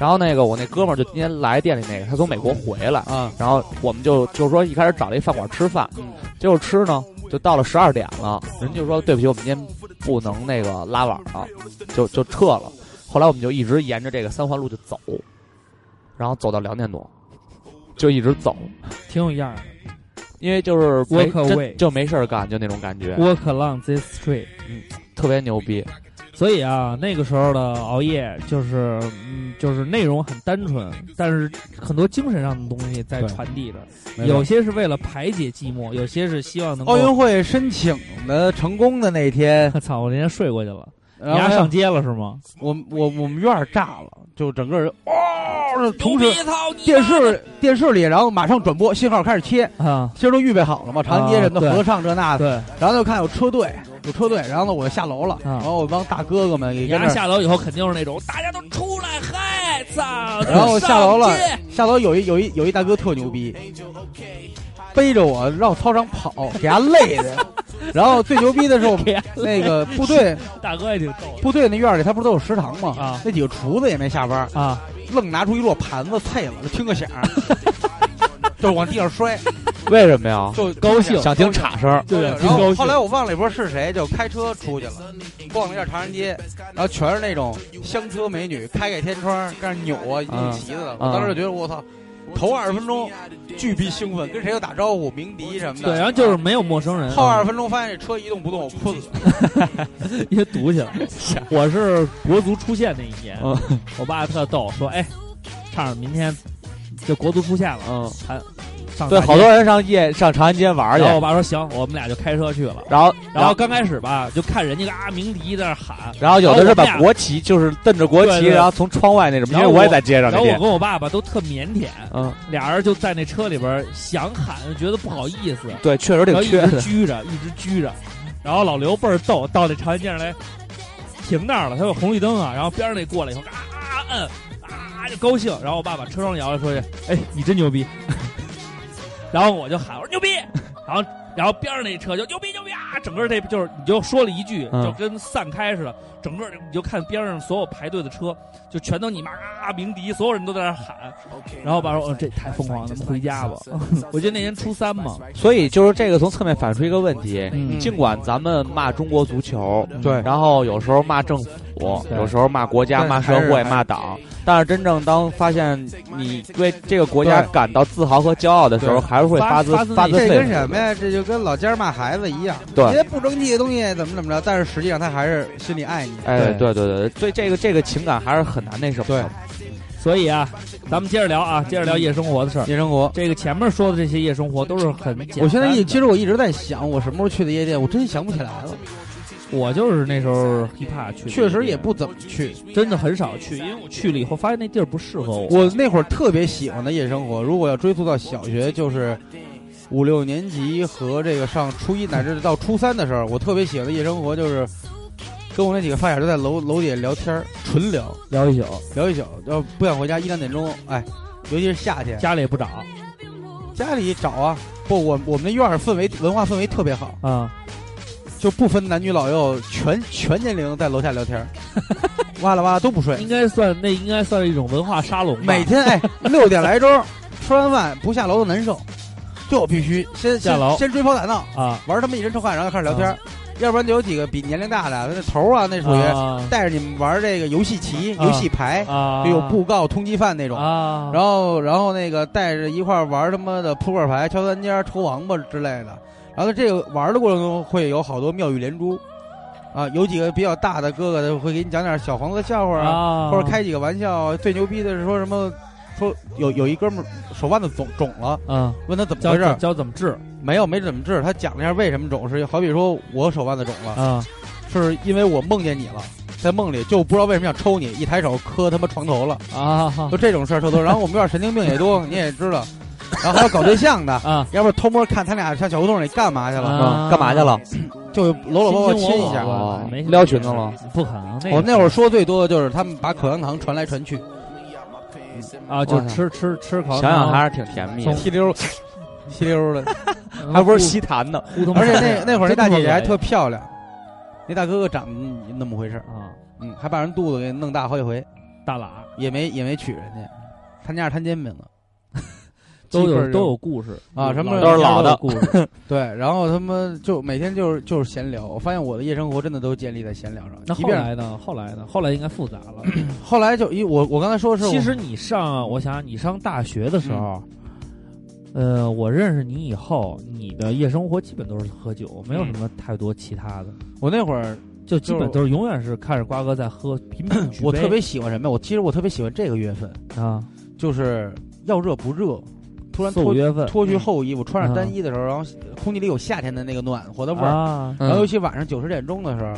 [SPEAKER 5] 然后那个我那哥们儿就今天来店里那个，他从美国回来，
[SPEAKER 2] 啊，
[SPEAKER 5] 然后我们就就是说一开始找了一饭馆吃饭，结果吃呢就到了十二点了，人就说对不起，我们今天不能那个拉晚了，就就撤了。后来我们就一直沿着这个三环路就走，然后走到两点多，就一直走，
[SPEAKER 4] 挺有样儿的
[SPEAKER 5] 因为就是没
[SPEAKER 4] Walk
[SPEAKER 5] 真
[SPEAKER 4] away
[SPEAKER 5] 就没事儿干，就那种感觉，
[SPEAKER 4] ，Walk along this street。
[SPEAKER 5] 特别牛逼。
[SPEAKER 4] 所以啊，那个时候的熬夜就是，嗯，就是内容很单纯，但是很多精神上的东西在
[SPEAKER 2] 对
[SPEAKER 4] 传递着。
[SPEAKER 2] 没错
[SPEAKER 4] 有些是为了排解寂寞，有些是希望能够。
[SPEAKER 2] 奥运会申请的成功的那天，
[SPEAKER 4] 我 操！我那天睡过去了，你
[SPEAKER 2] 然
[SPEAKER 4] 丫
[SPEAKER 2] 后
[SPEAKER 4] 上街了是吗？
[SPEAKER 2] 我我我们院儿炸了，就整个人哦，同时
[SPEAKER 4] 操
[SPEAKER 2] 电视电视里，然后马上转播，信号开始切，
[SPEAKER 4] 啊！
[SPEAKER 2] 其实都预备好了嘛，长安街什么的、
[SPEAKER 4] 啊对
[SPEAKER 2] 合唱这那的，
[SPEAKER 4] 对，啊
[SPEAKER 2] 然后就看有车队，有车队，然后呢我就下楼了，然后我帮大哥哥们也
[SPEAKER 4] 你
[SPEAKER 2] 跟
[SPEAKER 4] 丫
[SPEAKER 2] 着，
[SPEAKER 4] 下楼以后肯定是那种大家都出来嗨，操！
[SPEAKER 2] 然后我下楼了
[SPEAKER 4] 上街，
[SPEAKER 2] 下楼有一有一有一大哥特牛逼，背着我绕操场跑，给他累的，然后最牛逼的 是我们那个部队
[SPEAKER 4] 大哥也挺逗
[SPEAKER 2] 部队那院里，他不是都有食堂吗？
[SPEAKER 4] 啊
[SPEAKER 2] 那几个厨子也没下班，
[SPEAKER 4] 的啊！
[SPEAKER 2] 愣拿出一摞盘子菜了，就听个响儿，就是往地上摔。
[SPEAKER 5] 为什么呀？
[SPEAKER 2] 就
[SPEAKER 4] 高兴
[SPEAKER 5] 想听叉声儿，
[SPEAKER 4] 对
[SPEAKER 2] 然
[SPEAKER 4] 挺高
[SPEAKER 2] 后
[SPEAKER 4] 兴
[SPEAKER 2] 后来我忘了也不知道是谁，就开车出去了，逛了一下唐人街，然后全是那种香车美女，开开天窗，跟那扭啊，一
[SPEAKER 5] 嗯
[SPEAKER 2] 起子的。
[SPEAKER 5] 嗯
[SPEAKER 2] 我当时就觉得我操，头二十分钟巨逼兴奋，跟谁又打招呼、鸣笛什么的。啊
[SPEAKER 4] 对，然后就是没有陌生人，
[SPEAKER 2] 后二十分钟发现这车一动不动，我困了。
[SPEAKER 4] 也堵起来。我是国足出现那一年
[SPEAKER 5] 嗯，
[SPEAKER 4] 我爸特逗，说：“哎，畅儿，明天就国足出现了，
[SPEAKER 5] 嗯，
[SPEAKER 4] 还上
[SPEAKER 5] 对，
[SPEAKER 4] 大街
[SPEAKER 5] 好多。人上夜上长安街玩儿去
[SPEAKER 4] 然，后我爸说：“行，我们俩就开车去了。
[SPEAKER 5] 然后”
[SPEAKER 4] 然后刚开始吧，就看人家啊鸣笛在那喊，
[SPEAKER 5] 然后有的是
[SPEAKER 4] 然后我们
[SPEAKER 5] 把
[SPEAKER 4] 俩
[SPEAKER 5] 国旗就是瞪着国
[SPEAKER 4] 对
[SPEAKER 5] 旗，
[SPEAKER 4] 对
[SPEAKER 5] 然后从窗外那什么，因
[SPEAKER 4] 然
[SPEAKER 5] 为
[SPEAKER 4] 后
[SPEAKER 5] 我也
[SPEAKER 4] 我
[SPEAKER 5] 在街上
[SPEAKER 4] 然
[SPEAKER 5] 那
[SPEAKER 4] 后我
[SPEAKER 5] 天，
[SPEAKER 4] 跟我爸爸都特腼腆，
[SPEAKER 5] 嗯，
[SPEAKER 4] 俩人就在那车里边想喊，觉得不好意思，
[SPEAKER 5] 对，确实
[SPEAKER 4] 然
[SPEAKER 5] 挺
[SPEAKER 4] 后一
[SPEAKER 5] 缺
[SPEAKER 4] 直
[SPEAKER 5] 的，
[SPEAKER 4] 拘着，一直拘着。然后老刘倍儿逗，到这长安街上来，停那儿了，他有红绿灯啊，然后边上那过来以后，啊摁啊就高兴。然后我爸把车窗摇了，说去，哎，你真牛逼。然后我就喊我说牛逼，然后然后边上那车就牛逼牛逼啊，整个这就是你就说了一句，
[SPEAKER 5] 嗯
[SPEAKER 4] 就跟散开似的，整个你就看边上所有排队的车，就全都你妈啊鸣笛，所有人都在那儿喊。然后我爸说，哦，这太疯狂了，咱们回家吧。我记得那年初三嘛，
[SPEAKER 5] 所以就是这个从侧面反映出一个问题，
[SPEAKER 4] 嗯
[SPEAKER 5] 尽管咱们骂中国足球，
[SPEAKER 2] 对
[SPEAKER 5] 然后有时候骂政府，
[SPEAKER 4] 对
[SPEAKER 5] 有时候骂国家、
[SPEAKER 2] 但
[SPEAKER 5] 骂社
[SPEAKER 2] 还是
[SPEAKER 5] 会、骂党，但是真正当发现你对这个国家
[SPEAKER 2] 对
[SPEAKER 5] 感到自豪和骄傲的时候，
[SPEAKER 2] 对
[SPEAKER 5] 还是会
[SPEAKER 4] 发
[SPEAKER 5] 发自
[SPEAKER 4] 发自
[SPEAKER 5] 发
[SPEAKER 4] 内
[SPEAKER 5] 自
[SPEAKER 4] 心
[SPEAKER 2] 这
[SPEAKER 5] 肺
[SPEAKER 2] 跟
[SPEAKER 5] 腑。
[SPEAKER 2] 什么呀？这就跟老家骂孩子一样，
[SPEAKER 5] 对
[SPEAKER 2] 你这不争气的东西怎么怎么着，但是实际上他还是心里爱你。
[SPEAKER 5] 哎，对对对，对所以这个这个情感还是很难那什么的。
[SPEAKER 4] 所以啊，咱们接着聊啊，接着聊夜生活的事儿。
[SPEAKER 2] 夜生活，
[SPEAKER 4] 这个前面说的这些夜生活都是很简单的
[SPEAKER 2] 我现在一其实我一直在想，我什么时候去的夜店，我真想不起来了。
[SPEAKER 4] 我就是那时候 hiphop 去的，
[SPEAKER 2] 确实也不怎么去。
[SPEAKER 4] 真的很少去，因为我去了以后发现那地儿不适合我。
[SPEAKER 2] 我那会儿特别喜欢的夜生活，如果要追溯到小学，就是五六年级和这个上初一乃至到初三的时候，我特别喜欢的夜生活就是跟我那几个发小就在楼楼底下聊天儿，纯聊
[SPEAKER 4] 聊一宿，
[SPEAKER 2] 聊一宿，要不想回家一两点钟，哎，尤其是夏天，
[SPEAKER 4] 家里也不找
[SPEAKER 2] 家里找啊。不，我我们那院儿氛围文化氛围特别好，
[SPEAKER 4] 啊，
[SPEAKER 2] 就不分男女老幼，全全年龄在楼下聊天儿，哇啦哇啦都不睡，
[SPEAKER 4] 应该算那应该算是一种文化沙龙吧。
[SPEAKER 2] 每天哎六点来钟，吃完饭不下楼的难受，就必须先
[SPEAKER 4] 下
[SPEAKER 2] 先
[SPEAKER 4] 楼
[SPEAKER 2] 先追跑打闹，
[SPEAKER 4] 啊，
[SPEAKER 2] 玩他妈一人称唤，然后开始聊天儿，要不然就有几个比年龄大的那头儿啊，那属于
[SPEAKER 4] 啊
[SPEAKER 2] 带着你们玩这个游戏棋、
[SPEAKER 4] 啊
[SPEAKER 2] 游戏牌，
[SPEAKER 4] 啊，
[SPEAKER 2] 就有布告、通缉犯那种。
[SPEAKER 4] 啊，
[SPEAKER 2] 然后，然后那个带着一块儿玩他妈的扑克牌、敲三尖儿、抽王八之类的。然后这个玩的过程中会有好多妙语连珠，啊，有几个比较大的哥哥他会给你讲点小黄子笑话
[SPEAKER 4] 啊，
[SPEAKER 2] 或者开几个玩笑。最牛逼的是说什么？说有有一哥们儿手腕子肿肿了，
[SPEAKER 4] 嗯，
[SPEAKER 2] 问他怎么
[SPEAKER 4] 教
[SPEAKER 2] 回事
[SPEAKER 4] 教
[SPEAKER 2] 儿，
[SPEAKER 4] 教怎么治
[SPEAKER 2] 没有没怎么治，他讲了一下为什么肿，是好比说我手腕子肿了，
[SPEAKER 4] 啊
[SPEAKER 2] 是因为我梦见你了，在梦里就不知道为什么想抽你，一抬手磕他妈床头了，
[SPEAKER 4] 啊
[SPEAKER 2] 就这种事儿特多。然后我们院儿神经病也多，你 也知道，然后还有搞对象的，
[SPEAKER 4] 啊
[SPEAKER 2] 要不偷摸看他俩上小胡同里干嘛去了，
[SPEAKER 5] 嗯，干嘛去了？
[SPEAKER 2] 就搂搂抱抱亲一下。
[SPEAKER 4] 我
[SPEAKER 5] 哦
[SPEAKER 4] 没
[SPEAKER 5] 撩裙子了？
[SPEAKER 4] 不可能，
[SPEAKER 2] 我
[SPEAKER 4] 啊那
[SPEAKER 2] 哦那会儿说最多的就是他们把口香糖传来传去，
[SPEAKER 4] 儿啊，就
[SPEAKER 5] 我操
[SPEAKER 4] 吃吃吃烤，
[SPEAKER 5] 想想还是挺甜蜜的，
[SPEAKER 2] 吸溜儿吸溜儿的。
[SPEAKER 4] 是
[SPEAKER 5] 还不是西坛呢。
[SPEAKER 4] 胡同
[SPEAKER 2] 而
[SPEAKER 4] 口
[SPEAKER 2] 且
[SPEAKER 4] 的，
[SPEAKER 2] 那那会儿那
[SPEAKER 4] 真
[SPEAKER 2] 大姐姐还
[SPEAKER 4] 恶心
[SPEAKER 2] 特漂亮，那大哥哥长得那么回事儿，
[SPEAKER 4] 啊
[SPEAKER 2] 嗯，还把人肚子给弄大好几回，
[SPEAKER 4] 大喇，
[SPEAKER 2] 也没也没娶人家，他家是摊煎饼的，
[SPEAKER 4] 都
[SPEAKER 2] 基本
[SPEAKER 4] 有
[SPEAKER 2] 上
[SPEAKER 4] 都有故事
[SPEAKER 2] 啊什么
[SPEAKER 4] 人
[SPEAKER 2] 都是
[SPEAKER 5] 老的
[SPEAKER 4] 有故 事
[SPEAKER 2] 对，然后他们就每天就是就是闲聊，我发现我的夜生活真的都建立在闲聊上，
[SPEAKER 4] 那
[SPEAKER 2] 即
[SPEAKER 4] 后
[SPEAKER 2] 便
[SPEAKER 4] 来呢？后来呢？后来应该复杂 了。
[SPEAKER 2] 后来就一我我刚才说的是我嗯
[SPEAKER 4] 其实你上，我想想，你上大学的时候，呃，我认识你以后，你的夜生活基本都是喝酒，没有什么太多其他的，
[SPEAKER 2] 我那会儿
[SPEAKER 4] 就基本
[SPEAKER 2] 嗯就
[SPEAKER 4] 都是永远是看着瓜哥在 喝，频频举杯。
[SPEAKER 2] 我特别喜欢什么呀？我其实我特别喜欢这个月份，
[SPEAKER 4] 啊，
[SPEAKER 2] 就是要热不热，突然
[SPEAKER 4] 四五
[SPEAKER 2] 脱
[SPEAKER 4] 月份嗯
[SPEAKER 2] 脱去厚衣服，穿上单衣的时候，然后空气里有夏天的那个暖和的味儿，
[SPEAKER 4] 啊，
[SPEAKER 2] 然后尤
[SPEAKER 5] 嗯，
[SPEAKER 2] 其晚上九十点钟的时候，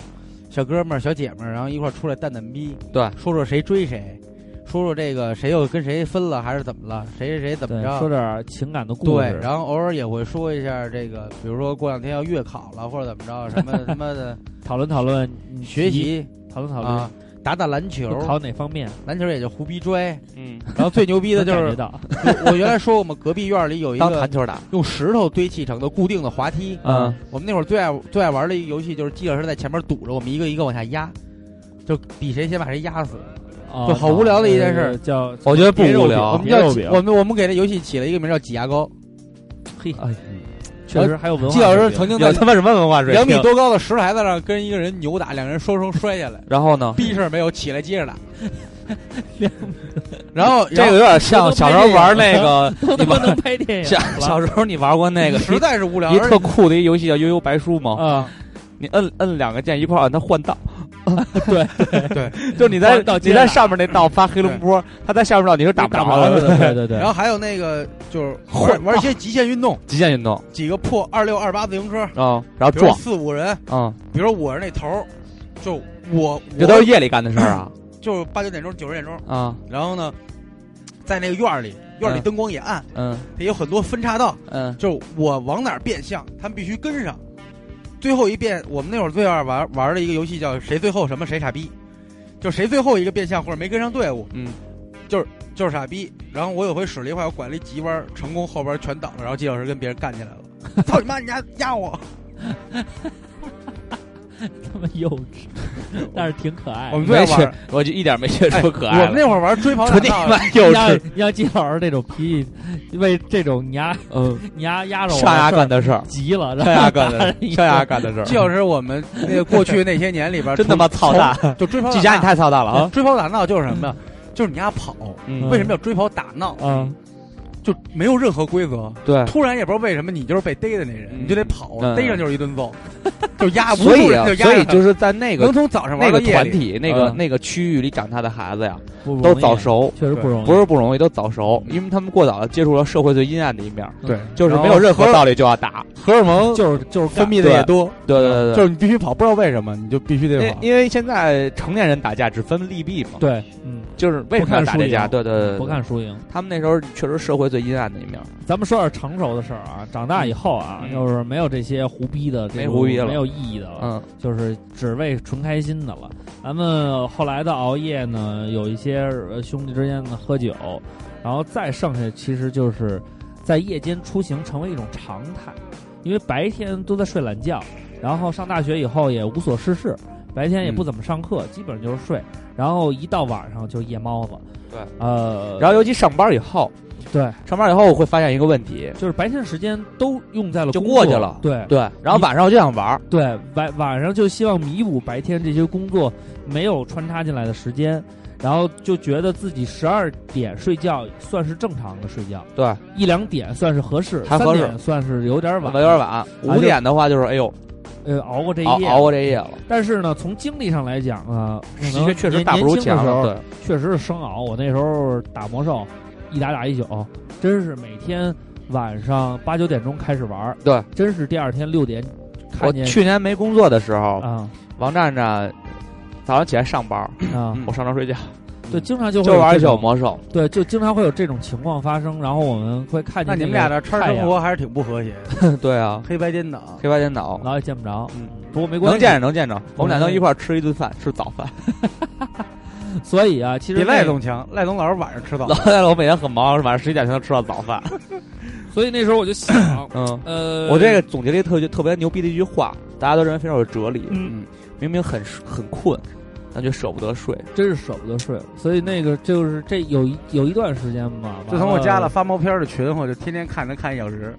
[SPEAKER 2] 小哥们儿、小姐们儿，然后一块儿出来蛋蛋逼，
[SPEAKER 5] 对
[SPEAKER 2] 说说谁追谁，说说这个谁又跟谁分了，还是怎么了，谁谁谁怎么
[SPEAKER 4] 对，
[SPEAKER 2] 着
[SPEAKER 4] 说。点情感的故
[SPEAKER 2] 对
[SPEAKER 4] 事，，
[SPEAKER 2] 然后偶尔也会说一下这个，比如说过两天要月考了，或者怎么着，什么 什么的
[SPEAKER 4] 讨论讨论你
[SPEAKER 2] 学，习
[SPEAKER 4] 讨论讨论
[SPEAKER 2] 啊，打打篮球
[SPEAKER 4] 都，考哪方面，
[SPEAKER 2] 篮球也就胡逼拽。
[SPEAKER 5] 嗯，
[SPEAKER 2] 然后最牛逼的就
[SPEAKER 4] 能感觉，
[SPEAKER 2] 是
[SPEAKER 4] 到
[SPEAKER 2] 我我原来说我们隔壁院儿里有一
[SPEAKER 5] 当
[SPEAKER 2] 个
[SPEAKER 5] 弹球打。
[SPEAKER 2] 用石头堆砌成的固定的滑梯，
[SPEAKER 5] 嗯，
[SPEAKER 2] 我们那会儿最爱最爱玩的一个游戏就是机器人在前面堵着我们一个一个往下压，就比谁先把谁压死。
[SPEAKER 4] 啊
[SPEAKER 2] 就好无聊的一件事儿
[SPEAKER 4] 叫
[SPEAKER 5] 我觉得不
[SPEAKER 4] 别肉
[SPEAKER 5] 无
[SPEAKER 4] 饼
[SPEAKER 5] 聊
[SPEAKER 2] 我
[SPEAKER 4] 好
[SPEAKER 2] 们叫
[SPEAKER 4] 肉
[SPEAKER 2] 挤
[SPEAKER 4] 饼
[SPEAKER 2] 我们我们给这游戏起了一个名叫挤牙膏，
[SPEAKER 4] 嘿，
[SPEAKER 5] 哎，
[SPEAKER 4] 确实还有文化
[SPEAKER 2] 季
[SPEAKER 4] 水平。
[SPEAKER 2] 老师曾经在
[SPEAKER 5] 有他妈什么文化水
[SPEAKER 2] 两
[SPEAKER 5] 平？
[SPEAKER 2] 米。多高的石台子上跟一个人扭打，两个人双双摔下来，
[SPEAKER 5] 然后呢？
[SPEAKER 2] 逼事儿没有，起来接着打。 然后
[SPEAKER 5] 这个有点像小时候玩那个，
[SPEAKER 4] 都他妈能拍电影
[SPEAKER 5] 小小时候你玩过那个
[SPEAKER 2] 实在是无聊，
[SPEAKER 5] 一
[SPEAKER 2] 而
[SPEAKER 5] 特酷的一游戏叫《悠悠白书》吗？
[SPEAKER 4] 啊！
[SPEAKER 5] 你摁摁两个键一块儿按，它换道。
[SPEAKER 4] 对
[SPEAKER 2] 对，
[SPEAKER 5] 就你在
[SPEAKER 4] 换道
[SPEAKER 5] 你
[SPEAKER 4] 接
[SPEAKER 5] 在
[SPEAKER 4] 着
[SPEAKER 5] 上面那道发黑龙波，他在下面道你是打
[SPEAKER 4] 打
[SPEAKER 5] 不着了。
[SPEAKER 4] 的，对对对
[SPEAKER 2] 然。后还有那个就是玩玩一些极限运动，
[SPEAKER 5] 极限运动
[SPEAKER 2] 几个破二六二八自行车，
[SPEAKER 5] 啊，然后
[SPEAKER 2] 比如
[SPEAKER 5] 撞
[SPEAKER 2] 四五人，
[SPEAKER 5] 啊，
[SPEAKER 2] 比如我是那头儿，就我
[SPEAKER 5] 这都是
[SPEAKER 2] 我
[SPEAKER 5] 夜里干的事儿啊
[SPEAKER 2] 就是八九点钟九十点钟，
[SPEAKER 5] 啊
[SPEAKER 2] 然后呢，在那个院儿里，院儿里
[SPEAKER 5] 嗯
[SPEAKER 2] 灯光也暗，
[SPEAKER 5] 嗯
[SPEAKER 2] 也有很多分岔道，
[SPEAKER 5] 嗯
[SPEAKER 2] 就是我往哪儿变向，他们必须跟上。最后一遍，我们那会儿最爱玩玩的一个游戏叫“谁最后什么谁傻逼”，就谁最后一个变向或者没跟上队伍，
[SPEAKER 5] 嗯，
[SPEAKER 2] 就是就是傻逼。然后我有回使了一块，我拐了一急弯，成功后边全倒了，然后季老师跟别人干起 来了，操你妈，你丫压我！
[SPEAKER 4] 他们幼稚，但是挺可爱的。
[SPEAKER 2] 我们最爱
[SPEAKER 5] 没
[SPEAKER 2] 玩
[SPEAKER 5] 学，我就一点没学
[SPEAKER 2] 哎
[SPEAKER 5] 出可爱啊
[SPEAKER 2] 我们
[SPEAKER 5] 来。
[SPEAKER 2] 那会儿玩追跑打
[SPEAKER 5] 纯你
[SPEAKER 2] 闹，
[SPEAKER 5] 妈幼
[SPEAKER 4] 要
[SPEAKER 5] 稚，
[SPEAKER 4] 要季老师这种脾气，为这种你丫
[SPEAKER 5] 嗯，
[SPEAKER 4] 你丫压着我
[SPEAKER 5] 上牙
[SPEAKER 4] 的事儿
[SPEAKER 5] 干的事儿，
[SPEAKER 4] 急了，
[SPEAKER 5] 上
[SPEAKER 4] 然后
[SPEAKER 5] 牙干的，上牙干的事
[SPEAKER 2] 季
[SPEAKER 5] 儿，
[SPEAKER 2] 老师我们那个过去那些年里边
[SPEAKER 5] 真他妈操蛋！
[SPEAKER 2] 就追跑打
[SPEAKER 5] 季佳，你
[SPEAKER 2] 闹，
[SPEAKER 5] 太操蛋了啊！
[SPEAKER 2] 追跑打闹就是什么呀？就是你丫跑，
[SPEAKER 5] 嗯
[SPEAKER 2] 为什么叫追跑打闹？
[SPEAKER 4] 嗯，
[SPEAKER 2] 就没有任何规则，
[SPEAKER 5] 对，
[SPEAKER 2] 突然也不知道为什么你就是被逮的那人，
[SPEAKER 5] 哎嗯
[SPEAKER 2] 你就得跑，
[SPEAKER 5] 嗯
[SPEAKER 2] 逮上就是一 顿揍，就压，
[SPEAKER 5] 所
[SPEAKER 2] 无数
[SPEAKER 5] 以
[SPEAKER 2] 人
[SPEAKER 5] 啊
[SPEAKER 2] 就，压
[SPEAKER 5] 所以
[SPEAKER 2] 着他
[SPEAKER 5] 就是在那
[SPEAKER 2] 能
[SPEAKER 5] 个
[SPEAKER 2] 从早上
[SPEAKER 5] 那
[SPEAKER 2] 玩
[SPEAKER 5] 个
[SPEAKER 2] 到夜
[SPEAKER 5] 团
[SPEAKER 2] 里。
[SPEAKER 5] 体、啊那个
[SPEAKER 4] 嗯
[SPEAKER 5] 那个区域里长大的孩子呀，
[SPEAKER 4] 不容易
[SPEAKER 5] 都早，熟，
[SPEAKER 4] 确实不容易。
[SPEAKER 5] 不是不容易，都早熟，因为他们过早的接触了社会最阴暗的一面，
[SPEAKER 4] 对
[SPEAKER 5] 就是没有任何道理就要打。
[SPEAKER 2] 荷尔蒙
[SPEAKER 4] 就是就是干
[SPEAKER 2] 分泌的也多，
[SPEAKER 5] 对对对
[SPEAKER 2] 就
[SPEAKER 5] 对
[SPEAKER 2] 是你必须跑，不知道为什么你就必须得
[SPEAKER 5] 因，
[SPEAKER 2] 跑。
[SPEAKER 5] 因为现在成年人打架只分利弊嘛，，
[SPEAKER 4] 对，嗯，
[SPEAKER 5] 就是为什么要打这架？
[SPEAKER 4] 不
[SPEAKER 5] 对对对，对
[SPEAKER 4] 不看输赢。
[SPEAKER 5] 他们那时候确实社会最阴暗的一面，
[SPEAKER 4] 咱们说点成熟的事儿啊，长大以后啊，
[SPEAKER 5] 嗯
[SPEAKER 4] 就是没有这些胡逼的，这
[SPEAKER 5] 没
[SPEAKER 4] 种
[SPEAKER 5] 胡逼了
[SPEAKER 4] 没有意义的了，
[SPEAKER 5] 嗯
[SPEAKER 4] 就是只为纯开心的了。咱们后来的熬夜呢，有一些呃兄弟之间的喝酒，然后再剩下其实就是在夜间出行成为一种常态，因为白天都在睡懒觉，然后上大学以后也无所事事，白天也不怎么上课，基本上就是睡，然后一到晚上就夜猫子。
[SPEAKER 5] 对，
[SPEAKER 4] 呃，
[SPEAKER 5] 然后尤其上班以后，
[SPEAKER 4] 对，
[SPEAKER 5] 上班以后我会发现一个问题，
[SPEAKER 4] 就是白天时间都用在了
[SPEAKER 5] 就
[SPEAKER 4] 工作
[SPEAKER 5] 过去了
[SPEAKER 4] 对
[SPEAKER 5] 对，然后晚上我就想玩儿，
[SPEAKER 4] 对，晚晚上就希望弥补白天这些工作没有穿插进来的时间，然后就觉得自己十二点睡觉算是正常的睡觉，
[SPEAKER 5] 对，
[SPEAKER 4] 一两点算是合适，
[SPEAKER 5] 还合适
[SPEAKER 4] 三点算是有点晚，
[SPEAKER 5] 有点，晚，五
[SPEAKER 4] 就
[SPEAKER 5] 点的话就是哎呦
[SPEAKER 4] 呃，熬过这一
[SPEAKER 5] 熬
[SPEAKER 4] 夜，
[SPEAKER 5] 熬过这一夜了，
[SPEAKER 4] 但是呢，从精力上来讲啊，可能
[SPEAKER 5] 的确确实
[SPEAKER 4] 年
[SPEAKER 5] 大不如
[SPEAKER 4] 年轻
[SPEAKER 5] 前
[SPEAKER 4] 的时候
[SPEAKER 5] 了，对。
[SPEAKER 4] 确实是生熬。我那时候打魔兽，一打打一宿，真是每天晚上八九点钟开始玩儿，
[SPEAKER 5] 对，
[SPEAKER 4] 真是第二天六点
[SPEAKER 5] 我
[SPEAKER 4] 看见
[SPEAKER 5] 去年没工作的时候，
[SPEAKER 4] 啊
[SPEAKER 5] 王站站早上起来上班，
[SPEAKER 4] 啊，
[SPEAKER 5] 我上床睡觉，
[SPEAKER 4] 对，经常就会
[SPEAKER 5] 嗯就
[SPEAKER 4] 有
[SPEAKER 5] 玩一
[SPEAKER 4] 这
[SPEAKER 5] 宿
[SPEAKER 4] 种
[SPEAKER 5] 魔兽。
[SPEAKER 4] 对，就经常会有这种情况发生，然后我们会看
[SPEAKER 2] 那
[SPEAKER 4] 见
[SPEAKER 2] 你们
[SPEAKER 4] 这个
[SPEAKER 2] 俩的吃
[SPEAKER 4] 太
[SPEAKER 2] 生
[SPEAKER 4] 阳，
[SPEAKER 2] 活还是挺不和谐的，
[SPEAKER 5] 对啊，
[SPEAKER 2] 黑白颠 倒。
[SPEAKER 5] 黑白颠倒，
[SPEAKER 4] 然后也见不着，
[SPEAKER 2] 嗯，
[SPEAKER 4] 不过没关
[SPEAKER 5] 能
[SPEAKER 4] 系，
[SPEAKER 5] 见着能见着，我们俩能一块儿吃一顿饭，吃早饭。
[SPEAKER 4] 所以啊，其
[SPEAKER 2] 比
[SPEAKER 4] 实
[SPEAKER 2] 赖
[SPEAKER 4] 那
[SPEAKER 2] 总强，赖总老是晚上吃早
[SPEAKER 5] 老
[SPEAKER 2] 饭，
[SPEAKER 5] 太太，我每天很忙，晚上十一点才能吃到早饭。，
[SPEAKER 4] 所以那时候我就想
[SPEAKER 5] 嗯，
[SPEAKER 4] 呃，
[SPEAKER 5] 我这个总结了一个特别特别牛逼的一句话，大家都认为非常有哲理。
[SPEAKER 4] 嗯，
[SPEAKER 5] 明明很很困，但却舍不得睡。
[SPEAKER 4] 真是舍不得睡，所以那个就是这有一有一段时间吧，
[SPEAKER 2] 自从我
[SPEAKER 4] 完
[SPEAKER 2] 加了发毛片的群，我就天天看他看一小 时。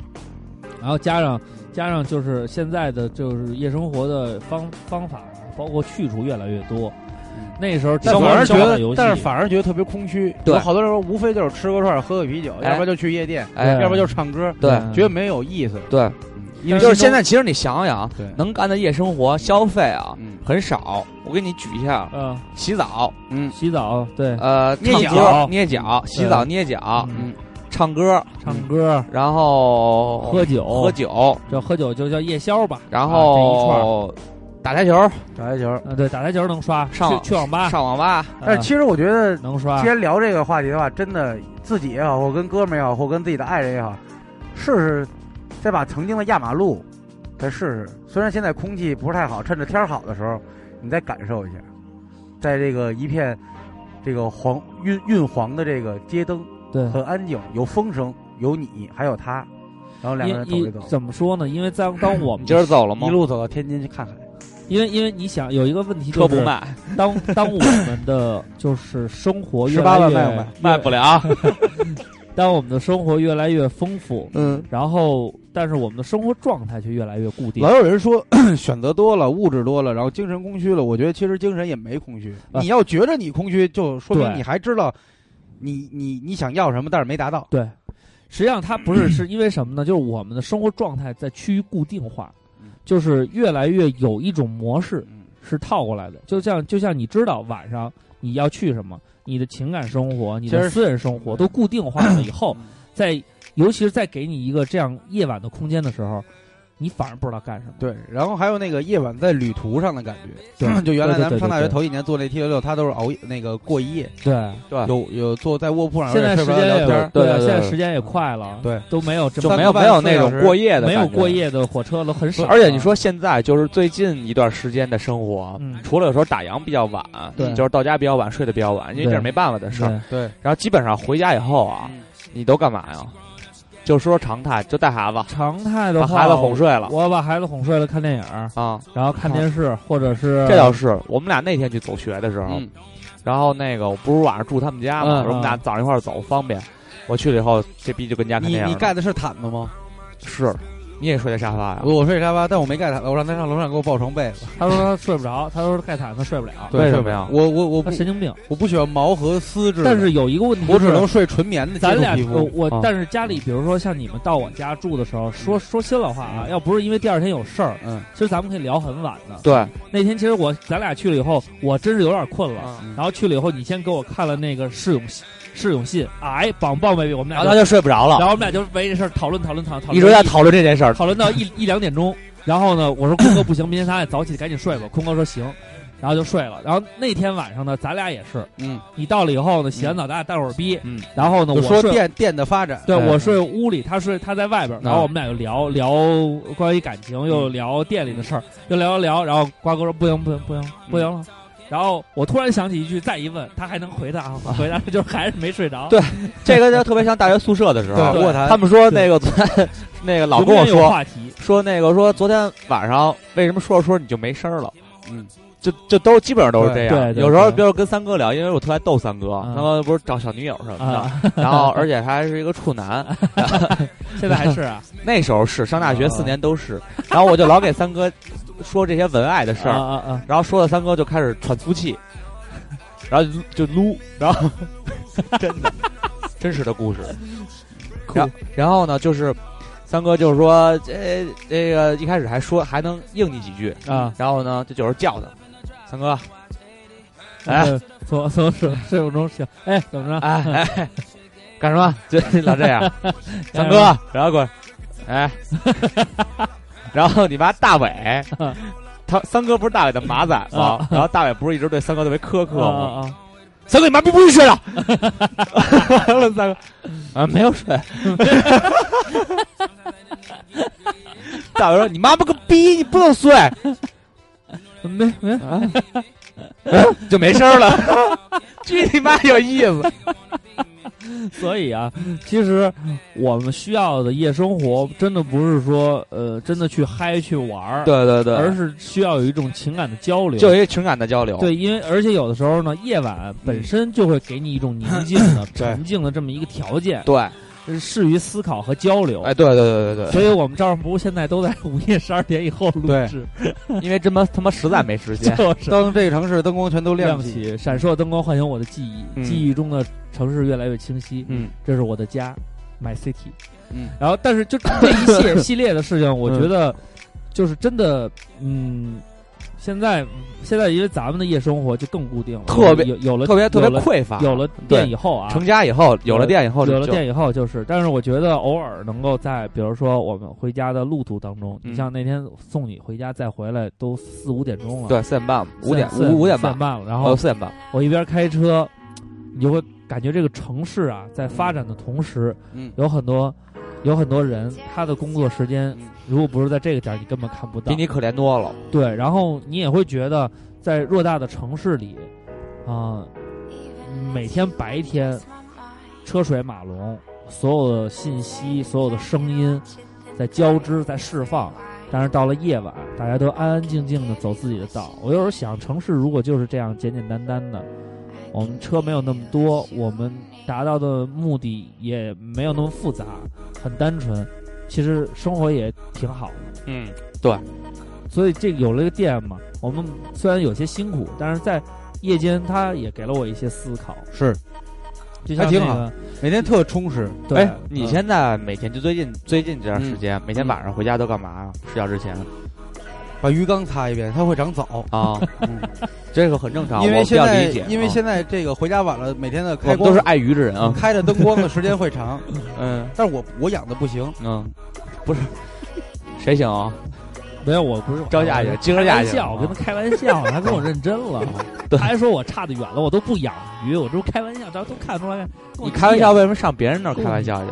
[SPEAKER 4] 然后加上加上就是现在的就是夜生活的方方法，啊包括去处越来越多。那时候
[SPEAKER 2] 嗯但
[SPEAKER 4] 基本
[SPEAKER 2] 反而
[SPEAKER 4] 上
[SPEAKER 2] 觉
[SPEAKER 4] 消化
[SPEAKER 2] 得
[SPEAKER 4] 游，戏
[SPEAKER 2] 但是反而觉得特别空虚。
[SPEAKER 5] 对
[SPEAKER 2] 有好多人说无非就是吃个串儿、喝个啤酒，
[SPEAKER 5] 哎
[SPEAKER 2] 要不然就去夜店，
[SPEAKER 5] 哎，
[SPEAKER 2] 要不然就唱歌，
[SPEAKER 5] 对
[SPEAKER 4] 嗯
[SPEAKER 2] 觉得没有意思。嗯
[SPEAKER 5] 对，
[SPEAKER 2] 因为
[SPEAKER 5] 就是现在，其实你想想，
[SPEAKER 2] 对，
[SPEAKER 5] 能干的夜生活消费啊
[SPEAKER 2] 嗯
[SPEAKER 5] 很少。我给你举一下：
[SPEAKER 4] 嗯、
[SPEAKER 5] 洗澡，
[SPEAKER 2] 嗯
[SPEAKER 4] 洗澡对，
[SPEAKER 5] 呃，
[SPEAKER 2] 捏
[SPEAKER 5] 唱
[SPEAKER 2] 脚
[SPEAKER 5] 歌、捏脚、洗澡、捏脚、
[SPEAKER 4] 嗯
[SPEAKER 5] 唱歌，
[SPEAKER 2] 嗯
[SPEAKER 4] 唱歌、
[SPEAKER 5] 然后
[SPEAKER 4] 喝酒、
[SPEAKER 5] 喝酒，
[SPEAKER 4] 这喝酒就叫夜宵吧，
[SPEAKER 5] 然
[SPEAKER 4] 啊、
[SPEAKER 5] 后打台球、
[SPEAKER 2] 打
[SPEAKER 4] 这
[SPEAKER 2] 台球
[SPEAKER 4] 一。串儿，嗯，对，打台球能刷，
[SPEAKER 5] 上
[SPEAKER 4] 去去网吧，
[SPEAKER 5] 上网吧，
[SPEAKER 4] 嗯
[SPEAKER 2] 但是其实我觉得，
[SPEAKER 4] 能刷
[SPEAKER 2] 既，然聊这个话题的话，真的自己也好，或跟哥们儿也好，或跟自己的爱人也好，试试再把曾经的压马路再试试。虽然现在空气不是太好，趁着天儿好的时候，你再感受一下，在这个一片这个黄晕晕黄的这个街灯。
[SPEAKER 4] 对，
[SPEAKER 2] 很安静，有风声，有你，还有他，然后两个人走
[SPEAKER 4] 因
[SPEAKER 2] 一
[SPEAKER 4] 因
[SPEAKER 2] 走，
[SPEAKER 4] 怎么说呢？因为在当我
[SPEAKER 5] 你
[SPEAKER 4] 们
[SPEAKER 5] 今儿走了吗
[SPEAKER 2] 一？路走到天津去看海。
[SPEAKER 4] 因为因为你想有一个问题
[SPEAKER 5] 车
[SPEAKER 4] 就
[SPEAKER 5] 不
[SPEAKER 4] 是，
[SPEAKER 5] 卖，
[SPEAKER 4] 当当我们的就是生活越
[SPEAKER 2] 18
[SPEAKER 4] 来
[SPEAKER 2] 万
[SPEAKER 4] 越
[SPEAKER 2] 卖不卖
[SPEAKER 5] 卖不了。
[SPEAKER 4] 当我们的生活越来越丰富，
[SPEAKER 5] 嗯，
[SPEAKER 4] 然后但是我们的生活状态却越来越固定
[SPEAKER 2] 老。有人说 选择多了，物质多了，然后精神空虚了。我觉得其实精神也没空虚。
[SPEAKER 4] 啊
[SPEAKER 2] 你要觉着你空虚，就说明
[SPEAKER 4] 对
[SPEAKER 2] 你还知道你你你想要什么，但是没达到。
[SPEAKER 4] 对，实际上它不是是因为什么呢？就是我们的生活状态在趋于固定化
[SPEAKER 2] 嗯，
[SPEAKER 4] 就是越来越有一种模式
[SPEAKER 2] 嗯
[SPEAKER 4] 是套过来的。就像就像你知道晚上你要去什么，你的情感生活、你
[SPEAKER 2] 其
[SPEAKER 4] 的
[SPEAKER 2] 实
[SPEAKER 4] 私人生
[SPEAKER 5] 嗯
[SPEAKER 4] 活都固定化了以后，在尤其是在给你一个这样夜晚的空间的时候，你反而不知道干什么。
[SPEAKER 2] 对，然后还有那个夜晚在旅途上的感觉，
[SPEAKER 4] 对
[SPEAKER 2] 就原来咱们上大学
[SPEAKER 4] 对对对对
[SPEAKER 2] 头几年坐那 T 六六，他都是熬夜那个过一夜，
[SPEAKER 4] 对，
[SPEAKER 5] 对
[SPEAKER 2] 有有坐在卧铺上，
[SPEAKER 4] 啊现在时
[SPEAKER 2] 睡不着
[SPEAKER 4] 间
[SPEAKER 2] 聊
[SPEAKER 4] 也
[SPEAKER 2] 天儿，
[SPEAKER 5] 对
[SPEAKER 4] 对啊，
[SPEAKER 5] 对
[SPEAKER 4] 现在
[SPEAKER 5] 对
[SPEAKER 4] 时间也快了，
[SPEAKER 2] 对，
[SPEAKER 4] 都没有这
[SPEAKER 5] 就
[SPEAKER 4] 么
[SPEAKER 5] 没有没有那种过夜
[SPEAKER 4] 啊
[SPEAKER 5] 的，
[SPEAKER 4] 没有过。夜啊的火车了，很少。
[SPEAKER 5] 而且你说现在就是最近一段时间的生活，
[SPEAKER 4] 嗯
[SPEAKER 5] 除了有时候打烊比较晚，
[SPEAKER 4] 对
[SPEAKER 5] 就是到家比较晚，睡得比较晚，因为这是没办法的事儿。
[SPEAKER 4] 对嗯
[SPEAKER 2] 对，
[SPEAKER 5] 然后基本上回家以后啊，你都干嘛呀？就说常态，就带孩子，
[SPEAKER 4] 常态的
[SPEAKER 5] 把
[SPEAKER 4] 话，
[SPEAKER 5] 孩子哄睡了
[SPEAKER 4] 我把孩子哄睡了，看电影儿，
[SPEAKER 5] 啊。
[SPEAKER 4] 然后看电视，或者是
[SPEAKER 5] 这倒是，我们俩那天去走学的时候，
[SPEAKER 2] 嗯
[SPEAKER 5] 然后那个我不是晚上住他们家嘛，
[SPEAKER 4] 嗯
[SPEAKER 5] 我说我们俩早上一块儿走方便。我去了以后，这逼就跟家看
[SPEAKER 2] 你
[SPEAKER 5] 电影
[SPEAKER 2] 你
[SPEAKER 5] 了
[SPEAKER 2] 盖的是毯子吗？
[SPEAKER 5] 是，你也睡在沙
[SPEAKER 4] 啊
[SPEAKER 5] 发呀？啊
[SPEAKER 4] 哦
[SPEAKER 2] 我我睡沙发，但我没盖毯子，我让他上楼上给我抱床被子。
[SPEAKER 4] 他说他睡不着，他说盖毯子睡不了，
[SPEAKER 5] 为什么呀
[SPEAKER 2] 我我我不
[SPEAKER 4] 他神经病。
[SPEAKER 2] 我不喜欢毛和丝质的，
[SPEAKER 4] 但是有一个问题，
[SPEAKER 2] 我只能。睡纯棉的接
[SPEAKER 4] 咱
[SPEAKER 2] 触
[SPEAKER 4] 俩
[SPEAKER 2] 皮
[SPEAKER 4] 我
[SPEAKER 2] 肤。
[SPEAKER 5] 啊
[SPEAKER 4] 我，但是家里，比如说像你们到我家住的时候，说说心里话啊，要不是因为第二天有事儿，
[SPEAKER 2] 嗯，
[SPEAKER 4] 其实咱们可以聊很晚的。
[SPEAKER 5] 对，
[SPEAKER 4] 那天其实我咱俩去了以后，我真是有点困了，
[SPEAKER 5] 嗯
[SPEAKER 4] 然后去了以后，你先给我看了那个释永信释永信，哎，棒棒 baby，我们
[SPEAKER 5] 然
[SPEAKER 4] 俩
[SPEAKER 5] 后他啊就睡不着
[SPEAKER 4] 然嗯
[SPEAKER 5] 了，
[SPEAKER 4] 后我们俩就围这事儿讨论讨论讨论讨论，
[SPEAKER 5] 一直在讨论这件事儿。
[SPEAKER 4] 讨论到一一两点钟。然后呢，我说坤哥不行，明天咱俩早起赶紧睡吧。坤哥说行，然后就睡了。然后那天晚上呢，咱俩也是，
[SPEAKER 2] 嗯，
[SPEAKER 4] 你到了以后呢，洗完澡咱俩待会儿逼，
[SPEAKER 5] 嗯，
[SPEAKER 4] 然后呢，我
[SPEAKER 2] 就说
[SPEAKER 4] 睡。
[SPEAKER 2] 电电的发展，
[SPEAKER 4] 对，
[SPEAKER 5] 哎
[SPEAKER 4] 我睡屋里，他睡他在外边儿，然后
[SPEAKER 5] 啊嗯
[SPEAKER 4] 我们俩就聊聊关于感情，又聊店里的事儿，又聊聊聊，然后瓜哥说不行不行不行不行
[SPEAKER 5] 嗯
[SPEAKER 4] 了，然后我突然想起一句，再一问他还能回答， 回答就是还是没睡着。
[SPEAKER 5] 对 这个就特别像大学宿舍的时候，
[SPEAKER 2] 卧谈
[SPEAKER 5] 他们说那个昨天 那个老
[SPEAKER 4] 永
[SPEAKER 5] 跟我
[SPEAKER 4] 远有
[SPEAKER 5] 说
[SPEAKER 4] 话题，
[SPEAKER 5] 说那个说昨天晚上为什么说着说着你就没声儿了，
[SPEAKER 2] 嗯，
[SPEAKER 5] 就就都基本上都是这
[SPEAKER 4] 对对
[SPEAKER 5] 样。
[SPEAKER 4] 对
[SPEAKER 5] 有时候
[SPEAKER 4] 对
[SPEAKER 5] 比如跟三哥聊，因为我特爱逗三哥，
[SPEAKER 4] 嗯
[SPEAKER 5] 三哥不是找小女友什么的，
[SPEAKER 4] 啊，
[SPEAKER 5] 然后而且他还是一个处男，
[SPEAKER 4] 现在还是 啊，
[SPEAKER 5] 那时候是上大学四年都是，然后我就老给三哥说这些文爱的事
[SPEAKER 4] 啊
[SPEAKER 5] 儿，
[SPEAKER 4] 啊啊！
[SPEAKER 5] 然后说的三哥就开始喘粗气，然后就就撸，然后真的真实的故事。然后然后呢，就是三哥就是说，这这个一开始还说还能应你几句
[SPEAKER 4] 啊，
[SPEAKER 5] 然后呢，这就是叫他三哥，哎
[SPEAKER 4] 哎，从从睡睡梦中醒，哎，怎么着？
[SPEAKER 5] 哎哎，干什么？就老这样，三哥，然后过来，哎， 然后你妈大伟，他三哥不是大伟的马仔吗
[SPEAKER 4] 啊？
[SPEAKER 5] 然后大伟不是一直对三哥特别苛刻
[SPEAKER 4] 啊
[SPEAKER 5] 吗？
[SPEAKER 4] 啊啊！
[SPEAKER 5] 三哥，你妈逼不去睡了？ 问三哥，啊，没有睡。大伟说：“你妈妈个逼，你不能睡。
[SPEAKER 4] 没没，
[SPEAKER 5] 啊”就没声儿了，去你妈有意思。
[SPEAKER 4] 所以啊，其实我们需要的夜生活，真的不是说呃，真的去嗨去玩儿，
[SPEAKER 5] 对对对
[SPEAKER 4] 而是需要有一种情感的交流。
[SPEAKER 5] 就有一个情感的交流。
[SPEAKER 4] 对，因为而且有的时候呢，夜晚
[SPEAKER 5] 嗯
[SPEAKER 4] 本身就会给你一种宁静 的、沉静的这么一个条件，呃
[SPEAKER 5] 对，
[SPEAKER 4] 适于思考和交流。
[SPEAKER 5] 哎，对对对对
[SPEAKER 4] 所以我们照常不误现在都在午夜十二点以后录
[SPEAKER 2] 对
[SPEAKER 4] 制，
[SPEAKER 5] 对，因为这么他妈实在没时间。
[SPEAKER 4] 就是
[SPEAKER 2] 当这个城市灯光全都
[SPEAKER 4] 亮
[SPEAKER 2] 亮起，
[SPEAKER 4] 起闪烁灯光，唤醒我的记忆，
[SPEAKER 5] 嗯
[SPEAKER 4] 记忆中的城市越来越清晰。
[SPEAKER 5] 嗯，
[SPEAKER 4] 这是我的家，My City。
[SPEAKER 2] 嗯，
[SPEAKER 4] 然后但是就这一系 列系列的事情，我
[SPEAKER 5] 嗯
[SPEAKER 4] 觉得就是真的，嗯，现在现在因为咱们的夜生活就更固定了，
[SPEAKER 5] 特别
[SPEAKER 4] 有有了
[SPEAKER 5] 特别特
[SPEAKER 4] 有
[SPEAKER 5] 别
[SPEAKER 4] 了
[SPEAKER 5] 匮乏。
[SPEAKER 4] 有了
[SPEAKER 5] 对
[SPEAKER 4] 店以后啊，
[SPEAKER 5] 成家以后，有了店以后，
[SPEAKER 4] 有了
[SPEAKER 5] 就
[SPEAKER 4] 店以后就是，但是我觉得偶尔能够在，比如说我们回家的路途当中，
[SPEAKER 5] 嗯
[SPEAKER 4] 你像那天送你回家再回来都四五点钟了，
[SPEAKER 5] 对四点半、五点
[SPEAKER 4] 四四
[SPEAKER 5] 五五点
[SPEAKER 4] 四
[SPEAKER 5] 半，
[SPEAKER 4] 半了，然后
[SPEAKER 5] 哦四点半，
[SPEAKER 4] 我一边开车，你就会感觉这个城市啊，在发展的同时，
[SPEAKER 2] 嗯
[SPEAKER 4] 有很多有很多人，他的工作时间如果不是在这个点儿，你根本看不到
[SPEAKER 5] 嗯比。你可怜多了。
[SPEAKER 4] 对，然后你也会觉得，在偌大的城市里，啊、每天白天车水马龙，所有的信息、所有的声音在交织、在释放。但是到了夜晚，大家都安安静静的走自己的道。我有时候想，城市如果就是这样简简单单的，我们车没有那么多，我们达到的目的也没有那么复杂，很单纯，其实生活也挺好的。
[SPEAKER 5] 嗯，
[SPEAKER 4] 所以这个有了一个店嘛，我们虽然有些辛苦，但是在夜间它也给了我一些思考，
[SPEAKER 2] 是
[SPEAKER 4] 就像、
[SPEAKER 2] 还
[SPEAKER 4] 那个、
[SPEAKER 2] 挺好。每天特充实。
[SPEAKER 4] 对，
[SPEAKER 5] 哎，你
[SPEAKER 4] 嗯
[SPEAKER 5] 现在每天就最近最近这段时间，每天晚上回家都干嘛呀？睡觉之前
[SPEAKER 2] 嗯把鱼缸擦一遍，它会长藻。
[SPEAKER 5] 啊，这个很正常，
[SPEAKER 2] 因
[SPEAKER 5] 啊我
[SPEAKER 2] 为
[SPEAKER 5] 比
[SPEAKER 2] 现
[SPEAKER 5] 较
[SPEAKER 2] 在
[SPEAKER 5] 理解。，
[SPEAKER 2] 因为
[SPEAKER 5] 嗯
[SPEAKER 2] 现在这个回家晚了，每天的
[SPEAKER 5] 我
[SPEAKER 2] 开
[SPEAKER 5] 们
[SPEAKER 2] 光
[SPEAKER 5] 都是爱鱼之人啊，
[SPEAKER 2] 开的灯光的时间会长，
[SPEAKER 5] 嗯
[SPEAKER 2] 但是我我养的不行，
[SPEAKER 5] 嗯，不是，谁行啊？
[SPEAKER 4] 没有，我不是
[SPEAKER 5] 招架去，今儿
[SPEAKER 4] 开
[SPEAKER 5] 架
[SPEAKER 4] 玩
[SPEAKER 5] 去
[SPEAKER 4] 笑，我跟他开玩 笑，他跟我认真了，
[SPEAKER 5] 对
[SPEAKER 4] 他还说我差得远了，我都不养鱼，我这不开玩笑，大家都看出来。跟我
[SPEAKER 5] 你开玩
[SPEAKER 4] 急
[SPEAKER 5] 笑，
[SPEAKER 4] 眼，
[SPEAKER 5] 为什么上别人那儿开玩笑去？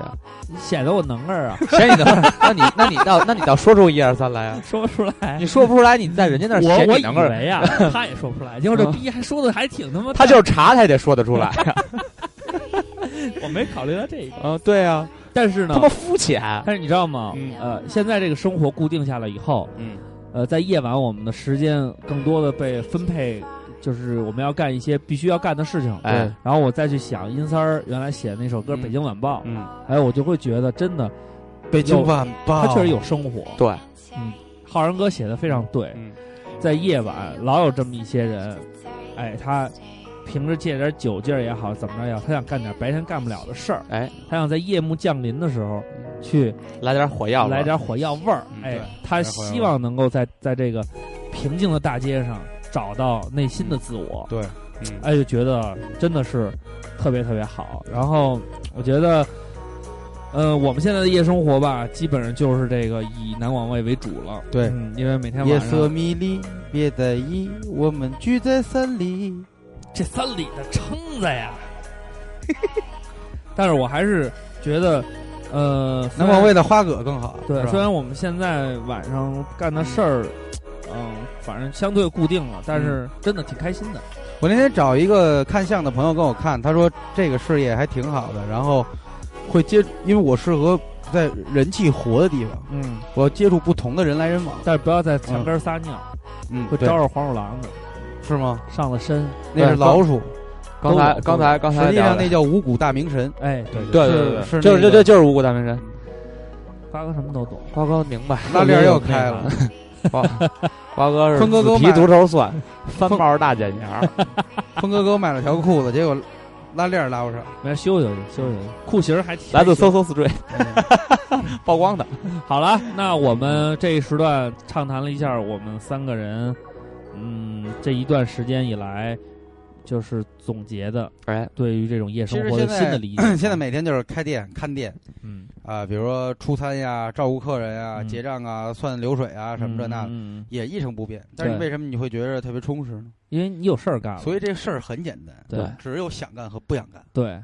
[SPEAKER 4] 显得我能儿 啊，
[SPEAKER 5] 谁你的？ 那你那你到那你倒说出一二三来啊！
[SPEAKER 4] 说不出来
[SPEAKER 5] 你。说不出来，你在人家那儿
[SPEAKER 4] 我
[SPEAKER 5] 显
[SPEAKER 4] 我
[SPEAKER 5] 你
[SPEAKER 4] 以
[SPEAKER 5] 能个儿，嗯
[SPEAKER 4] 为 呀，他也说不出来，结果这逼还说的还挺他妈，
[SPEAKER 5] 他就是查他也得说得出 来
[SPEAKER 4] 我没考虑到这一个。
[SPEAKER 5] 啊！对啊，
[SPEAKER 4] 但是呢
[SPEAKER 5] 他，妈肤浅。
[SPEAKER 4] 但是你知道吗？
[SPEAKER 5] 嗯
[SPEAKER 4] 呃，现在这个生活固定下来以后，
[SPEAKER 5] 嗯，
[SPEAKER 4] 呃，在夜晚我们的时间更多的被分配，就是我们要干一些必须要干的事情。
[SPEAKER 5] 哎
[SPEAKER 4] 对然后我再去想殷三儿原来写的那首歌
[SPEAKER 5] 嗯
[SPEAKER 4] 《北京晚报》，
[SPEAKER 5] 嗯，
[SPEAKER 4] 哎，我就会觉得真的，
[SPEAKER 2] 北京晚报，
[SPEAKER 4] 他确实有生活。
[SPEAKER 5] 对，
[SPEAKER 4] 浩然哥写的非常对，
[SPEAKER 5] 嗯
[SPEAKER 4] 在夜晚老有这么一些人，哎，他平时借点酒劲儿也好，怎么着也好，他想干点白天干不了的事儿，
[SPEAKER 5] 哎，
[SPEAKER 4] 他想在夜幕降临的时候
[SPEAKER 5] 嗯
[SPEAKER 4] 去
[SPEAKER 5] 来点火药吧，
[SPEAKER 4] 来点火药味儿
[SPEAKER 5] 嗯，
[SPEAKER 4] 哎
[SPEAKER 5] 对，
[SPEAKER 4] 他
[SPEAKER 2] 来点火药
[SPEAKER 4] 希
[SPEAKER 2] 味儿
[SPEAKER 4] 望能够在在这个平静的大街上找到内心的自我，
[SPEAKER 2] 对，
[SPEAKER 5] 嗯，
[SPEAKER 4] 哎，就觉得真的是特别特别好。然后我觉得，呃，我们现在的夜生活吧，基本上就是这个以南广卫为主了，
[SPEAKER 2] 对
[SPEAKER 4] 嗯，因为每天
[SPEAKER 2] 夜
[SPEAKER 4] 晚
[SPEAKER 2] 色
[SPEAKER 4] 上
[SPEAKER 2] 迷离，别在意，我们聚在山里。
[SPEAKER 4] 这三里的撑子呀，但是我还是觉得，呃，
[SPEAKER 2] 南广味的花蛤更好，
[SPEAKER 4] 对，
[SPEAKER 2] 是吧
[SPEAKER 4] 虽然我们现在晚上干的事儿，嗯，反正相对固定了，但是
[SPEAKER 2] 嗯
[SPEAKER 4] 真的挺开心的。
[SPEAKER 2] 我那天找一个看相的朋友跟我看，他说这个事业还挺好的，然后会接，因为我适合在人气活的地方，
[SPEAKER 4] 嗯，
[SPEAKER 2] 我要接触不同的人来人往。
[SPEAKER 4] 但是不要在墙根儿撒尿，
[SPEAKER 2] 嗯，
[SPEAKER 4] 会
[SPEAKER 2] 对
[SPEAKER 4] 招着黄鼠狼的，
[SPEAKER 2] 是吗？
[SPEAKER 4] 上了身。
[SPEAKER 2] 那
[SPEAKER 5] 对
[SPEAKER 2] 是老鼠，
[SPEAKER 5] 刚
[SPEAKER 4] 都有
[SPEAKER 5] 才刚才刚才
[SPEAKER 2] 实际上
[SPEAKER 5] 聊
[SPEAKER 2] 那
[SPEAKER 5] 的
[SPEAKER 2] 叫五谷大明神。
[SPEAKER 4] 哎，对，
[SPEAKER 5] 对
[SPEAKER 2] 是
[SPEAKER 5] 对对
[SPEAKER 2] 是
[SPEAKER 5] 对，就是
[SPEAKER 2] 那
[SPEAKER 5] 就
[SPEAKER 2] 个
[SPEAKER 5] 就就是五谷大明神，
[SPEAKER 4] 发哥什么都懂。
[SPEAKER 5] 瓜哥明白，
[SPEAKER 2] 拉链儿又开了，
[SPEAKER 5] 瓜瓜哥是
[SPEAKER 2] 坤哥给
[SPEAKER 5] 紫
[SPEAKER 2] 我
[SPEAKER 5] 皮
[SPEAKER 2] 买
[SPEAKER 5] 独头 蒜，翻毛大剪娘儿，
[SPEAKER 2] 峰哥给我买了条裤子，结果拉链儿拉不上。
[SPEAKER 4] 没事，修修去，修修去。裤型儿还挺
[SPEAKER 5] 来自
[SPEAKER 4] 还行
[SPEAKER 5] 搜搜四坠，曝光的。
[SPEAKER 4] 好了，那我们这一时段畅谈了一下我们三个人，嗯，这一段时间以来，就是总结的
[SPEAKER 5] 哎，
[SPEAKER 4] 对于这种夜
[SPEAKER 2] 其
[SPEAKER 4] 生
[SPEAKER 2] 实
[SPEAKER 4] 活的
[SPEAKER 2] 现
[SPEAKER 4] 新
[SPEAKER 2] 在
[SPEAKER 4] 的理解。
[SPEAKER 2] 现在 每天就是开店、看店
[SPEAKER 4] 嗯
[SPEAKER 2] 啊、比如说出餐呀、照顾客人呀、
[SPEAKER 4] 嗯
[SPEAKER 2] 结账啊、算流水啊什么这那的，
[SPEAKER 4] 嗯嗯嗯
[SPEAKER 2] 也一成不变。但是
[SPEAKER 4] 对
[SPEAKER 2] 为什么你会觉得特别充实呢？
[SPEAKER 4] 因为你有事儿干了，
[SPEAKER 2] 所以这事儿很简单，
[SPEAKER 4] 对
[SPEAKER 2] 只有想干和不想干。
[SPEAKER 4] 对，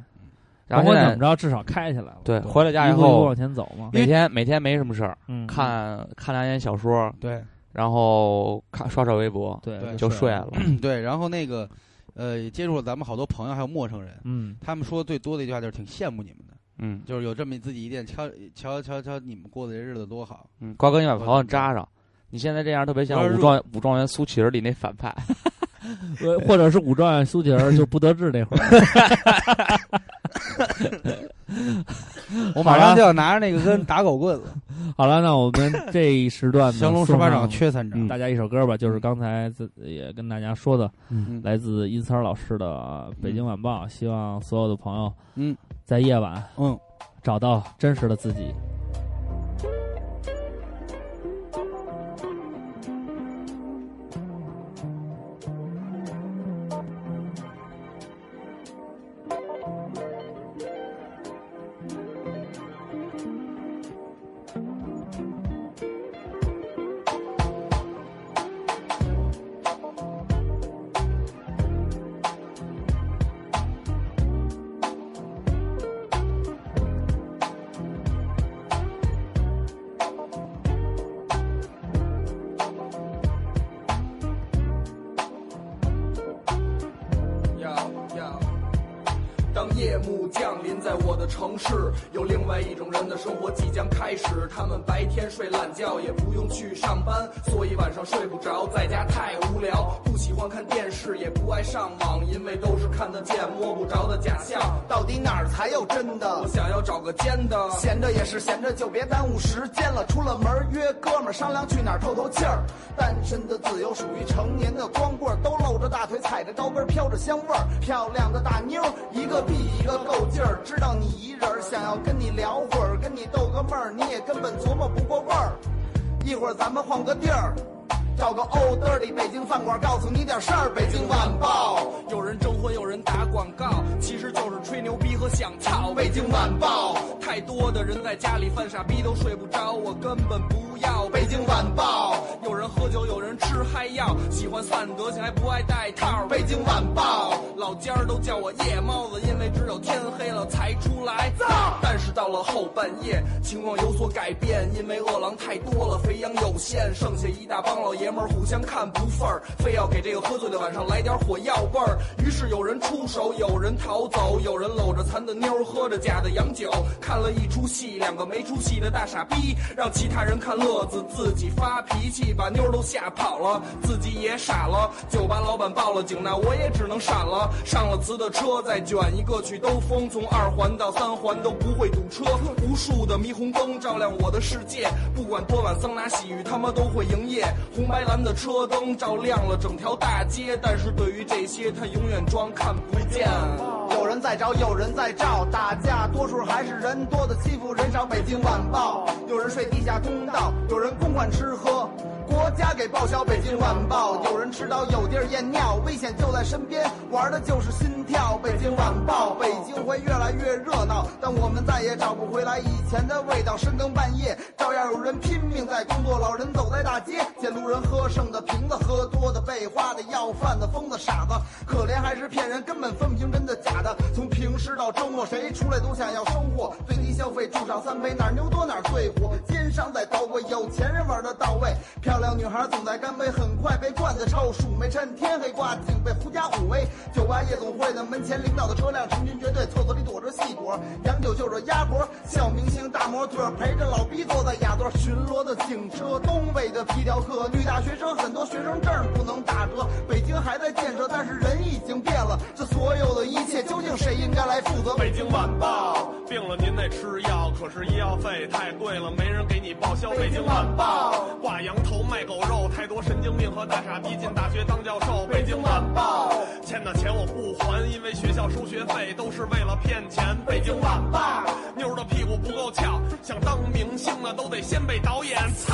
[SPEAKER 5] 然
[SPEAKER 4] 甭
[SPEAKER 5] 后
[SPEAKER 4] 管
[SPEAKER 5] 现
[SPEAKER 4] 怎么
[SPEAKER 5] 在
[SPEAKER 4] 着，至少开起来了。
[SPEAKER 5] 对回了家
[SPEAKER 4] 一
[SPEAKER 5] 以
[SPEAKER 4] 步一步
[SPEAKER 5] 后
[SPEAKER 4] 往，前走嘛，
[SPEAKER 5] 每天每天没什么事儿，
[SPEAKER 4] 嗯，
[SPEAKER 5] 看看两眼小说，
[SPEAKER 2] 对
[SPEAKER 5] 然后看刷刷微博
[SPEAKER 4] 对
[SPEAKER 2] 对
[SPEAKER 5] 就睡， 了。
[SPEAKER 2] 对，然后那个呃，也接触了咱们好多朋友还有陌生人，
[SPEAKER 4] 嗯，
[SPEAKER 2] 他们说最多的一句话就是挺羡慕你们的，
[SPEAKER 5] 嗯
[SPEAKER 2] 就是有这么自己一店，瞧瞧瞧瞧你们过的这日子多好。
[SPEAKER 5] 嗯，瓜哥，你把朋友扎上。你现在这样特别像
[SPEAKER 2] 有
[SPEAKER 5] 武
[SPEAKER 2] 点
[SPEAKER 5] 状武状元苏乞儿里那反派，
[SPEAKER 4] 呃或者是武状元苏乞儿就不得志那会 儿，
[SPEAKER 2] 我马上就要拿着那个跟打狗棍了。
[SPEAKER 4] 好了，那我们这一时段呢，
[SPEAKER 2] 降龙十
[SPEAKER 4] 送
[SPEAKER 2] 八
[SPEAKER 4] 上
[SPEAKER 2] 掌缺三掌。
[SPEAKER 4] 大家一首歌吧，
[SPEAKER 5] 嗯
[SPEAKER 4] 就是刚才自也跟大家说的，
[SPEAKER 2] 嗯
[SPEAKER 4] 来自殷三儿老师的呃《北京晚报》，希望所有的朋友，
[SPEAKER 2] 嗯，
[SPEAKER 4] 在夜晚
[SPEAKER 2] 嗯，
[SPEAKER 4] 找到真实的自己。
[SPEAKER 7] 幕降临在我的城市，有另外一种人的生活即将开始。他们白天睡懒觉，也不用去上班，所以晚上睡不着，在家太无聊。不喜欢看电视，也不爱上网，因为都是看得见摸不着的假象。
[SPEAKER 8] 到底哪儿才有真
[SPEAKER 7] 我
[SPEAKER 8] 的？
[SPEAKER 7] 想要找个尖的，
[SPEAKER 8] 闲着也是闲着，就别耽误时间了。出了门儿约哥们儿商量去哪儿透透气儿。单身的自由属于成年的光棍儿，都露着大腿，踩着高跟儿，飘着香味儿。漂亮的大妞儿，一个比一个够劲儿。知道你一人儿，想要跟你聊会儿，跟你逗个闷儿，你也根本琢磨不过味儿。一会儿咱们换个地儿。找个 old dirty 北京饭馆，告诉你点事儿。北京晚报，
[SPEAKER 7] 有人征婚，有人打广告，其实就是吹牛逼和想操。
[SPEAKER 8] 北京晚报，
[SPEAKER 7] 太多的人在家里犯傻逼都睡不着，我根本不要。
[SPEAKER 8] 北京晚报。
[SPEAKER 7] 有人喝酒，有人吃嗨药，喜欢散德性还不爱戴套。
[SPEAKER 8] 北京晚报，
[SPEAKER 7] 老尖儿都叫我夜猫子，因为只有天黑了才出来。但是到了后半夜，情况有所改变，因为饿狼太多了，肥羊有限，剩下一大帮老爷们儿互相看不忿儿，非要给这个喝醉的晚上来点火药味儿。于是有人出手，有人逃走，有人搂着残的妞儿喝着假的洋酒，看了一出戏，两个没出息的大傻逼，让其他人看乐子，自己发脾气，把妞儿都吓跑了，自己也傻了。酒吧老板报了警，那我也只能闪了。上了词的车，再卷一个去兜风，从二环到三环都不会堵车。无数的霓虹灯照亮我的世界，不管多晚，桑拿洗浴他妈都会营业。红白蓝的车灯照亮了整条大街，但是对于这些，他永远装看不见。
[SPEAKER 8] 有人在找，有人在照，打架多数还是人多的欺负人少。北京晚报，有人睡地下通道，有人公款吃喝。国家给报销，北京晚报。有人迟到有地儿验尿，危险就在身边，玩的就是心跳。北京晚报，北京会越来越热闹，但我们再也找不回来以前的味道。深更半夜，照样有人拼命在工作，老人走在大街，见路人喝剩的瓶子，喝多的、被花的、要饭的、疯子、傻子，可怜还是骗人，根本分不清真的假的。从平时到周末，谁出来都想要收获，最低消费住少三杯，哪儿牛多哪儿最火，奸商在捣鬼，有钱人玩的到位。漂亮女孩总在干杯，很快被罐子臭，鼠没趁天黑挂警被狐假虎威。酒吧夜总会的门前，领导的车辆成群结队，厕所里躲着细果，洋酒就是鸭脖，小明星大模特陪着老逼坐在雅座，巡逻的警车，东北的皮条客，女大学生很多，学生证不能打折。北京还在建设，但是人已经变了，这所有的一切究竟谁应该来负责？
[SPEAKER 9] 北京晚报，病了您得吃药，可是医药费太贵了，没人给你报销。北京晚报，挂羊头卖狗肉，太多神经病和大傻逼进大学当教授。北京晚报，欠的钱我不还，因为学校收学费都是为了骗钱。北京晚报，妞儿的屁股不够翘，想当明星呢都得先被导演操。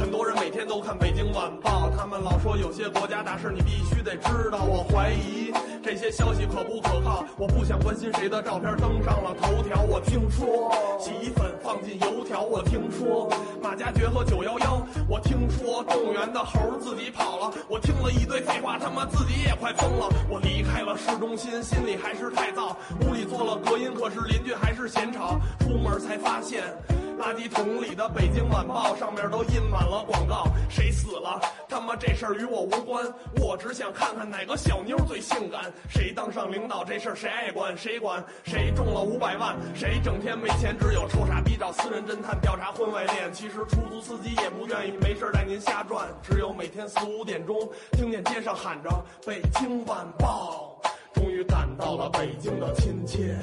[SPEAKER 9] 很多人每天都看北京晚报，他们老说有些国家大事你必须得知道，我怀疑这些消息可不可靠。我不想关心谁的照片登上了头条，我听说洗衣粉放进油条，我听说马加爵和九幺幺，我听说动物园的猴儿自己跑了，我听了一堆废话，他妈自己也快疯了。我离开了市中心，心里还是太燥，屋里做了隔音，可是邻居还是嫌吵，出门才发现。垃圾桶里的《北京晚报》上面都印满了广告，谁死了？他妈这事儿与我无关，我只想看看哪个小妞最性感，谁当上领导这事儿谁爱管谁管，谁中了五百万，谁整天没钱，只有臭傻逼找私人侦探调查婚外恋。其实出租司机也不愿意没事儿带您瞎转，只有每天四五点钟听见街上喊着《北京晚报》，终于感到了北京的亲切。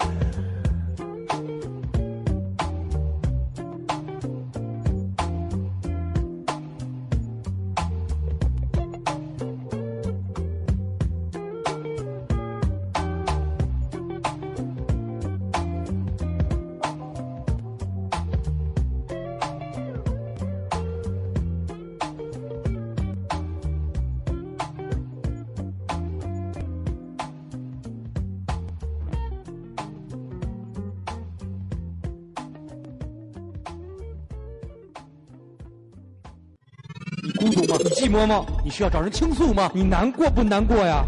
[SPEAKER 6] 你孤独吗？你寂寞吗？你需要找人倾诉吗？你难过不难过呀？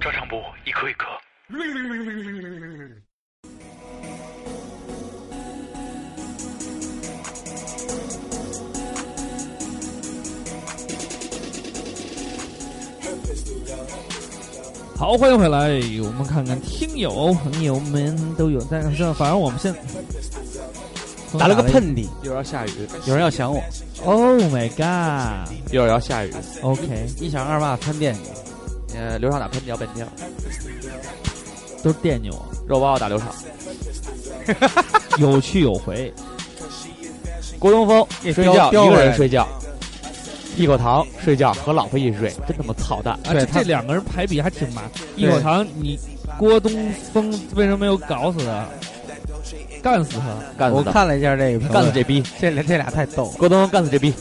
[SPEAKER 10] 照常补，一颗一颗。
[SPEAKER 4] 好，欢迎回来，我们看看听友朋友们都有在这，反正我们现
[SPEAKER 2] 打了个，喷嚏，
[SPEAKER 5] 一会儿要下雨，
[SPEAKER 2] 有人要想我，
[SPEAKER 4] ，Oh my God，OK，、
[SPEAKER 5] 一会儿要下雨。
[SPEAKER 2] 你想二爸看电影，
[SPEAKER 5] 呃，刘畅打喷嚏要半天，
[SPEAKER 4] 都是惦记我，
[SPEAKER 5] 肉包打刘畅。
[SPEAKER 4] 有去有回，
[SPEAKER 5] 郭东风
[SPEAKER 2] 这
[SPEAKER 5] 睡
[SPEAKER 2] 雕
[SPEAKER 5] 觉
[SPEAKER 2] 雕
[SPEAKER 5] 一个
[SPEAKER 2] 来
[SPEAKER 5] 人
[SPEAKER 2] 着
[SPEAKER 5] 睡觉，一口糖睡觉和老婆一起睡，真他妈操蛋！
[SPEAKER 4] 啊，
[SPEAKER 2] 对
[SPEAKER 4] 这
[SPEAKER 2] 他
[SPEAKER 4] 这两个人排比还挺麻。一
[SPEAKER 2] 对
[SPEAKER 4] 口糖，你郭东风为什么没有搞死他？干死他！
[SPEAKER 5] 干
[SPEAKER 2] 我
[SPEAKER 5] 死他，
[SPEAKER 2] 看了一下这个评论，
[SPEAKER 5] 干死这逼！
[SPEAKER 2] 这俩这俩太逗了，
[SPEAKER 5] 郭东风干死这逼！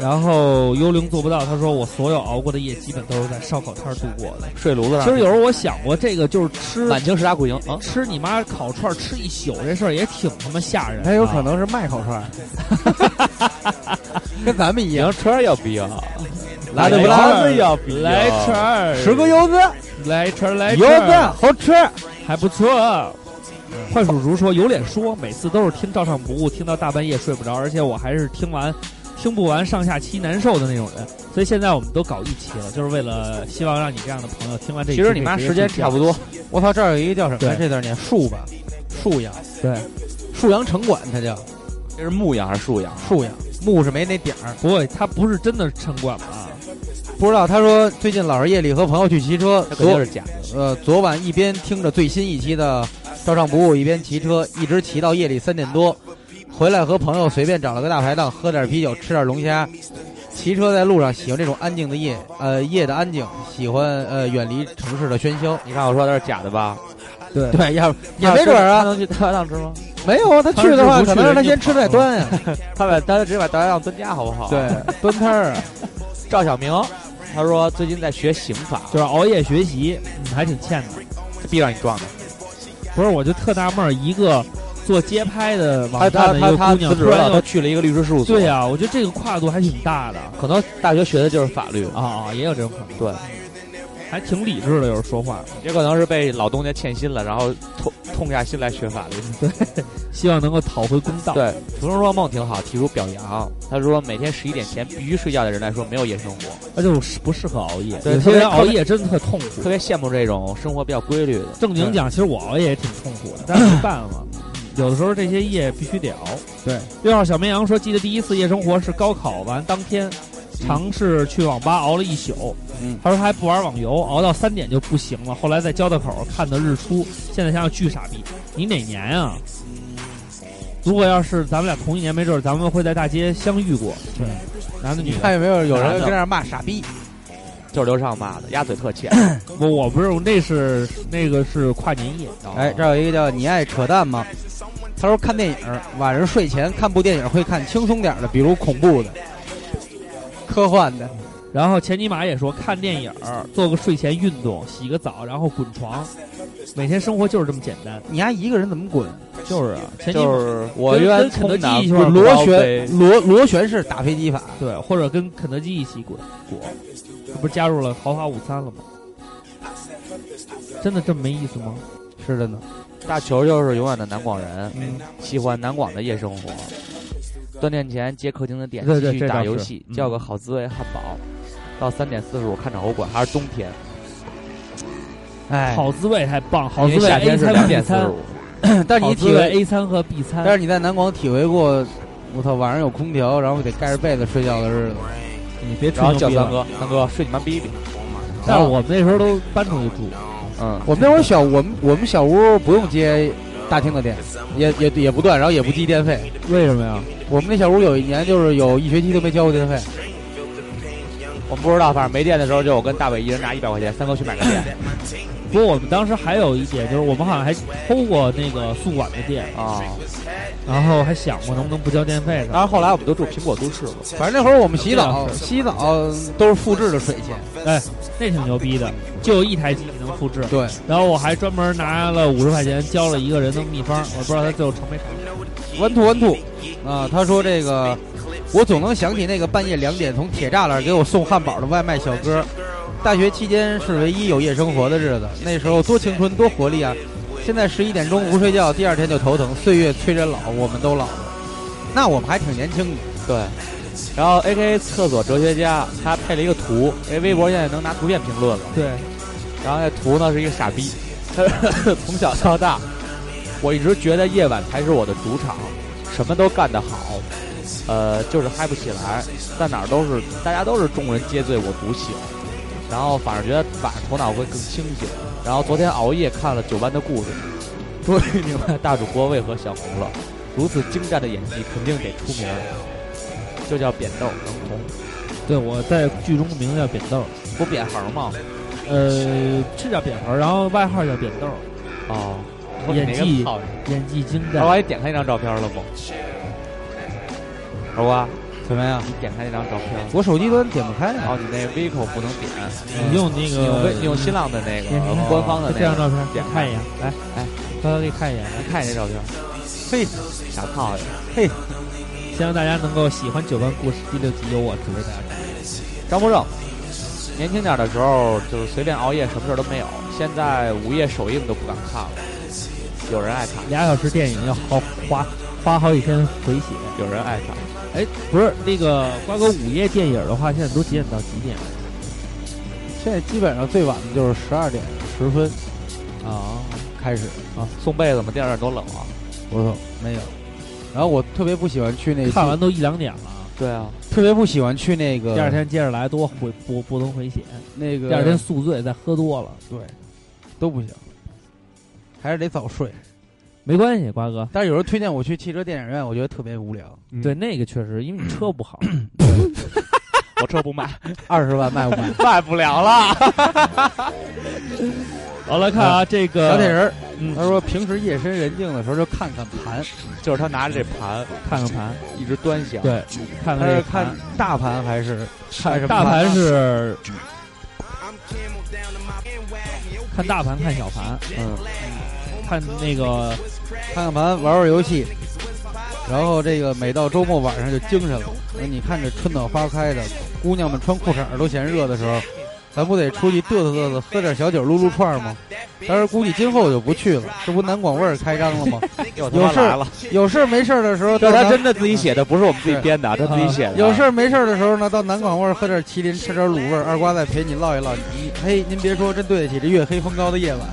[SPEAKER 4] 然后幽灵做不到，他说我所有熬过的夜基本都是在烧烤摊儿度过的。
[SPEAKER 5] 睡炉子上。
[SPEAKER 4] 其实有时候我想过，这个就是吃
[SPEAKER 5] 满清十大酷刑啊！
[SPEAKER 4] 吃你妈烤串儿吃一宿这事儿也挺他妈吓人的。啊
[SPEAKER 2] 他有可能是卖烤串儿，跟咱们一样，
[SPEAKER 5] 羊串要逼啊！
[SPEAKER 2] 拉
[SPEAKER 5] 的
[SPEAKER 2] 得不拉
[SPEAKER 5] 子要逼啊！
[SPEAKER 4] 来串儿，
[SPEAKER 2] 十个柚子，
[SPEAKER 4] 来串儿来
[SPEAKER 5] 哎
[SPEAKER 2] 柚
[SPEAKER 4] 串
[SPEAKER 2] 子
[SPEAKER 4] 儿，
[SPEAKER 2] 好吃，
[SPEAKER 4] 还不错。坏叔叔说有脸说，每次都是听照唱不误，听到大半夜睡不着，而且我还是听完听不完上下期难受的那种人。所以现在我们都搞一期了，就是为了希望让你这样的朋友听完这一期
[SPEAKER 5] 其
[SPEAKER 4] 可以
[SPEAKER 5] 实
[SPEAKER 4] 直接睡
[SPEAKER 5] 你妈
[SPEAKER 4] 觉。
[SPEAKER 5] 时间差不多，
[SPEAKER 2] 我操，这儿有一个叫什么来
[SPEAKER 4] 对
[SPEAKER 2] 这字儿念树吧，树阳，
[SPEAKER 4] 对，
[SPEAKER 2] 树阳城管，它叫
[SPEAKER 5] 这是牧羊还是树羊？
[SPEAKER 2] 树阳，木是没那点儿，
[SPEAKER 4] 不过他不是真的城管吧？
[SPEAKER 2] 不知道。他说最近老是夜里和朋友去骑车，
[SPEAKER 5] 它肯定
[SPEAKER 2] 昨
[SPEAKER 5] 是假的。
[SPEAKER 2] 呃昨晚一边听着最新一期的《照唱不误》，一边骑车，一直骑到夜里三点多，回来和朋友随便找了个大排档，喝点啤酒，吃点龙虾。骑车在路上喜欢这种安静的夜，呃夜的安静，喜欢呃远离城市的喧嚣。
[SPEAKER 5] 你看我说它是假的吧？
[SPEAKER 4] 对
[SPEAKER 2] 对，要也没准儿
[SPEAKER 5] 他
[SPEAKER 2] 啊，
[SPEAKER 5] 能去大排档吃吗？
[SPEAKER 2] 没有啊，他去的话，可能让他先吃再端 呀、
[SPEAKER 5] 他把他直接把大排档蹲家好不好？，
[SPEAKER 2] 对，蹲摊儿啊。
[SPEAKER 5] 赵小明，他说最近在学刑法，
[SPEAKER 4] 就是熬夜学习，嗯，还挺欠的。
[SPEAKER 5] 这必让你撞的。
[SPEAKER 4] 不是，我就特纳闷儿，一个做街拍的网
[SPEAKER 5] 他
[SPEAKER 4] 站的
[SPEAKER 5] 他
[SPEAKER 4] 一
[SPEAKER 5] 他
[SPEAKER 4] 个
[SPEAKER 5] 他
[SPEAKER 4] 姑
[SPEAKER 5] 辞
[SPEAKER 4] 娘，
[SPEAKER 5] 职
[SPEAKER 4] 突然
[SPEAKER 5] 了，他
[SPEAKER 4] 又
[SPEAKER 5] 去了一个律师事务所。
[SPEAKER 4] 对呀、我觉得这个跨度还挺大的
[SPEAKER 5] 可能大学学的就是法律，
[SPEAKER 4] 啊啊，也有这种可能，
[SPEAKER 5] 对，
[SPEAKER 4] 还挺理智的，有时候说话，
[SPEAKER 5] 也可能是被老东家欠薪了，然后痛痛下心来学法律。
[SPEAKER 4] 希望能够讨回公道。，
[SPEAKER 5] 对，《重生若梦》挺好，提出表扬。他说，每天十一点前必须睡觉的人来说，没有夜生活，
[SPEAKER 4] 那就是不适合熬夜，
[SPEAKER 5] 对
[SPEAKER 4] 有
[SPEAKER 5] 特
[SPEAKER 4] 些
[SPEAKER 5] 别
[SPEAKER 4] 人熬夜真的特痛苦
[SPEAKER 5] 特。别羡慕这种生活比较规律的。
[SPEAKER 4] 正经讲，其实我熬夜也挺痛苦的，但是没办法， 有的时候这些夜必须得熬。
[SPEAKER 2] 对，
[SPEAKER 4] 六号小绵羊说，记得第一次夜生活是高考完当天，尝试去网吧熬了一宿。
[SPEAKER 2] 嗯，
[SPEAKER 4] 他说他还不玩网游，熬到三点就不行了。后来在交道口看的日出，现在想想巨傻逼。你哪年啊？如果要是咱们俩同一年，没准儿咱们会在大街相遇过。对，男的女的。
[SPEAKER 2] 看有没有有人跟那儿骂傻逼？
[SPEAKER 5] 就是刘畅骂的，鸭嘴特 欠。
[SPEAKER 4] 我我不是，我那是那个是跨年夜。
[SPEAKER 2] 哎，这儿有一个叫“你爱扯淡吗”？他说看电影，晚上睡前看部电影会看轻松点儿的，比如恐怖的、科幻的。
[SPEAKER 4] 然后钱尼玛也说，看电影儿，做个睡前运动，洗个澡，然后滚床，每天生活就是这么简单。
[SPEAKER 2] 你丫一个人怎么滚？
[SPEAKER 4] 就是啊，钱尼玛、
[SPEAKER 5] 就是我
[SPEAKER 4] 跟
[SPEAKER 5] 愿
[SPEAKER 4] 跟肯德基一块儿
[SPEAKER 5] 滚
[SPEAKER 2] 螺旋螺螺旋式打飞机法，
[SPEAKER 4] 对，或者跟肯德基一起滚果，这不是加入了豪华午餐了吗？真的这么没意思吗？
[SPEAKER 2] 是的
[SPEAKER 4] 嗯
[SPEAKER 2] 呢。
[SPEAKER 5] 大球就是永远的南广人，喜欢南广的夜生活。锻炼前接客厅的电，
[SPEAKER 4] 对对
[SPEAKER 5] 继续
[SPEAKER 4] 这
[SPEAKER 5] 打
[SPEAKER 4] 倒
[SPEAKER 5] 游
[SPEAKER 4] 是
[SPEAKER 5] 戏，
[SPEAKER 4] 嗯
[SPEAKER 5] 叫个好滋味汉堡。到三点四十五看场火馆，还是冬天，
[SPEAKER 2] 哎，
[SPEAKER 4] 好滋味太棒，好
[SPEAKER 5] 因
[SPEAKER 4] 滋
[SPEAKER 5] 为
[SPEAKER 4] 味哎
[SPEAKER 5] 夏
[SPEAKER 4] A
[SPEAKER 5] 天是
[SPEAKER 4] 餐和
[SPEAKER 5] 两
[SPEAKER 4] B
[SPEAKER 5] 点四十
[SPEAKER 4] 餐
[SPEAKER 5] 五，。
[SPEAKER 2] 但是
[SPEAKER 4] 好
[SPEAKER 2] 你
[SPEAKER 4] 滋
[SPEAKER 2] 体
[SPEAKER 4] 味
[SPEAKER 2] 会，
[SPEAKER 4] A 餐和 B
[SPEAKER 2] 但是
[SPEAKER 4] 餐，
[SPEAKER 2] 你在南广体会过，我操，晚上有空调，然后得盖着被子睡觉的日子。
[SPEAKER 4] 你别吹
[SPEAKER 5] 然后
[SPEAKER 4] 牛
[SPEAKER 5] 叫
[SPEAKER 4] 逼
[SPEAKER 5] 三
[SPEAKER 4] 了。
[SPEAKER 5] 哥，三哥睡你妈逼逼。
[SPEAKER 4] 但是我们那时候都搬出去住，
[SPEAKER 5] 嗯，
[SPEAKER 2] 我们那会儿小，我们我们小屋不用接大厅的电，也也也不断，然后也不计电费。
[SPEAKER 4] 为什么呀？
[SPEAKER 2] 我们那小屋有一年就是有一学期都没交过电费，
[SPEAKER 5] 我们不知道，反正没电的时候，就我跟大伟一人拿一百块钱，三哥去买个电
[SPEAKER 4] 不过我们当时还有一点，就是我们好像还偷过那个宿管的店，
[SPEAKER 5] 啊。
[SPEAKER 4] 然后还想过能不能不交电费
[SPEAKER 5] 当
[SPEAKER 4] 的。
[SPEAKER 5] 然后来我们都住苹果都市了，
[SPEAKER 2] 反正那会儿我们洗
[SPEAKER 4] 这
[SPEAKER 2] 澡
[SPEAKER 4] 样是
[SPEAKER 2] 洗澡都是复制的水钱，
[SPEAKER 4] 哎，那挺牛逼的，就有一台机器能复制。
[SPEAKER 2] 对，
[SPEAKER 4] 然后我还专门拿了五十块钱教了一个人的秘方，我不知道他最后成没成。
[SPEAKER 2] one two one two，啊，他说这个，我总能想起那个半夜两点从铁栅栏给我送汉堡的外卖小哥。大学期间是唯一有夜生活的日子，那时候多青春多活力啊！现在十一点钟不睡觉，第二天就头疼。岁月催人老，我们都老了。那我们还挺年轻的，
[SPEAKER 5] 对。然后 A K 厕所哲学家他配了一个图，哎，微博现在能拿图片评论了。
[SPEAKER 4] 对，
[SPEAKER 5] 然后那图呢是一个傻逼，从小到大，我一直觉得夜晚才是我的主场，什么都干得好，呃，就是嗨不起来，在哪儿都是大家都是众人皆醉我独醒，然后反而觉得晚上头脑会更清醒。然后昨天熬夜看了《九班的故事》，终于明白大主播为何想红了，如此精湛的演技肯定得出名儿，就叫扁豆能红，
[SPEAKER 4] 对，我在剧中的名字叫扁豆，
[SPEAKER 5] 不扁横吗？
[SPEAKER 4] 呃，是叫扁猴，然后外号叫扁豆，
[SPEAKER 5] 哦，
[SPEAKER 4] 演技
[SPEAKER 5] 好。
[SPEAKER 4] 演技精
[SPEAKER 5] 二瓜，
[SPEAKER 4] 湛。
[SPEAKER 5] 你点开那张照片了吗？二瓜，
[SPEAKER 2] 怎么样？
[SPEAKER 5] 你点开那张照片。
[SPEAKER 2] 我手机端点不开
[SPEAKER 5] 然
[SPEAKER 2] 啊。
[SPEAKER 5] 后你那 Vico 不能点，
[SPEAKER 4] 你用那
[SPEAKER 5] 你用
[SPEAKER 4] 个
[SPEAKER 5] 微你用新浪的那个
[SPEAKER 4] 点开看
[SPEAKER 5] 官方的
[SPEAKER 4] 这
[SPEAKER 5] 那
[SPEAKER 4] 张
[SPEAKER 5] 个，
[SPEAKER 4] 照片，
[SPEAKER 5] 点开
[SPEAKER 4] 看一眼，来，
[SPEAKER 5] 哎，
[SPEAKER 4] 大家可以看一眼。
[SPEAKER 5] 来看你这照片，
[SPEAKER 2] 嘿，
[SPEAKER 5] 傻胖子。
[SPEAKER 4] 希望大家能够喜欢《九班故事》第六集，由我指挥大家。
[SPEAKER 5] 张国正，年轻点儿的时候就是随便熬夜，什么事儿都没有。现在午夜首映都不敢看了，有人爱看，
[SPEAKER 4] 俩小时电影要好花花好几天回血。
[SPEAKER 5] 有人爱看。
[SPEAKER 4] 哎，不是那个瓜哥午夜电影的话，现在都几点到几点？
[SPEAKER 2] 现在基本上最晚的就是十二点十分
[SPEAKER 5] 啊
[SPEAKER 2] 开始，
[SPEAKER 5] 啊！送被子吗？电影院多冷啊！
[SPEAKER 2] 我操，没有。然后我特别不喜欢去那
[SPEAKER 4] 看完都一两点了，
[SPEAKER 5] 对啊，
[SPEAKER 2] 特别不喜欢去那个
[SPEAKER 4] 第二天接着来，多回不不能回血。
[SPEAKER 2] 那个
[SPEAKER 4] 第二天宿醉，再喝多了
[SPEAKER 2] 对都不行，还是得早睡。
[SPEAKER 4] 没关系，瓜哥。
[SPEAKER 2] 但是有人推荐我去汽车电影院，我觉得特别无聊，
[SPEAKER 4] 对，那个确实，因为你车不好。
[SPEAKER 2] 嗯
[SPEAKER 5] 我车不卖，
[SPEAKER 2] 二十万卖不 卖？
[SPEAKER 5] 卖不了了。
[SPEAKER 4] 好了，看啊，这个
[SPEAKER 2] 哎小铁人儿，
[SPEAKER 5] 呃
[SPEAKER 4] 嗯
[SPEAKER 2] 他说平时夜深人静的时候就看看盘，
[SPEAKER 5] 就是他拿着这盘
[SPEAKER 4] 看看盘，
[SPEAKER 5] 一直端详，
[SPEAKER 4] 对，看
[SPEAKER 2] 他
[SPEAKER 4] 看这
[SPEAKER 2] 是
[SPEAKER 4] 个
[SPEAKER 2] 看
[SPEAKER 4] 盘。
[SPEAKER 2] 大盘还是看什么
[SPEAKER 4] 大
[SPEAKER 2] 盘
[SPEAKER 4] 盘是看大盘，看小盘，
[SPEAKER 5] 嗯，
[SPEAKER 4] 看那个
[SPEAKER 2] 看看盘，玩玩游戏，然后这个每到周末晚上就精神了。那你看这春暖花开的，姑娘们穿裤衩儿都嫌热的时候，咱不得出去嘚瑟嘚瑟，喝点小酒撸撸串儿吗？但是估计今后就不去了，这不南广味儿开张了吗？
[SPEAKER 5] 又他
[SPEAKER 2] 有
[SPEAKER 5] 妈
[SPEAKER 2] 事
[SPEAKER 5] 来
[SPEAKER 2] 儿
[SPEAKER 5] 了。
[SPEAKER 2] 有事儿没事儿的时候，
[SPEAKER 5] 这
[SPEAKER 2] 到
[SPEAKER 5] 是他
[SPEAKER 2] 南
[SPEAKER 5] 真的自己写的，不是我们自己编的啊，他自己写的。
[SPEAKER 2] 有事儿没事儿的时候呢，到南广味儿喝点麒麟，吃点卤味儿，二瓜再陪你唠一唠。你嘿，您别说，真对得起这月黑风高 的夜晚。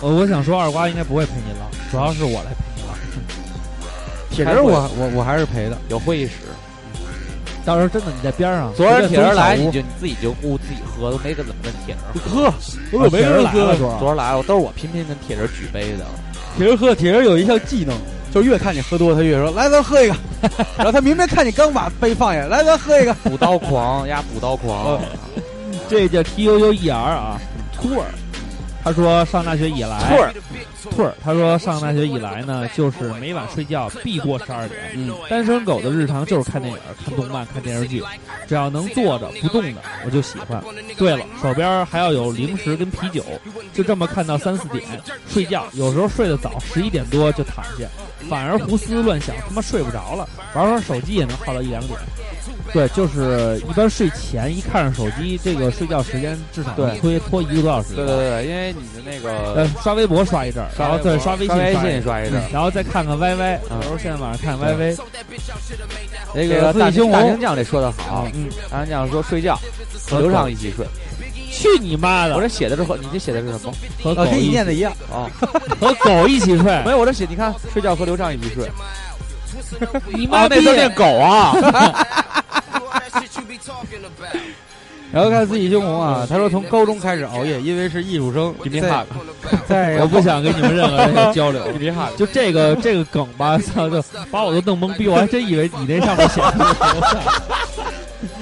[SPEAKER 4] 呃我我想说，二瓜应该不会陪你唠，主要是我来陪你唠。
[SPEAKER 2] 铁人我我我还是陪的。
[SPEAKER 5] 有会议室。
[SPEAKER 4] 到时候真的你在边上，
[SPEAKER 5] 昨儿
[SPEAKER 4] 随便
[SPEAKER 5] 铁人来，
[SPEAKER 4] 走一小
[SPEAKER 5] 你
[SPEAKER 4] 屋
[SPEAKER 5] 就你自己就顾自己喝，都没跟怎么跟铁人喝。
[SPEAKER 2] 呵，
[SPEAKER 4] 我怎么没人来了
[SPEAKER 2] 昨儿
[SPEAKER 5] 昨儿来了，都是我频频跟铁人举杯的。
[SPEAKER 2] 铁人喝，铁人有一项技能，
[SPEAKER 4] 嗯
[SPEAKER 2] 就是越看你喝多，他越说来咱喝一个。然后他明明看你刚把杯放下，来咱喝一个。
[SPEAKER 5] 补刀狂呀，补刀狂！
[SPEAKER 4] 这叫 T U U E R 啊，兔儿。他说上大学以来，
[SPEAKER 5] 兔儿，
[SPEAKER 4] 兔儿。他说上大学以来呢，就是每晚睡觉必过十二点。嗯，单身狗的日常就是看电影、看动漫、看电视剧，只要能坐着不动的，我就喜欢。对了，手边还要有零食跟啤酒，就这么看到三四点睡觉。有时候睡得早，十一点多就躺下，反而胡思乱想，他妈睡不着了，玩会儿手机也能耗到一两点。对，就是一般睡前一看上手机，这个睡觉时间至少
[SPEAKER 5] 对
[SPEAKER 4] 推拖一个多小时。
[SPEAKER 5] 对对对，因为你的那
[SPEAKER 4] 呃
[SPEAKER 5] 个，，
[SPEAKER 4] 刷微博刷一阵儿，然后再刷微
[SPEAKER 5] 刷
[SPEAKER 4] 信
[SPEAKER 5] 微
[SPEAKER 4] 一
[SPEAKER 5] 信
[SPEAKER 4] 阵儿嗯
[SPEAKER 5] 刷一阵儿。
[SPEAKER 2] 嗯
[SPEAKER 4] 然后再看看 YY，
[SPEAKER 5] 嗯
[SPEAKER 4] 有时候现在晚上看 YY，
[SPEAKER 2] 这
[SPEAKER 5] 这个
[SPEAKER 2] 自己
[SPEAKER 5] 大
[SPEAKER 2] 胸
[SPEAKER 5] 大青
[SPEAKER 2] 红，
[SPEAKER 5] 酱这说的好，啊
[SPEAKER 4] 嗯，
[SPEAKER 5] 大青酱说睡觉和刘畅一起睡。
[SPEAKER 4] 去你妈
[SPEAKER 5] 我
[SPEAKER 4] 的，
[SPEAKER 5] 这写的是和你这写的是什么？
[SPEAKER 4] 和
[SPEAKER 2] 老
[SPEAKER 4] 狗
[SPEAKER 2] 呃跟你
[SPEAKER 4] 一
[SPEAKER 2] 念的一样。
[SPEAKER 5] 哦，
[SPEAKER 4] 和狗一起睡
[SPEAKER 5] 没，有，我这写你看睡觉和刘畅一起睡。
[SPEAKER 4] 你
[SPEAKER 5] 啊，
[SPEAKER 4] 妈逼
[SPEAKER 5] 那，字念狗啊！
[SPEAKER 2] 然后看自己胸红啊，他说从高中开始熬夜，因为是艺术 生。
[SPEAKER 5] 你别喊，
[SPEAKER 2] 在
[SPEAKER 4] 我不想跟你们任何 人交流。
[SPEAKER 5] 哎你别喊。
[SPEAKER 4] 就这个这个梗吧，操，就把我都弄懵逼，我还真以为你那上面写的是什么。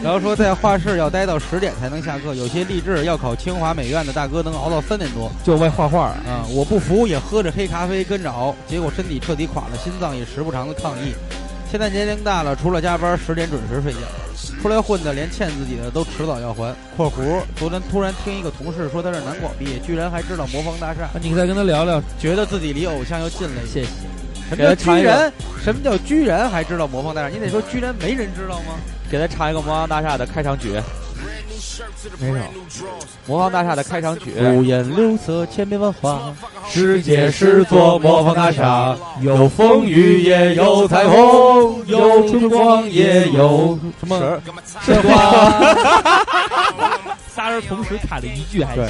[SPEAKER 2] 然后说在画室要待到十点才能下课，有些励志要考清华美院的大哥能熬到三点多。
[SPEAKER 4] 就为画画，
[SPEAKER 5] 嗯
[SPEAKER 2] 啊、我不服，也喝着黑咖啡跟着熬，结果身体彻底垮了，心脏也时不常的抗议。现在年龄大了，除了加班，十点准时睡觉，出来混的连欠自己的都迟早要还。（括弧）昨天突然听一个同事说他是南广毕业，居然还知道魔方大厦，
[SPEAKER 4] 那你再跟他聊聊，
[SPEAKER 2] 觉得自己离偶像又近了一
[SPEAKER 4] 谢
[SPEAKER 2] 些。
[SPEAKER 4] 谢。
[SPEAKER 2] 什
[SPEAKER 5] 给
[SPEAKER 2] 么
[SPEAKER 5] 他
[SPEAKER 2] 叫
[SPEAKER 5] 唱一
[SPEAKER 2] 居
[SPEAKER 5] 个
[SPEAKER 2] 然？什么叫居然还知道魔方大厦？你得说居然没人知道吗？
[SPEAKER 5] 给他唱一个魔方大厦的开场曲。
[SPEAKER 4] 没有，
[SPEAKER 5] 魔方大厦的开场曲。
[SPEAKER 2] 五颜六色，千变万化。
[SPEAKER 5] 世
[SPEAKER 6] 界是座魔方大厦，
[SPEAKER 5] 有
[SPEAKER 6] 风雨也有彩虹，有春光也有
[SPEAKER 5] 什么？
[SPEAKER 4] 是吧？仨人同时卡了一句还行。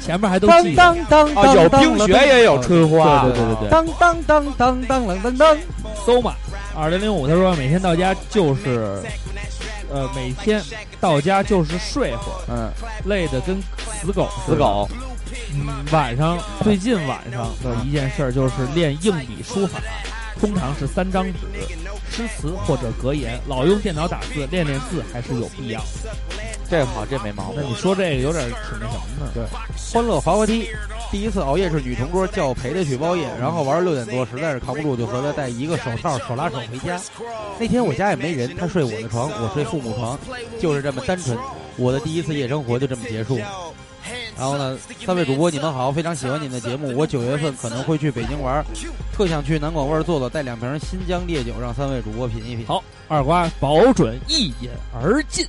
[SPEAKER 4] 前面还都
[SPEAKER 2] 当
[SPEAKER 4] 记着。
[SPEAKER 2] 当当
[SPEAKER 5] 啊，
[SPEAKER 2] 当，
[SPEAKER 5] 有冰雪也有春花，
[SPEAKER 4] 对对对对对，
[SPEAKER 2] 当当当当当当当当，
[SPEAKER 4] 搜嘛，二零零五他说每天到家就是，呃，每天到家就是睡会儿，
[SPEAKER 5] 嗯，
[SPEAKER 4] 累得跟死狗似
[SPEAKER 5] 死
[SPEAKER 4] 的。
[SPEAKER 5] 狗，
[SPEAKER 4] 嗯，晚上最近晚上的一件事儿就是练硬笔书法，通常是三张纸、诗词或者格言，老用电脑打字练练字还是有必要。
[SPEAKER 5] 这好，这没毛
[SPEAKER 4] 那
[SPEAKER 5] 病。
[SPEAKER 4] 你说这个有点儿挺那什么的，
[SPEAKER 2] 欢乐滑滑梯。第一次熬夜是女同桌叫我陪她去包夜，然后玩到六点多，实在是扛不住，就和她戴一个手套手拉手回家。那天我家也没人，她睡我的床，我睡父母床，就是这么单纯。我的第一次夜生活就这么结束。然后呢，三位主播你们好，非常喜欢你们的节目。我九月份可能会去北京玩，特想去南广味儿坐坐，带两瓶新疆烈酒让三位主播品一品。
[SPEAKER 4] 好二瓜保准一饮而尽。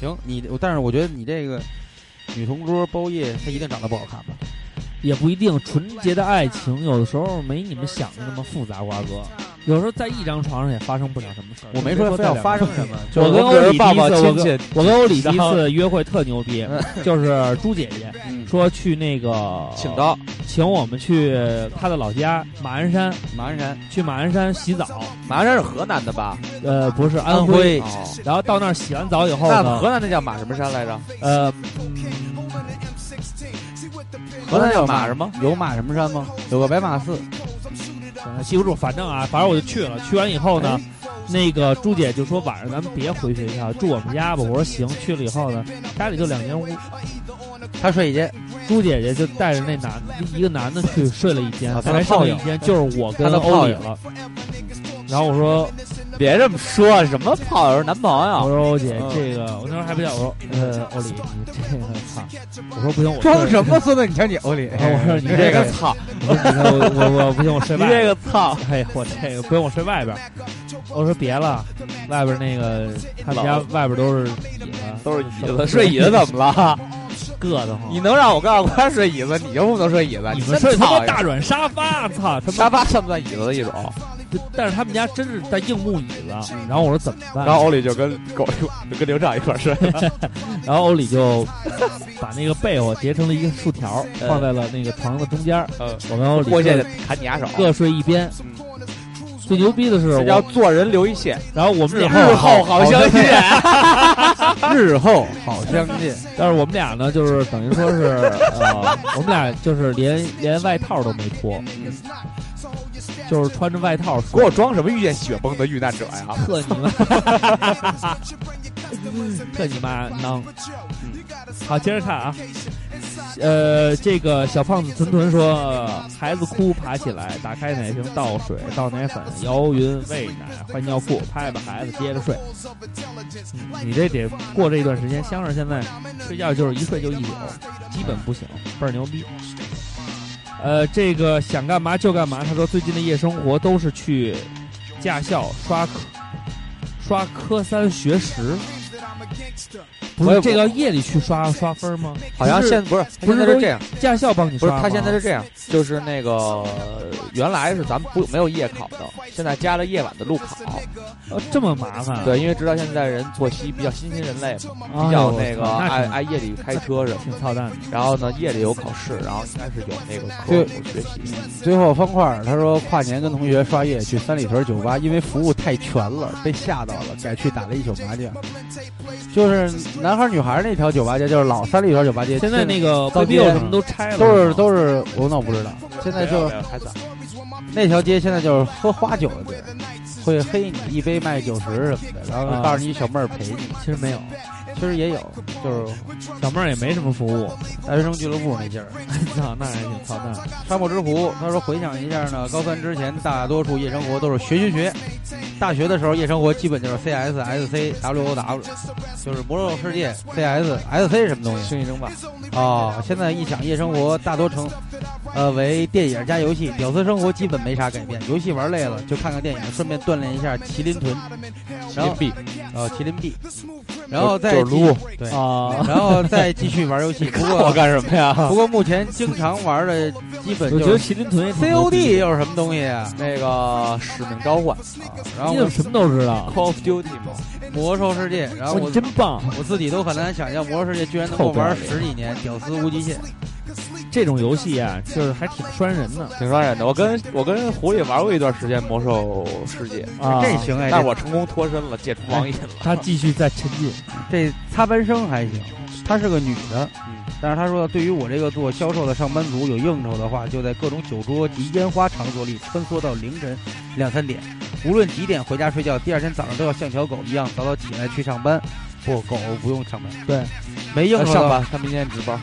[SPEAKER 2] 行，你但是我觉得你这个女同桌包夜，她一定长得不好看吧？
[SPEAKER 4] 也不一定，纯洁的爱情有的时候没你们想的那么复杂，瓜哥。有时候在一张床上也发生不了什么事儿。
[SPEAKER 2] 我没说非要发生 什么，
[SPEAKER 4] 就别说带两个。我跟欧里第一
[SPEAKER 5] 爸爸
[SPEAKER 4] 次，我
[SPEAKER 5] 亲
[SPEAKER 4] 跟
[SPEAKER 5] 戚，
[SPEAKER 4] 我跟欧里第一次约会特牛 逼，就是朱姐姐
[SPEAKER 2] 嗯
[SPEAKER 4] 说去那个
[SPEAKER 5] 请到
[SPEAKER 4] 请我们去她的老家马鞍山，
[SPEAKER 2] 马鞍山，
[SPEAKER 4] 去马鞍山洗澡，
[SPEAKER 5] 马鞍山是河南的吧？
[SPEAKER 4] 呃，不是安
[SPEAKER 2] 徽哦
[SPEAKER 5] 哦，
[SPEAKER 4] 然后到那儿洗完澡以后
[SPEAKER 5] 那
[SPEAKER 4] 呢
[SPEAKER 5] 河，南那叫马什么山来着？
[SPEAKER 4] 呃，
[SPEAKER 2] 河南有马
[SPEAKER 5] 什么？
[SPEAKER 2] 有马什么山吗？有个白马寺，
[SPEAKER 4] 记不住，反正啊，反正我就去了。去完以后呢，那个朱姐就说晚上咱们别回学校，住我们家吧。我说行。去了以后呢，家里就两间屋，
[SPEAKER 2] 他睡一间，
[SPEAKER 4] 朱姐姐就带着那男一个男的去睡了一间，
[SPEAKER 2] 啊他的
[SPEAKER 4] 还剩
[SPEAKER 2] 炮
[SPEAKER 4] 了
[SPEAKER 2] 友
[SPEAKER 4] 一间，就是我跟
[SPEAKER 2] 他的炮
[SPEAKER 4] 欧里
[SPEAKER 2] 友
[SPEAKER 4] 了。然后我说，
[SPEAKER 5] 别这么说，什么炮友男朋
[SPEAKER 4] 我
[SPEAKER 5] 友？
[SPEAKER 4] 说欧姐
[SPEAKER 5] 嗯，
[SPEAKER 4] 这个我那时候还不叫我说，呃，欧里，你这个操，我说不行，我
[SPEAKER 2] 装
[SPEAKER 4] 睡
[SPEAKER 2] 什么孙子？你瞧你欧里，
[SPEAKER 4] 然后我 说你
[SPEAKER 5] 这
[SPEAKER 4] 这
[SPEAKER 5] 个
[SPEAKER 4] 个，
[SPEAKER 5] 操，
[SPEAKER 4] 我说你看我我我不行，我睡
[SPEAKER 5] 你
[SPEAKER 4] 外边
[SPEAKER 5] 这个操，
[SPEAKER 4] 哎，我这个不用我睡外边儿，我说别了，外边儿那个他们家
[SPEAKER 5] 老
[SPEAKER 4] 外边儿都是椅子，
[SPEAKER 5] 都是椅子，睡椅子怎么了？
[SPEAKER 4] 硌得慌。
[SPEAKER 5] 你能让我跟二瓜睡椅子，你就不能睡椅子？
[SPEAKER 4] 你
[SPEAKER 5] 真
[SPEAKER 4] 们睡他
[SPEAKER 5] 讨
[SPEAKER 4] 妈
[SPEAKER 5] 厌
[SPEAKER 4] 大软沙发，操他
[SPEAKER 5] 沙
[SPEAKER 4] 妈！
[SPEAKER 5] 发算不算椅子的一种？
[SPEAKER 4] 但是他们家真是在硬木椅子，然后我说怎么办？
[SPEAKER 5] 然后欧里就跟狗一块，就跟刘畅一块睡。
[SPEAKER 4] 然后欧里就把那个被窝叠成了一个竖条，放在了那个床的中间儿。
[SPEAKER 5] 嗯，
[SPEAKER 4] 我跟欧里
[SPEAKER 5] 过去
[SPEAKER 4] 各
[SPEAKER 5] 砍你俩手。
[SPEAKER 4] 各睡一边。最牛逼的是
[SPEAKER 5] 这叫
[SPEAKER 4] 我，
[SPEAKER 5] 做人留一线，
[SPEAKER 4] 然后我们俩
[SPEAKER 5] 日后好相见。
[SPEAKER 2] 日后好相见。
[SPEAKER 4] 但是我们俩呢，就是等于说是，呃，我们俩就是连连外套都没脱，就是穿着外套
[SPEAKER 5] 给
[SPEAKER 4] 睡
[SPEAKER 5] 我。装什么遇见雪崩的遇难者呀？
[SPEAKER 4] 特你妈， 特你妈囊！好，接着看啊，呃，这个小胖子屯屯说，孩子哭，爬起来，打开奶瓶倒水，倒奶粉，摇匀喂奶，换尿裤，拍拍孩子，接着睡。嗯你这得过这一段时间，香儿现在睡觉就是一睡就一宿，基本不醒，倍儿牛逼。呃，这个想干嘛就干嘛。他说最近的夜生活都是去驾校刷科刷科三学时，不
[SPEAKER 5] 我也
[SPEAKER 4] 是
[SPEAKER 5] 不
[SPEAKER 4] 这个夜里去刷刷分吗？
[SPEAKER 5] 好像现不是，
[SPEAKER 4] 不
[SPEAKER 5] 他现
[SPEAKER 4] 是
[SPEAKER 5] 在
[SPEAKER 4] 都
[SPEAKER 5] 是这样，
[SPEAKER 4] 驾校帮你
[SPEAKER 5] 不
[SPEAKER 4] 刷
[SPEAKER 5] 是
[SPEAKER 4] 吗，
[SPEAKER 5] 他现在是这样，就是那个呃原来是咱们不没有夜考的，现在加了夜晚的路考。
[SPEAKER 4] 哦这么麻烦啊，
[SPEAKER 5] 对，因为直到现在人作息比较新兴人类嘛，
[SPEAKER 4] 哎呦，
[SPEAKER 5] 比较那个
[SPEAKER 4] 我操那
[SPEAKER 5] 爱
[SPEAKER 4] 挺
[SPEAKER 5] 爱夜里开车什么的。
[SPEAKER 4] 挺操蛋的。
[SPEAKER 5] 然后呢，夜里有考试，然后应该是有那个科目学习。
[SPEAKER 2] 最后方块儿他说跨年跟同学刷夜去三里屯酒吧，因为服务太全了，被吓到了，改去打了一宿麻将。就是男孩儿女孩儿那条酒吧街，就是老三里屯酒吧街。
[SPEAKER 4] 现在那个
[SPEAKER 2] 到
[SPEAKER 4] 背
[SPEAKER 2] 街
[SPEAKER 4] 包什么
[SPEAKER 5] 啊
[SPEAKER 4] 都拆了，
[SPEAKER 2] 都是
[SPEAKER 4] 吗
[SPEAKER 2] 都是我那我不知道，现在就
[SPEAKER 5] 还早，
[SPEAKER 2] 那条街现在就是喝花酒的地儿，会黑你一杯卖九十什么的，然后告诉你小妹儿陪你，
[SPEAKER 4] 其实没有，
[SPEAKER 2] 啊其实也有，就是
[SPEAKER 4] 小妹儿也没什么服务，
[SPEAKER 2] 大学生俱乐部那劲儿。
[SPEAKER 4] 操，那还挺操蛋的。
[SPEAKER 2] 沙漠之狐，他说回想一下呢，高三之前大多数夜生活都是学学学，大学的时候夜生活基本就是 CS、SC、WOW，就是魔兽世界、CS、SC 什么东西
[SPEAKER 5] 星际争霸，
[SPEAKER 2] 哦啊、现在一想夜生活，大多成呃，为电影加游戏，屌丝生活基本没啥改变。游戏玩累了就看看电影，顺便锻炼一下麒麟臀，然后
[SPEAKER 5] 林币
[SPEAKER 2] 呃麒麟臂，然后再
[SPEAKER 5] 就是撸
[SPEAKER 2] 继对，
[SPEAKER 5] 啊，
[SPEAKER 2] 然后再继续玩游戏。不
[SPEAKER 5] 我
[SPEAKER 2] 过
[SPEAKER 5] 干什么呀
[SPEAKER 2] 不？过目前经常玩的基本
[SPEAKER 4] 我觉
[SPEAKER 2] 就
[SPEAKER 4] 得
[SPEAKER 2] 是
[SPEAKER 4] 麒麟臀也挺牛逼
[SPEAKER 2] COD 又是什么东西啊？
[SPEAKER 5] 那个使命召唤
[SPEAKER 2] 然后
[SPEAKER 4] 你怎么
[SPEAKER 2] 我
[SPEAKER 4] 什么都知道？
[SPEAKER 5] ，Call of Duty 嘛，
[SPEAKER 2] 魔兽世界，然后
[SPEAKER 4] 哇
[SPEAKER 2] 我
[SPEAKER 4] 你真棒！
[SPEAKER 2] 我自己都很难想象魔兽世界居然能够
[SPEAKER 4] 臭不要
[SPEAKER 2] 玩
[SPEAKER 4] 脸
[SPEAKER 2] 十几年，屌丝无极限。
[SPEAKER 4] 这种游戏啊，就是还挺拴人的
[SPEAKER 5] 挺伤人的。我跟我跟狐狸玩过一段时间魔兽世界，
[SPEAKER 4] 啊。
[SPEAKER 2] 这行哎，
[SPEAKER 5] 但
[SPEAKER 2] 这
[SPEAKER 5] 我成功脱身了，解除网瘾了。
[SPEAKER 4] 他继续在沉浸，
[SPEAKER 2] 这擦班生还行，
[SPEAKER 5] 嗯
[SPEAKER 2] 她是个女的，但是她说对于我这个做销售的上班族有应酬的话，就在各种酒桌及烟花场所里穿梭到凌晨两三点，无论几点回家睡觉，第二天早上都要像条狗一样早早起来去上班。不，狗不用上班，
[SPEAKER 4] 对，
[SPEAKER 2] 没应酬
[SPEAKER 5] 呃
[SPEAKER 2] 的
[SPEAKER 5] 上吧，他明天值班。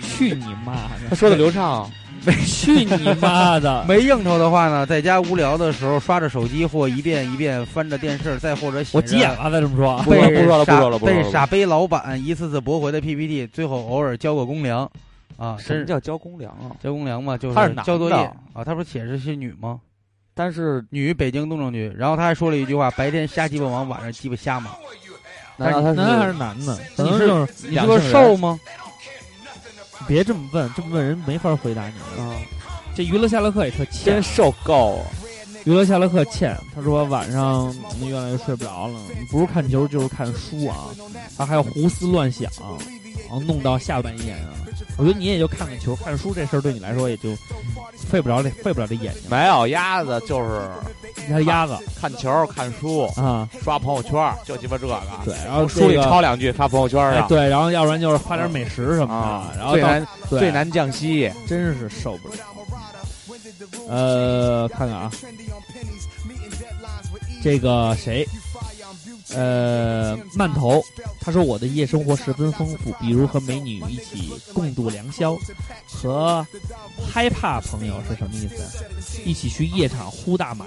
[SPEAKER 4] 去你妈
[SPEAKER 5] 他
[SPEAKER 4] 的！
[SPEAKER 5] 哎说的流 畅，
[SPEAKER 4] 去你妈 的！
[SPEAKER 2] 没应酬的话呢，在家无聊的时候刷着手机或一遍一遍翻着电视，再或者写着
[SPEAKER 4] 我急
[SPEAKER 5] 啊
[SPEAKER 4] 眼了，再这么说。
[SPEAKER 5] 不说不
[SPEAKER 2] 被
[SPEAKER 5] 说了不
[SPEAKER 2] 傻
[SPEAKER 5] 说了不说了
[SPEAKER 2] 被傻杯老板一次次驳回的 PPT，最后偶尔交个公粮，啊，
[SPEAKER 5] 什
[SPEAKER 2] 真
[SPEAKER 5] 么
[SPEAKER 2] 是
[SPEAKER 5] 叫交公粮啊？
[SPEAKER 2] 交公粮嘛，就
[SPEAKER 5] 他是男的
[SPEAKER 2] 交作业啊。他不是写着是女吗？
[SPEAKER 5] 但是
[SPEAKER 2] 女北京东城区。然后他还说了一句话：白天瞎鸡巴忙，晚上鸡巴瞎忙。
[SPEAKER 5] 难道他
[SPEAKER 4] 男还啊是
[SPEAKER 5] 是
[SPEAKER 4] 男的？可
[SPEAKER 2] 你
[SPEAKER 4] 能
[SPEAKER 2] 是
[SPEAKER 4] 就是
[SPEAKER 2] 你是个瘦吗？
[SPEAKER 4] 别这么问，这么问人没法回答你了。
[SPEAKER 5] 啊？
[SPEAKER 4] 这娱乐夏洛克也特欠
[SPEAKER 5] 真，受够啊！
[SPEAKER 4] 娱乐夏洛克欠。他说晚上你越来越睡不着了，你不是看球就是看书啊，他还要胡思乱想，然后弄到下半夜啊。我觉得你也就看看球、看书这事儿，对你来说也就费不着这费不了这眼睛。
[SPEAKER 5] 没有鸭子就是
[SPEAKER 4] 你看鸭子
[SPEAKER 5] 看球、看书、
[SPEAKER 4] 啊，
[SPEAKER 5] 刷朋友圈，就鸡巴这个。
[SPEAKER 4] 对，然后
[SPEAKER 5] 书
[SPEAKER 4] 这
[SPEAKER 5] 里
[SPEAKER 4] 哦个啊
[SPEAKER 5] 抄两句发朋友圈啊
[SPEAKER 4] 哎
[SPEAKER 5] 上。
[SPEAKER 4] 对，然后要不然就是画点美食什么
[SPEAKER 5] 啊
[SPEAKER 4] 的，，然后
[SPEAKER 5] 最
[SPEAKER 4] 到
[SPEAKER 5] 难
[SPEAKER 4] 对
[SPEAKER 5] 最难降息，
[SPEAKER 4] 真是受不了。呃，看看啊，这个谁，呃，曼头，他说我的夜生活十分丰富，比如和美女一起共度良宵，和害怕朋友是什么意思？一起去夜场呼大麻，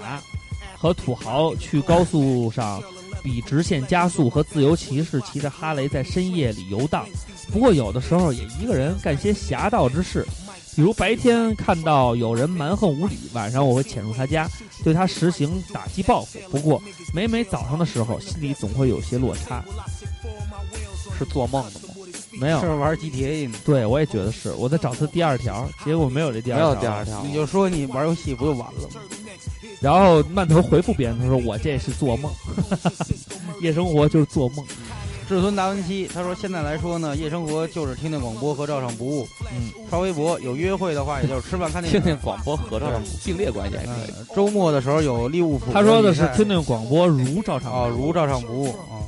[SPEAKER 4] 和土豪去高速上比直线加速，和自由骑士骑着哈雷在深夜里游荡。不过有的时候也一个人干些侠盗之事，比如白天看到有人蛮横无理，晚上我会潜入他家，对他实行打击报复。不过每每早上的时候，心里总会有些落差。
[SPEAKER 5] 是做梦的吗？
[SPEAKER 4] 没有
[SPEAKER 2] 是，玩 GTA 呢？
[SPEAKER 4] 对我也觉得是。我在找他第二条，结果没有这第
[SPEAKER 5] 没
[SPEAKER 4] 二
[SPEAKER 5] 有
[SPEAKER 4] 条。
[SPEAKER 5] 第二条
[SPEAKER 2] 你，就说你玩游戏不就完了吗？
[SPEAKER 4] 然后曼头回复别人，他说我这是做梦， 夜生活就是做梦。
[SPEAKER 2] 至尊达文西他说现在来说呢，夜生活就是听听广播和照上不误，
[SPEAKER 4] 嗯，
[SPEAKER 2] 刷微博。有约会的话，也就是吃饭看电
[SPEAKER 5] 听
[SPEAKER 2] 影。
[SPEAKER 5] 听广播合照并列关系还可以。
[SPEAKER 2] 嗯周末的时候有利物浦。
[SPEAKER 4] 他说的是听听广播如照常
[SPEAKER 2] 哦，如照上不误啊。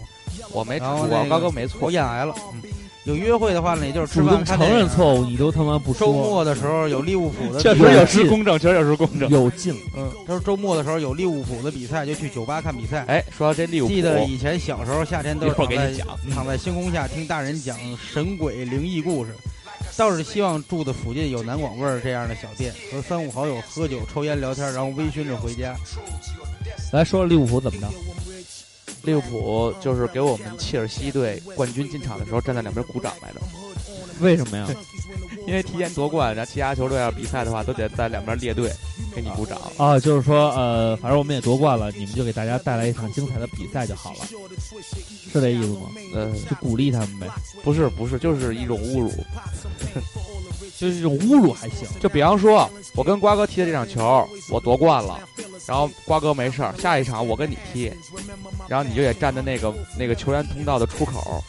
[SPEAKER 5] 我没
[SPEAKER 2] 然后
[SPEAKER 5] 我
[SPEAKER 2] 那个
[SPEAKER 5] 哎高哥没
[SPEAKER 2] 我
[SPEAKER 5] 错，
[SPEAKER 2] 咽癌了。嗯有约会的话呢，也就是吃
[SPEAKER 4] 主
[SPEAKER 2] 饭
[SPEAKER 4] 动
[SPEAKER 2] 看
[SPEAKER 4] 承
[SPEAKER 2] 电
[SPEAKER 4] 认
[SPEAKER 2] 影。
[SPEAKER 4] 错误，你都他妈不
[SPEAKER 2] 周
[SPEAKER 4] 说，
[SPEAKER 2] 末的时候有利物浦的
[SPEAKER 5] 确
[SPEAKER 2] 比
[SPEAKER 5] 实
[SPEAKER 2] 赛，
[SPEAKER 5] 有失公正，确实有失公正。
[SPEAKER 4] 有劲。
[SPEAKER 2] 嗯，他说周末的时候有利物浦的比赛，就去酒吧看比赛。
[SPEAKER 5] 哎，说到这利物浦，
[SPEAKER 2] 记得以前小时候夏天都
[SPEAKER 5] 一
[SPEAKER 2] 是
[SPEAKER 5] 会儿
[SPEAKER 2] 躺
[SPEAKER 5] 给
[SPEAKER 2] 在
[SPEAKER 5] 你讲。
[SPEAKER 2] 躺在星空下听大人讲神鬼灵异故事，倒是希望住的附近有南广味儿这样的小店，和三五好友喝酒抽烟聊天，然后微醺着回家。
[SPEAKER 4] 来说说利物浦怎么着？
[SPEAKER 5] 利物浦就是给我们切尔西队冠军进场的时候站在两边鼓掌来着，
[SPEAKER 4] 为什么呀？
[SPEAKER 5] 因为提前夺冠，然后其他球队要比赛的话都得在两边列队给你鼓掌。
[SPEAKER 4] 啊，就是说，呃，反正我们也夺冠了，你们就给大家带来一场精彩的比赛就好了，是这意思吗？
[SPEAKER 5] 呃，
[SPEAKER 4] 就鼓励他们呗，
[SPEAKER 5] 不是不是，就是一种侮辱。
[SPEAKER 4] 就是这种侮辱还行。
[SPEAKER 5] 就比方说，我跟瓜哥踢的这场球，我夺冠了，然后瓜哥没事儿，下一场我跟你踢，然后你就得站在那个那个球员通道的出口，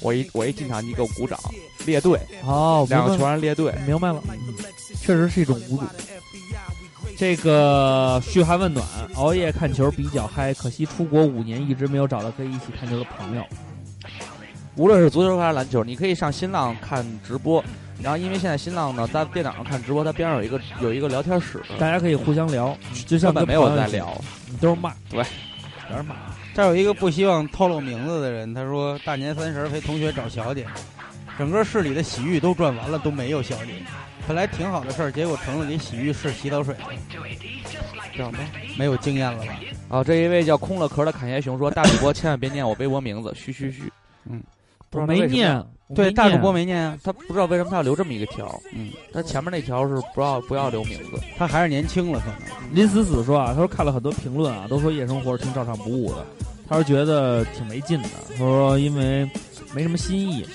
[SPEAKER 5] 我一我一进场你给我鼓掌，列队，
[SPEAKER 4] 哦，
[SPEAKER 5] 两个
[SPEAKER 4] 明
[SPEAKER 5] 球
[SPEAKER 4] 白了
[SPEAKER 5] 员列队，
[SPEAKER 4] 明白了，嗯确实是一种侮辱。这个嘘寒问暖，熬夜看球比较嗨，可惜出国五年一直没有找到可以一起看球的朋友。
[SPEAKER 5] 无论是足球还是篮球，你可以上新浪看直播。然后，因为现在新浪呢，在电脑上看直播，它边上有一个有一个聊天室，
[SPEAKER 4] 大家可以互相聊，就像
[SPEAKER 5] 根本
[SPEAKER 4] 跟
[SPEAKER 5] 没有
[SPEAKER 4] 朋友
[SPEAKER 5] 在
[SPEAKER 4] 一起，
[SPEAKER 5] 聊。
[SPEAKER 4] 都是骂，
[SPEAKER 5] 对，
[SPEAKER 4] 全是骂。
[SPEAKER 2] 这儿有一个不希望透露名字的人，他说大年三十儿陪同学找小姐，整个市里的洗浴都转完了，都没有小姐。本来挺好的事儿，结果成了给洗浴室洗澡水，
[SPEAKER 5] 叫什么？
[SPEAKER 2] 没有经验了吧？
[SPEAKER 5] 啊，这一位叫空了壳的侃爷熊说：“大主播千万别念我微博名字，嘘嘘嘘。”
[SPEAKER 2] 嗯，
[SPEAKER 5] 不
[SPEAKER 4] 我
[SPEAKER 5] 知道他为
[SPEAKER 4] 没
[SPEAKER 5] 什么
[SPEAKER 4] 念，
[SPEAKER 11] 对，
[SPEAKER 5] 没
[SPEAKER 11] 大主
[SPEAKER 5] 念
[SPEAKER 11] 播没念啊，
[SPEAKER 5] 他不知道为什么他要留这么一个条，
[SPEAKER 11] 嗯，
[SPEAKER 5] 他前面那条是不要不要留名字，
[SPEAKER 11] 他还是年轻了，可能
[SPEAKER 4] 林死死说啊，他说看了很多评论啊，都说夜生活是挺照常不误的，他说觉得挺没劲的，他说因为没什么新意。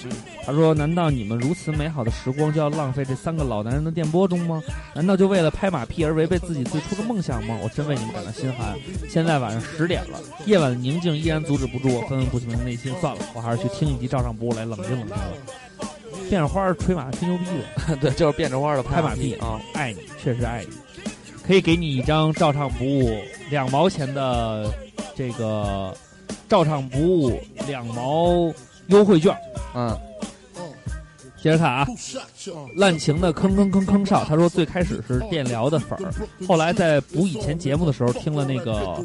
[SPEAKER 4] 他说：“难道你们如此美好的时光就要浪费这三个老男人的电波中吗？难道就为了拍马屁而违背自己最初的梦想吗？我真为你们感到心寒。现在晚上十点了，夜晚的宁静依然阻止不住我愤愤不平的内心。算了，我还是去听一集《照常不误》来冷静冷静吧。变着花儿吹马吹牛逼的，
[SPEAKER 5] 对，就是变着花的
[SPEAKER 4] 拍马屁
[SPEAKER 5] 屁啊，
[SPEAKER 4] 爱你，确实爱你。可以给你一张照唱不误两毛钱的这个照唱不误两毛优惠券。
[SPEAKER 5] 嗯，
[SPEAKER 4] 接着看啊，滥情的坑坑坑坑少，他说最开始是电疗的粉儿，后来在补以前节目的时候听了那个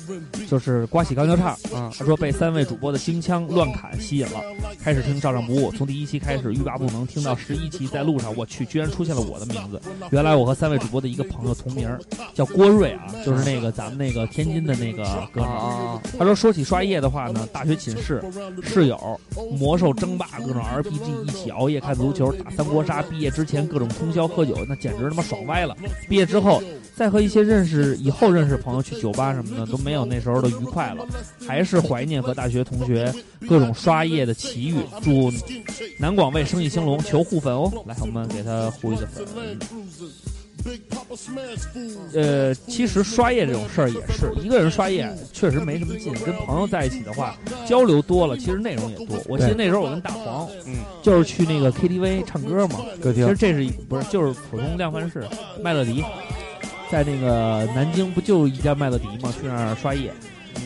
[SPEAKER 4] 就是刮起钢交叉，
[SPEAKER 5] 嗯，
[SPEAKER 4] 他说被三位主播的京腔乱侃吸引了，开始听照唱不误，从第一期开始欲罢不能，听到十一期，在路上我去，居然出现了我的名字。原来我和三位主播的一个朋友同名儿，叫郭瑞啊，就是那个咱们那个天津的那个哥们儿。
[SPEAKER 2] 嗯
[SPEAKER 5] 啊
[SPEAKER 4] 他说说起刷夜的话呢，大学寝室室友魔兽争霸各种 RPG 一起熬夜看足球打三国杀，毕业之前各种通宵喝酒，那简直他妈爽歪了。毕业之后再和一些认识以后认识朋友去酒吧什么的都没有那时候的愉快了，还是怀念和大学同学各种刷夜的奇遇。祝南广卫生意兴隆，求互粉哦！来，我们给他呼一个粉。呃，其实刷夜这种事儿也是，一个人刷夜确实没什么劲，跟朋友在一起的话，交流多了，其实内容也多。我记得那时候我跟大黄，
[SPEAKER 5] 嗯，
[SPEAKER 4] 就是去那个 KTV 唱歌嘛，
[SPEAKER 2] 歌
[SPEAKER 4] 其
[SPEAKER 2] 厅
[SPEAKER 4] 实这是一不是就是普通量贩式麦乐迪，在那个南京不就一家麦乐迪嘛，去那儿刷夜，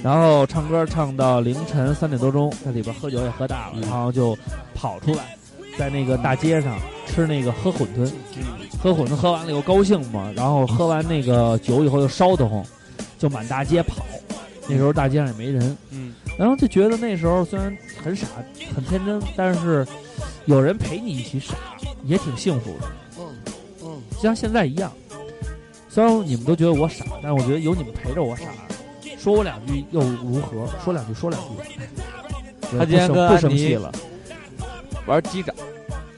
[SPEAKER 4] 然后唱歌唱到凌晨三点多钟，在里边喝酒也喝
[SPEAKER 2] 嗯
[SPEAKER 4] 大了，然后就跑出来，在那个大街上吃那个喝馄饨，喝馄饨喝完了以后高兴嘛，然后喝完那个酒以后就烧得慌，就满大街跑。那时候大街上也没人，
[SPEAKER 5] 嗯，
[SPEAKER 4] 然后就觉得那时候虽然很傻、很天真，但是有人陪你一起傻，也挺幸福的。
[SPEAKER 5] 嗯
[SPEAKER 4] 就像现在一样，虽然你们都觉得我傻，但是我觉得有你们陪着我傻，说我两句又如何？说两句，说两句。
[SPEAKER 5] 他今天
[SPEAKER 4] 不生
[SPEAKER 5] 跟安
[SPEAKER 4] 不生
[SPEAKER 5] 妮
[SPEAKER 4] 气了，
[SPEAKER 5] 啊玩机长，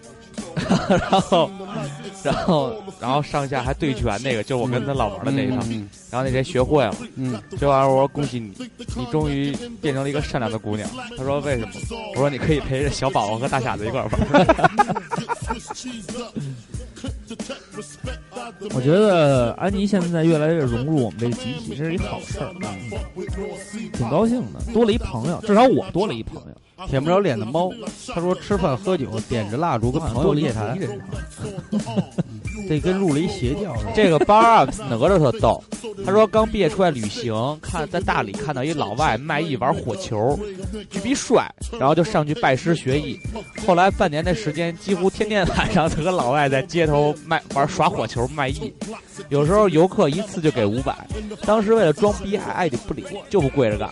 [SPEAKER 5] 然后然后然后上下还对拳那个，就是我跟他老玩的那一套，
[SPEAKER 11] 嗯
[SPEAKER 5] 然后那谁学会了，
[SPEAKER 11] 嗯，
[SPEAKER 5] 学完我说恭喜你，你终于变成了一个善良的姑娘。他说为什么？我说你可以陪着小宝宝和大傻子一块儿玩儿。
[SPEAKER 4] 我觉得安妮现在越来越融入我们这个集体，这是一好事儿，啊挺高兴的，多了一朋友，至少我多了一朋友。
[SPEAKER 11] 舔不着脸的猫，他说吃饭喝酒，点着蜡烛跟朋友夜谈，
[SPEAKER 4] 啊
[SPEAKER 11] 这跟入了一邪教似的。
[SPEAKER 5] 这个 Bar Up 哪吒特逗，他说刚毕业出来旅行，看在大理看到一老外卖艺玩火球，巨逼帅，然后就上去拜师学艺。后来半年的时间，几乎天天晚上都跟老外在街头卖玩耍火球卖艺，有时候游客一次就给五百。当时为了装逼还爱理不理，就不跪着干。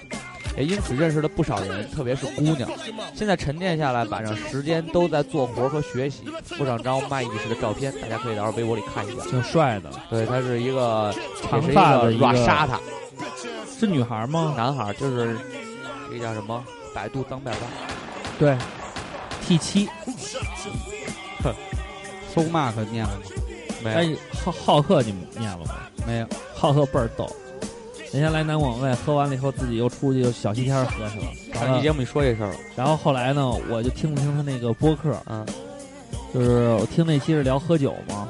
[SPEAKER 5] 也因此认识了不少人，特别是姑娘。现在沉淀下来，晚上时间都在做活和学习。附上张卖艺时的照片，大家可以到时候微博里看一下。
[SPEAKER 4] 挺帅的，
[SPEAKER 5] 对，他是一个
[SPEAKER 4] 长发的
[SPEAKER 5] 也是
[SPEAKER 4] 一
[SPEAKER 5] 一
[SPEAKER 4] 个
[SPEAKER 5] 个软沙塔
[SPEAKER 4] 是女孩吗？
[SPEAKER 11] 啊
[SPEAKER 5] 男孩，就是这个叫什么？百度当百万，
[SPEAKER 4] 对，T 七。
[SPEAKER 11] 搜 mark 念了吗？
[SPEAKER 5] 没
[SPEAKER 4] 哎
[SPEAKER 5] 有，
[SPEAKER 4] 浩浩克你们念了吗？
[SPEAKER 11] 没有，
[SPEAKER 4] 浩克倍儿逗。人家来南广卫喝完了以后，自己又出去又小西天儿喝去了。完
[SPEAKER 5] 上期
[SPEAKER 4] 了，
[SPEAKER 5] 节目里说这事儿了，
[SPEAKER 4] 然后后来呢，我就听了听他那个播客，
[SPEAKER 5] 嗯，
[SPEAKER 4] 就是我听那期是聊喝酒嘛，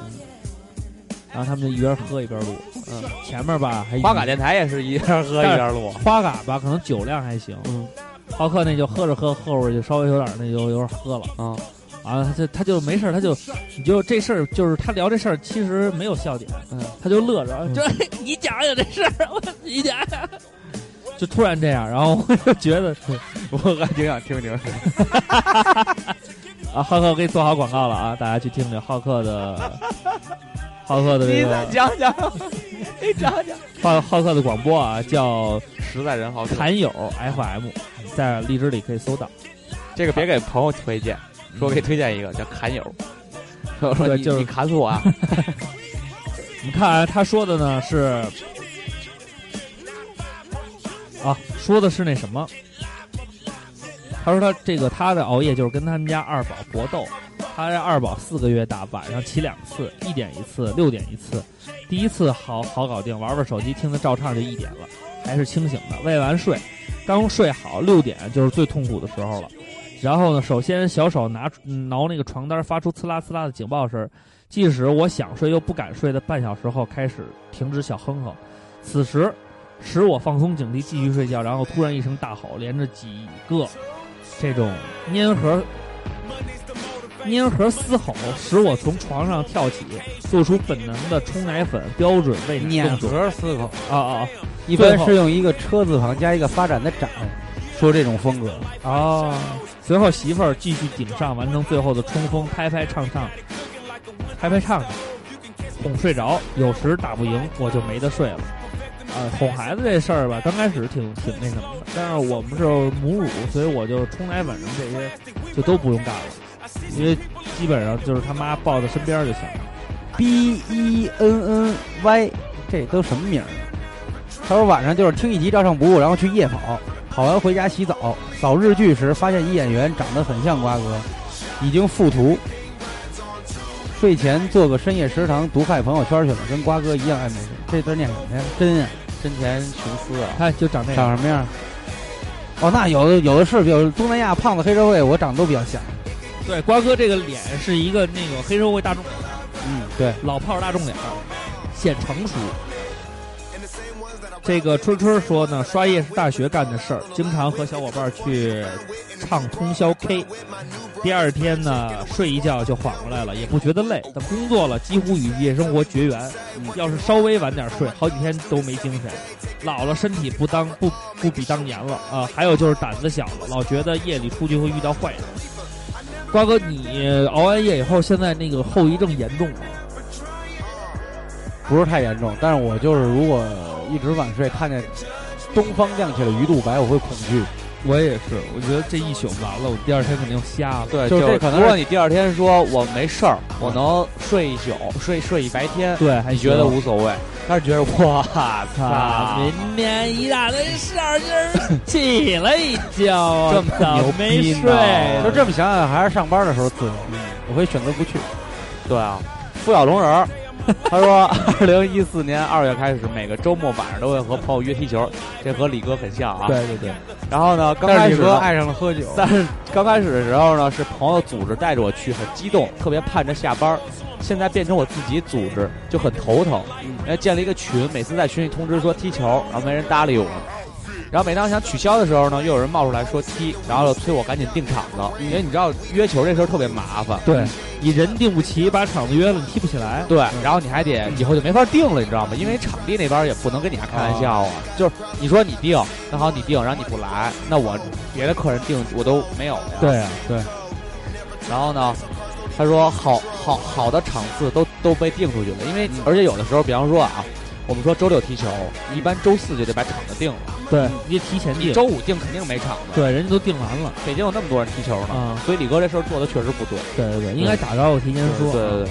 [SPEAKER 4] 然后他们就一边喝一边录，
[SPEAKER 5] 嗯，
[SPEAKER 4] 前面吧还
[SPEAKER 5] 花嘎电台也是一边喝一 边录，
[SPEAKER 4] 花嘎吧，可能酒量还行，
[SPEAKER 5] 嗯，
[SPEAKER 4] 浩克那就喝着喝，后边就稍微有点那就有点喝了。
[SPEAKER 5] 嗯，
[SPEAKER 4] 完了，他就他就没事儿，他就你就这事儿，就是他聊这事儿，其实没有笑点，
[SPEAKER 5] 嗯，
[SPEAKER 4] 他就乐着，就、 你讲讲这事儿，我你讲 讲，就突然这样，然后我就觉得
[SPEAKER 5] 我还挺想听听。
[SPEAKER 4] 啊，浩克给你做好广告了啊，大家去听听浩克 的，浩克的
[SPEAKER 5] 你
[SPEAKER 4] 这
[SPEAKER 5] 再
[SPEAKER 4] 个
[SPEAKER 5] 讲讲， 你讲讲。
[SPEAKER 4] 浩浩克的广播啊，叫
[SPEAKER 5] 实在人好看，
[SPEAKER 4] 侃友 FM，在荔枝里可以搜到。
[SPEAKER 5] 这个别给朋友推荐，说给推荐一个叫 侃友。我说
[SPEAKER 4] 嗯对
[SPEAKER 5] 你
[SPEAKER 4] 就是
[SPEAKER 5] 你砍死 我啊！
[SPEAKER 4] 你看啊他说的呢是，啊，说的是那什么，他说他这个他的熬夜就是跟他们家二宝搏斗，他家二宝四个月大，晚上起两次，一点一次，六点一次。第一次好好搞定，玩玩手机，听他照唱就一点了，还是清醒的。喂完睡，刚睡好，六点就是最痛苦的时候了。然后呢，首先小手拿出嗯挠那个床单，发出刺啦刺啦的警报声。即使我想睡又不敢睡的半小时后开始停止小哼哼，此时使我放松警惕，继续睡觉。然后突然一声大吼，连着几个这种粘合粘合嘶吼，使我从床上跳起，做出本能的冲奶粉标准喂奶
[SPEAKER 11] 碾
[SPEAKER 4] 动作。
[SPEAKER 11] 合思考，
[SPEAKER 4] 啊啊！
[SPEAKER 11] 一般是用一个车字旁加一个发展的展，说这种风格。
[SPEAKER 4] 哦，随后媳妇儿继续顶上，完成最后的冲锋，拍拍唱唱，拍拍唱唱，哄睡着。有时打不赢，我就没得睡了。呃，哄孩子这事儿吧，刚开始挺挺那什么的，但是我们是母乳，所以我就冲奶粉什么这些就都不用干了，因为基本上就是他妈抱在身边就行了。
[SPEAKER 11] B E N N Y，这都什么名儿啊？他说晚上就是听一集《照上不误》，然后去夜跑，跑完回家洗澡，扫日剧时发现一演员长得很像瓜哥，已经附图。睡前做个深夜食堂，毒害朋友圈去了，跟瓜哥一样爱美食。这字念什么呀？真啊，
[SPEAKER 5] 真田雄司啊，
[SPEAKER 4] 看，就长这样。
[SPEAKER 11] 长什么样？哦，那有的有的是，比如东南亚胖子黑社会，我长得都比较像。
[SPEAKER 4] 对，瓜哥这个脸是一个那个黑社会大众脸，
[SPEAKER 11] 嗯，对，
[SPEAKER 4] 老炮儿大众脸，显成熟。这个春春说呢，刷夜是大学干的事儿，经常和小伙伴去唱通宵 K。第二天呢，睡一觉就缓过来了，也不觉得累。等工作了，几乎与夜生活绝缘。
[SPEAKER 11] 嗯
[SPEAKER 4] 要是稍微晚点睡，好几天都没精神。老了，身体不当不不比当年了啊、还有就是胆子小了，老觉得夜里出去会遇到坏人。瓜哥，你熬完夜以后，现在那个后遗症严重吗？
[SPEAKER 2] 不是太严重，但是我就是如果一直晚睡，看见东方亮起了鱼肚白，我会恐惧。
[SPEAKER 4] 我也是，我觉得这一宿完了，我第二天肯定瞎了。
[SPEAKER 5] 对，
[SPEAKER 2] 就是
[SPEAKER 5] 是
[SPEAKER 2] 这可能
[SPEAKER 5] 如果
[SPEAKER 2] 是
[SPEAKER 5] 你第二天说我没事儿，我能睡一宿，睡睡一白天，
[SPEAKER 4] 嗯对，啊还
[SPEAKER 5] 你觉得无所谓，但是觉 得我操，
[SPEAKER 4] 明天一大堆事儿，今儿起了一觉，
[SPEAKER 5] 这么
[SPEAKER 4] 早
[SPEAKER 5] 牛
[SPEAKER 4] 哦没
[SPEAKER 5] 逼呢
[SPEAKER 4] 睡。啊
[SPEAKER 5] 对
[SPEAKER 2] 就这么想想，还是上班的时候自由，我会选择不去。
[SPEAKER 5] 对啊，付小龙人儿，他说二零一四年二月开始，每个周末晚上都会和朋友约踢球，这和李哥很像啊。
[SPEAKER 2] 对对，
[SPEAKER 5] 然后呢，刚
[SPEAKER 2] 但
[SPEAKER 5] 开
[SPEAKER 2] 是
[SPEAKER 5] 始
[SPEAKER 2] 李哥
[SPEAKER 5] 呢
[SPEAKER 2] 爱上了喝酒，
[SPEAKER 5] 但是刚开始的时候呢，是朋友组织带着我去，很激动，特别盼着下班儿。现在变成我自己组织，就很头疼。
[SPEAKER 4] 嗯
[SPEAKER 5] 然后建了一个群，每次在群里通知说踢球，然后没人搭理我。然后每当想取消的时候呢，又有人冒出来说踢，然后就催我赶紧订场子，因为你知道约球这事儿特别麻烦。
[SPEAKER 4] 嗯对，你人定不齐，把场子约了，你踢不起来。
[SPEAKER 5] 对，然后你
[SPEAKER 4] 嗯
[SPEAKER 5] 还得以后就没法定了，你知道吗？因为场地那边儿也不能跟你家开玩
[SPEAKER 4] 哦
[SPEAKER 5] 笑啊。就是你说你定，那好你定，然后你不来，那我别的客人定我都没有了呀。
[SPEAKER 4] 对啊，对，
[SPEAKER 5] 然后呢，他说好好好的场次都都被定出去了，因为
[SPEAKER 4] 嗯
[SPEAKER 5] 而且有的时候，比方说啊，我们说周六踢球，一般周四就得把场子定了，
[SPEAKER 4] 对，你得提前
[SPEAKER 5] 啊你
[SPEAKER 4] 定。
[SPEAKER 5] 周五定肯定没场子。，
[SPEAKER 4] 对，人家都定完了
[SPEAKER 5] 北京有那么多人踢球呢，
[SPEAKER 4] 啊。
[SPEAKER 5] 所以李哥这事儿做的确实不对。
[SPEAKER 4] 对对对，应该打招呼，提前说。
[SPEAKER 5] 对对对，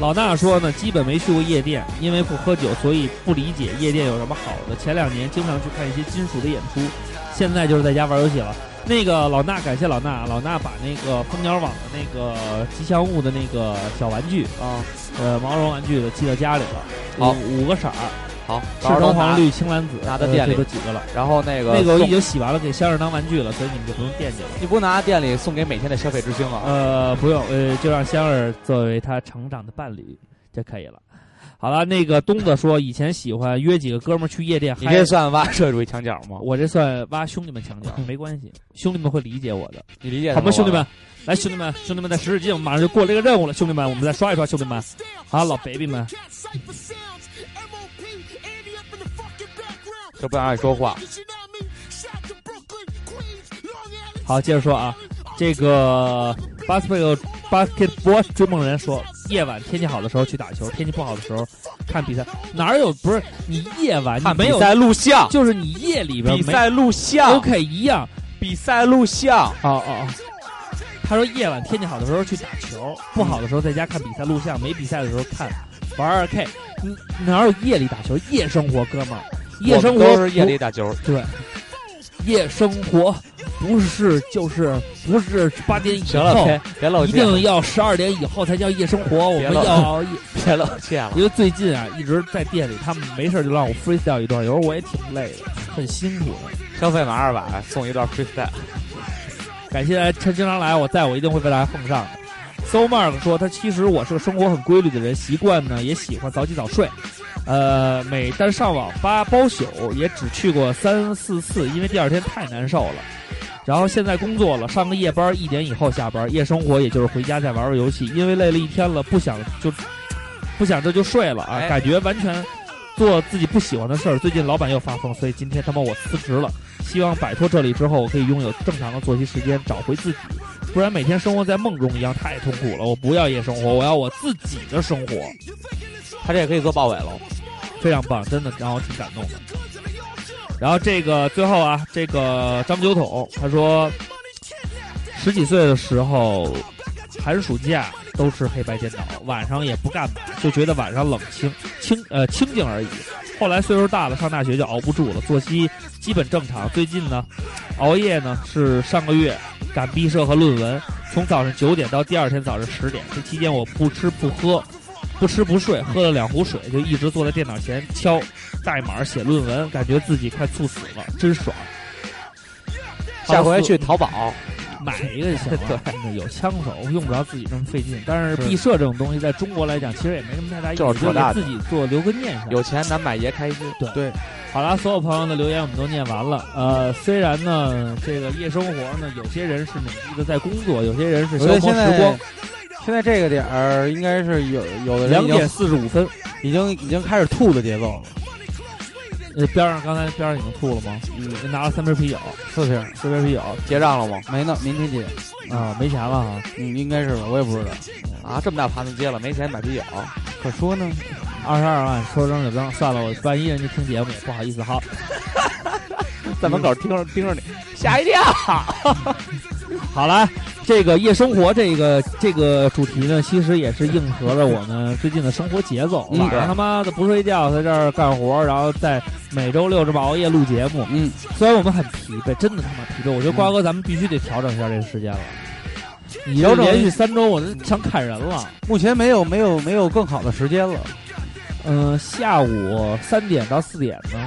[SPEAKER 4] 老大说呢，基本没去过夜店，因为不喝酒，所以不理解夜店有什么好的。前两年经常去看一些金属的演出，现在就是在家玩游戏了。那个老衲，感谢老衲，老衲把那个蜂鸟网的那个吉祥物的那个小玩具
[SPEAKER 5] 嗯
[SPEAKER 4] 啊，呃，毛绒玩具的寄到家里了，
[SPEAKER 5] 好
[SPEAKER 4] 五五个色儿，
[SPEAKER 5] 好，
[SPEAKER 4] 赤
[SPEAKER 5] 到时候
[SPEAKER 4] 橙
[SPEAKER 5] 都
[SPEAKER 4] 黄
[SPEAKER 5] 拿。
[SPEAKER 4] 绿青蓝紫，
[SPEAKER 5] 拿到
[SPEAKER 4] 呃
[SPEAKER 5] 店里
[SPEAKER 4] 这都几个了。
[SPEAKER 5] 然后那个
[SPEAKER 4] 那个我已
[SPEAKER 5] 送
[SPEAKER 4] 经洗完了，给香儿当玩具了，所以你们就不用惦记了。
[SPEAKER 5] 你不拿店里送给每天的消费之星啊？
[SPEAKER 4] 呃，不用，呃，就让香儿作为他成长的伴侣就可以了。好了，那个东子说，以前喜欢约几个哥们儿去夜店嗨，
[SPEAKER 5] 你这算挖社会墙角吗？
[SPEAKER 4] 我这算挖兄弟们墙角，没关系，兄弟们会理解我的，
[SPEAKER 5] 你理解
[SPEAKER 4] 好吗？兄弟们，来，兄弟们，兄弟们再使使劲，我们马上就过这个任务了，兄弟们，我们再刷一刷，兄弟们，好，老 baby 们，
[SPEAKER 5] 就不想让你说话。
[SPEAKER 4] 好，接着说啊，这个 basketball basketball 追梦人说，夜晚天气好的时候去打球，天气不好的时候看比赛，哪儿有不是你夜晚你
[SPEAKER 5] 看
[SPEAKER 4] 没
[SPEAKER 5] 比
[SPEAKER 4] 有
[SPEAKER 5] 赛录像，
[SPEAKER 4] 就是你夜里边
[SPEAKER 5] 比
[SPEAKER 4] 没
[SPEAKER 5] 赛录像
[SPEAKER 4] OK 一样。
[SPEAKER 5] 比赛录像。
[SPEAKER 4] 哦哦，哦他说夜晚天气好的时候去打球，不好的时候在家看比赛录像，没比赛的时候看玩二 K。你哪有夜里打球？夜生活，哥们儿，夜生活
[SPEAKER 5] 我们都是夜里打球，
[SPEAKER 4] 不对，夜生活不是就是不是八点以
[SPEAKER 5] 行了，
[SPEAKER 4] 后
[SPEAKER 5] 别，别露
[SPEAKER 4] 一
[SPEAKER 5] 怯了，
[SPEAKER 4] 定要十二点以后才叫夜生 活。我
[SPEAKER 5] 别
[SPEAKER 4] 们
[SPEAKER 5] 了
[SPEAKER 4] 要夜
[SPEAKER 5] 别露怯了。
[SPEAKER 4] 因为最近啊一直在店里，他们没事就让我 freestyle 一段，有时候我也挺累的，很辛苦的。
[SPEAKER 5] 消费满二百送一段 freestyle，
[SPEAKER 4] 感谢他经常来，我在我一定会被大家奉上的。So Mark 说，他其实我是个生活很规律的人，习惯呢也喜欢早起早睡，呃，每但上网吧包宿也只去过三四次，因为第二天太难受了。然后现在工作了，上个夜班，一点以后下班，夜生活也就是回家再玩玩游戏，因为累了一天了，不想就不想这就睡了啊，
[SPEAKER 5] 哎
[SPEAKER 4] 感觉完全做自己不喜欢的事儿。最近老板又发疯，所以今天他妈我辞职了。希望摆脱这里之后，我可以拥有正常的作息时间，找回自己，不然每天生活在梦中一样太痛苦了。我不要夜生活，我要我自己的生活，
[SPEAKER 5] 他这也可以做报尾了。
[SPEAKER 4] 非常棒，真的让我挺感动的。然后这个最后啊，这个张九桶他说，十几岁的时候，寒暑假都是黑白颠倒，晚上也不干嘛，就觉得晚上冷清清呃清静而已。后来岁数大了，上大学就熬不住了，作息基本正常。最近呢，熬夜呢是上个月赶毕设和论文，从早上九点到第二天早上十点，这期间我不吃不喝，不吃不睡，喝了两壶水，就一直坐在电脑前敲代码写论文，感觉自己快猝死了，真爽。
[SPEAKER 5] 下回去淘宝，
[SPEAKER 4] 买一个就 行了，真的有枪手用不着自己这么费劲。但是毕设这种东西，在中国来讲，其实也没什么太大意义，
[SPEAKER 5] 就是
[SPEAKER 4] 就
[SPEAKER 5] 做
[SPEAKER 4] 给
[SPEAKER 5] 大的
[SPEAKER 4] 自己做留个念想。
[SPEAKER 5] 有钱难买爷开心。
[SPEAKER 4] 对，好啦，所有朋友的留言我们都念完了。呃，虽然呢，这个夜生活呢，有些人是努力的在工作，有些人是
[SPEAKER 2] 我
[SPEAKER 4] 消
[SPEAKER 2] 觉得
[SPEAKER 4] 磨
[SPEAKER 2] 现
[SPEAKER 4] 时光
[SPEAKER 2] 在。现在这个点儿应该是有有的人
[SPEAKER 4] 两
[SPEAKER 2] 已经
[SPEAKER 4] 点四十五分，
[SPEAKER 2] 已经已经开始吐的节奏了，
[SPEAKER 4] 呃，边上刚才边上已经吐了吗？嗯，拿了三瓶啤酒，
[SPEAKER 2] 四瓶
[SPEAKER 4] 四瓶啤酒
[SPEAKER 5] 结账了吗？
[SPEAKER 2] 没呢，明天结，
[SPEAKER 4] 啊，没钱了哈。
[SPEAKER 2] 嗯，应该是吧，我也不知道。
[SPEAKER 5] 啊，这么大盘子接了，没钱买啤酒。
[SPEAKER 2] 可说呢，
[SPEAKER 4] 二十二万说扔就扔，算了，我万一人家听节目也不好意思。好，
[SPEAKER 5] 在门口盯着盯着你，吓一跳。
[SPEAKER 4] 好了，这个夜生活这个这个主题呢，其实也是应和了我们最近的生活节奏。
[SPEAKER 2] 嗯
[SPEAKER 4] 晚上他妈的不睡觉，在这儿干活，然后在每周六这么熬夜录节目。
[SPEAKER 2] 嗯，
[SPEAKER 4] 虽然我们很疲惫，真的他妈疲惫。我觉得瓜哥，咱们必须得调整一下这个时间了。你这
[SPEAKER 2] 调整
[SPEAKER 4] 连续三周，我都想砍人了。
[SPEAKER 2] 目前没有没有没有更好的时间了，
[SPEAKER 4] 嗯、下午三点到四点呢，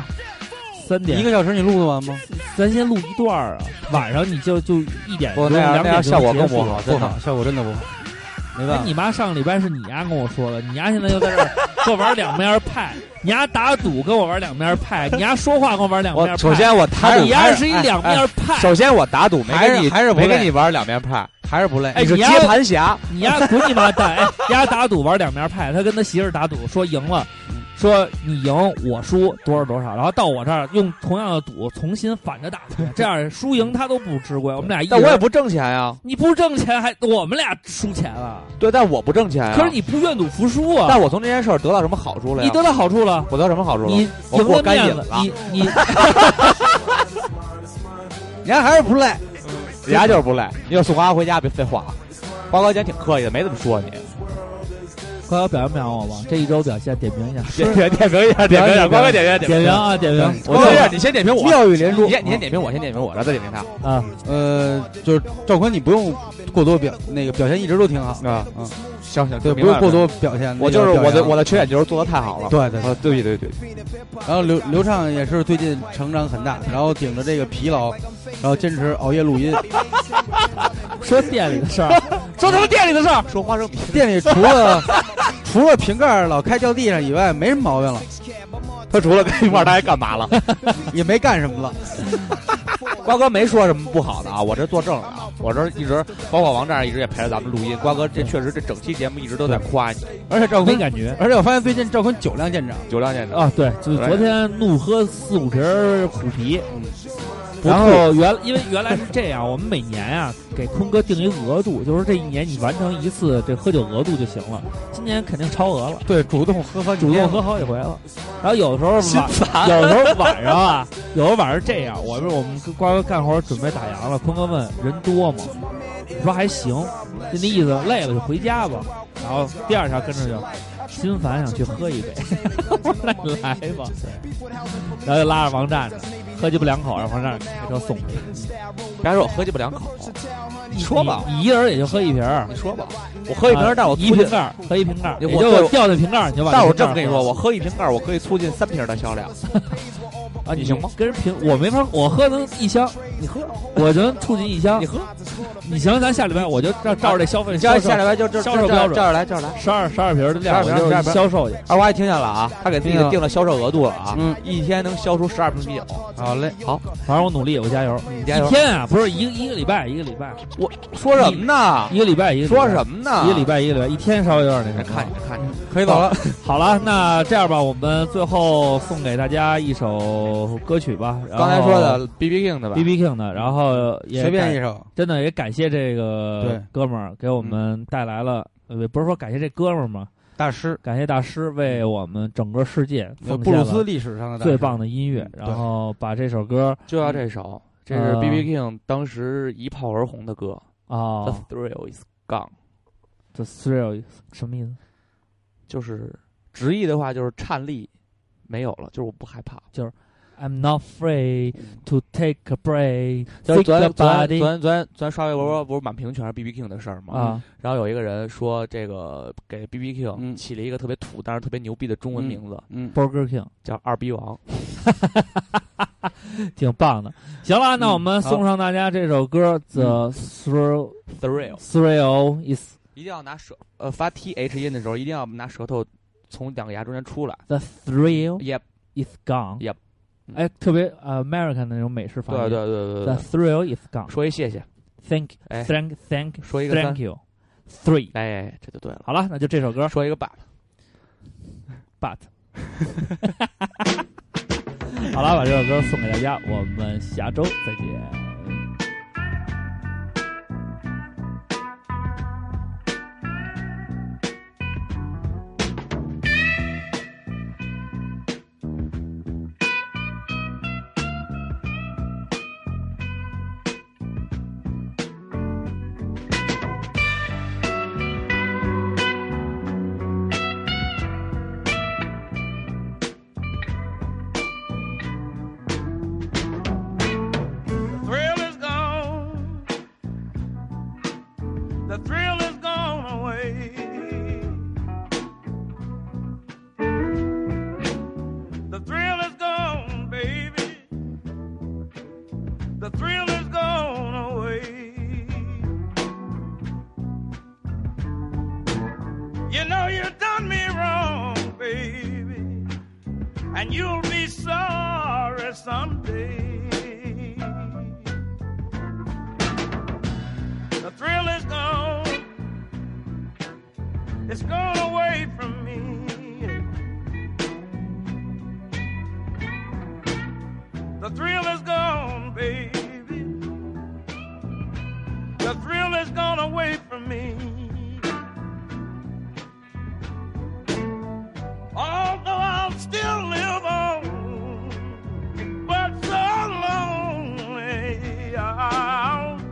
[SPEAKER 4] 三点
[SPEAKER 2] 一个小时你录得完吗？
[SPEAKER 4] 咱先录一段儿啊，晚上你就就一点
[SPEAKER 5] 不
[SPEAKER 4] 钟、
[SPEAKER 5] 那样
[SPEAKER 4] 两
[SPEAKER 5] 那
[SPEAKER 4] 点
[SPEAKER 5] 样
[SPEAKER 4] 钟
[SPEAKER 5] 效果
[SPEAKER 4] 结
[SPEAKER 5] 更
[SPEAKER 4] 束
[SPEAKER 5] 不好
[SPEAKER 4] 了
[SPEAKER 2] 不好，效果真的不好，没
[SPEAKER 4] 哎
[SPEAKER 2] 办，法。
[SPEAKER 4] 你妈上个礼拜是你丫跟我说的，你丫现在又在这儿 给我玩两面派，你丫打赌跟我玩两面派，你丫说话跟我玩两面派。哎
[SPEAKER 5] 我首先我打赌
[SPEAKER 4] 你丫
[SPEAKER 5] 还哎
[SPEAKER 4] 是一两面派，
[SPEAKER 5] 首先我打赌没
[SPEAKER 2] 还是
[SPEAKER 5] 跟你
[SPEAKER 2] 还是不
[SPEAKER 5] 没跟
[SPEAKER 2] 累
[SPEAKER 5] 你玩两面派，
[SPEAKER 2] 还是不累。
[SPEAKER 4] 哎，
[SPEAKER 5] 你是
[SPEAKER 4] 你
[SPEAKER 5] 接
[SPEAKER 4] 丫
[SPEAKER 5] 盘侠。
[SPEAKER 4] 你丫滚你妈蛋！哎，丫打赌玩两面派，他跟他媳妇儿打赌说赢了，说你赢我输多少多少，然后到我这儿用同样的赌重新反着打，这样输赢他都不吃亏，我们俩一
[SPEAKER 5] 但我
[SPEAKER 4] 人
[SPEAKER 5] 也不挣钱呀，
[SPEAKER 4] 你不挣钱还我们俩输钱了。
[SPEAKER 5] 对，但我不挣钱呀。
[SPEAKER 4] 可是，你不愿赌服输啊！
[SPEAKER 5] 但我从这件事儿得啊到什么好处了呀？
[SPEAKER 4] 你得到好处了，
[SPEAKER 5] 我得到什么好处了？
[SPEAKER 4] 你
[SPEAKER 5] 我
[SPEAKER 4] 赢
[SPEAKER 5] 过
[SPEAKER 4] 了
[SPEAKER 5] 干瘾
[SPEAKER 4] 面子
[SPEAKER 5] 了，，
[SPEAKER 4] 你你
[SPEAKER 2] 你还还是不累，
[SPEAKER 5] 人家就是不赖。你要送瓜回家，别废话。瓜哥今天挺客气的，没怎么说你。
[SPEAKER 4] 快要表扬表扬我吧！这一周表现点评一下，
[SPEAKER 5] 点点点评一下，点评一下，瓜哥点评一下，点评
[SPEAKER 4] 点
[SPEAKER 5] 一
[SPEAKER 4] 评
[SPEAKER 5] 下。
[SPEAKER 4] 啊点评！
[SPEAKER 5] 我这样，你先点评我，
[SPEAKER 2] 妙语连珠
[SPEAKER 5] 你。先你先点评我，先点评我，然后再点评他。
[SPEAKER 4] 啊，
[SPEAKER 2] 呃，就是赵坤，你不用过多表，那个表现一直都挺好。
[SPEAKER 5] 啊，
[SPEAKER 2] 嗯，
[SPEAKER 5] 行行，
[SPEAKER 2] 对，
[SPEAKER 5] 明
[SPEAKER 2] 不
[SPEAKER 5] 白了
[SPEAKER 2] 用过多。表现。
[SPEAKER 5] 我就是我的我
[SPEAKER 2] 的。
[SPEAKER 5] 的缺点就是做的太好了。
[SPEAKER 2] 对对对
[SPEAKER 5] 啊，对不起对不起。
[SPEAKER 2] 然后刘刘畅也是最近成长很大，然后顶着这个疲劳，然后坚持熬夜录音。
[SPEAKER 4] 说店里的 事儿，说他妈店里的事儿，
[SPEAKER 5] 说花生米，
[SPEAKER 2] 店里除了除了瓶盖儿老开掉地上以外，没什么毛病了，
[SPEAKER 5] 他除了跟一块儿，他还干嘛了？
[SPEAKER 2] 也没干什么了。
[SPEAKER 5] 瓜哥没说什么不好的啊，我这作证了啊，我这一直包括王站一直也陪着咱们录音。瓜哥这确实这整期节目一直都在夸你，
[SPEAKER 2] 而且赵
[SPEAKER 4] 没
[SPEAKER 2] 坤，
[SPEAKER 4] 感觉
[SPEAKER 2] 而且我发现最近赵坤酒量见长，
[SPEAKER 5] 酒量见长。
[SPEAKER 4] 啊？对，就是昨天怒喝四五瓶儿虎皮，
[SPEAKER 2] 不
[SPEAKER 4] 然后原因为原来是这样，我们每年啊给坤哥定一额度，就是这一年你完成一次这喝酒额度就行了。今年肯定超额了，
[SPEAKER 2] 对主动喝喝
[SPEAKER 4] 主动喝好几回了。然后有时候晚，
[SPEAKER 5] 烦
[SPEAKER 4] 有时候晚上啊， 有时候晚上这样，我们我们跟瓜哥干活准备打烊了，坤哥问人多吗？我说还行，就那意思，累了就回家吧。然后第二条跟着就心烦想去喝一杯， 我说那你来吧，然后就拉着王站着，喝鸡巴两口，让王站着开车送回去。
[SPEAKER 5] 别说我喝鸡巴两口，你说吧，
[SPEAKER 4] 你一人也就喝一瓶儿，
[SPEAKER 5] 你说吧，我喝一瓶儿，但我
[SPEAKER 4] 啊一
[SPEAKER 5] 促
[SPEAKER 4] 瓶
[SPEAKER 5] 进，
[SPEAKER 4] 盖儿，喝一瓶盖儿，
[SPEAKER 5] 我
[SPEAKER 4] 也就掉那瓶盖儿，你就把。
[SPEAKER 5] 但我这么跟你说，我喝一瓶盖儿，我可以促进三瓶儿的销量。
[SPEAKER 4] 啊，你行吗？跟人平，我没法，我喝能一箱，
[SPEAKER 5] 你喝，
[SPEAKER 4] 我就能促进一箱。
[SPEAKER 5] 你喝，
[SPEAKER 4] 你行，咱下礼拜我就照照着这消费，
[SPEAKER 5] 你这
[SPEAKER 4] 销
[SPEAKER 5] 样
[SPEAKER 4] 售
[SPEAKER 5] 下礼拜就这
[SPEAKER 4] 销
[SPEAKER 5] 这
[SPEAKER 4] 售
[SPEAKER 5] 这
[SPEAKER 4] 标
[SPEAKER 5] 样这
[SPEAKER 4] 准，
[SPEAKER 5] 样来这样来。
[SPEAKER 4] 十二十二瓶儿的量，
[SPEAKER 5] 12
[SPEAKER 4] 我
[SPEAKER 5] 瓶
[SPEAKER 4] 就
[SPEAKER 5] 12瓶
[SPEAKER 4] 销售去。
[SPEAKER 5] 二瓜也听见了啊，他给自己
[SPEAKER 11] 那个
[SPEAKER 5] 定了销售额度了啊，
[SPEAKER 11] 嗯，
[SPEAKER 5] 一天能销出十二瓶啤酒。
[SPEAKER 11] 好嘞，
[SPEAKER 5] 好，
[SPEAKER 4] 反正我努力，我加油。
[SPEAKER 5] 嗯你加
[SPEAKER 4] 一
[SPEAKER 5] 油。
[SPEAKER 4] 天啊，不是一个一个礼拜，一个礼拜，
[SPEAKER 5] 说什么呢？
[SPEAKER 4] 一个礼拜一个礼拜
[SPEAKER 5] 说什么呢？
[SPEAKER 4] 一个礼拜一个礼拜，一天稍微有点那什么。
[SPEAKER 5] 看你看你，
[SPEAKER 2] 可以走了。
[SPEAKER 4] 好了，那这样吧，我们最后送给大家一首歌曲吧。然后
[SPEAKER 5] 刚才说的 B B King 的吧
[SPEAKER 4] B B King 的，然后也
[SPEAKER 2] 随便
[SPEAKER 4] 感
[SPEAKER 2] 一首，
[SPEAKER 4] 真的也感谢这个
[SPEAKER 11] 对
[SPEAKER 4] 哥们儿给我们带来了，呃，不是说感谢这哥们儿嘛，
[SPEAKER 11] 大师，
[SPEAKER 4] 感谢大师为我们整个世界
[SPEAKER 11] 呃
[SPEAKER 4] 奉
[SPEAKER 11] 布
[SPEAKER 4] 献
[SPEAKER 11] 鲁
[SPEAKER 4] 了
[SPEAKER 11] 斯历史上的大师嗯
[SPEAKER 4] 最棒的音乐，然后把这首歌
[SPEAKER 5] 就要这首，这是 B B King 当时一炮而红的歌
[SPEAKER 4] 啊
[SPEAKER 5] ，The Thrill Is Gone，
[SPEAKER 4] ，The Thrill 什么意思？
[SPEAKER 5] 就是直译的话就是颤栗没有了，就是我不害怕。
[SPEAKER 4] I'm not afraid to take a break.
[SPEAKER 5] 就是昨
[SPEAKER 4] Think
[SPEAKER 5] 天昨
[SPEAKER 4] about it.
[SPEAKER 5] 天昨天昨天昨天刷微博不是满屏全是 B B King 的事儿吗？
[SPEAKER 4] 啊，
[SPEAKER 5] 然后有一个人说这个给 B B
[SPEAKER 11] 嗯
[SPEAKER 5] King 起了一个特别土但是特别牛逼的中文名字，
[SPEAKER 11] 嗯，
[SPEAKER 4] Burger King
[SPEAKER 5] 叫二逼王。
[SPEAKER 4] 挺棒的。行了，
[SPEAKER 11] 嗯
[SPEAKER 4] 那我们送上大家这首歌《The Thrill 嗯
[SPEAKER 5] Thrill
[SPEAKER 4] Thrill Is
[SPEAKER 5] 一定要拿舌呃发 T H 音的时候，一定要拿舌头从两个牙中间出来。
[SPEAKER 4] The Thrill
[SPEAKER 5] Yep，
[SPEAKER 4] Is Gone》。
[SPEAKER 5] Yep 嗯
[SPEAKER 4] 哎，特别呃 American 的那种美式发
[SPEAKER 5] 对啊
[SPEAKER 4] 音。
[SPEAKER 5] 对对对
[SPEAKER 4] The
[SPEAKER 5] 对，
[SPEAKER 4] Thrill Is Gone。
[SPEAKER 5] 说一谢谢，
[SPEAKER 4] Thank,
[SPEAKER 5] 哎
[SPEAKER 4] thank, thank,
[SPEAKER 5] 说一个
[SPEAKER 4] thank
[SPEAKER 5] 三，
[SPEAKER 4] you. Three。
[SPEAKER 5] 哎，这就对了。
[SPEAKER 4] 好了，那就这首歌
[SPEAKER 5] 说一个爸，
[SPEAKER 4] But。好了，把这首歌送给大家，我们下周再见。
[SPEAKER 9] The thrill is gone. The thrill is gone away. The thrill is gone, baby. The thrill is gone away. You know you done me wrong, baby and you'll be sorry someday. The thrill is gone, it's gone away from me. The thrill is gone, baby. The thrill is gone away from me. although I'll still live on, but so lonely I'll be.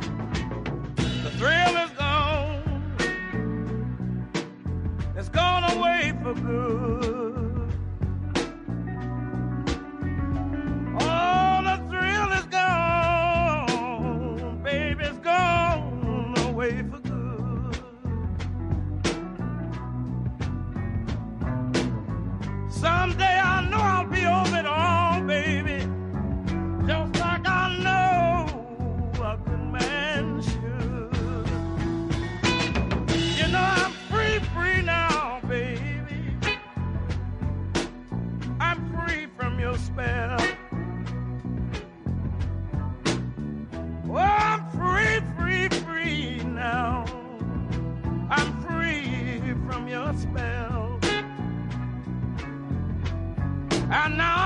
[SPEAKER 9] The thrill is gone. It's gone away for good. Oh, the thrill is gone. Baby, it's gone away for good. Someday I know I'll be over it all, baby just like I know a good man should. You know I'm free, free now, baby. I'm free from your spell. Oh, I'm free, free, free now. And now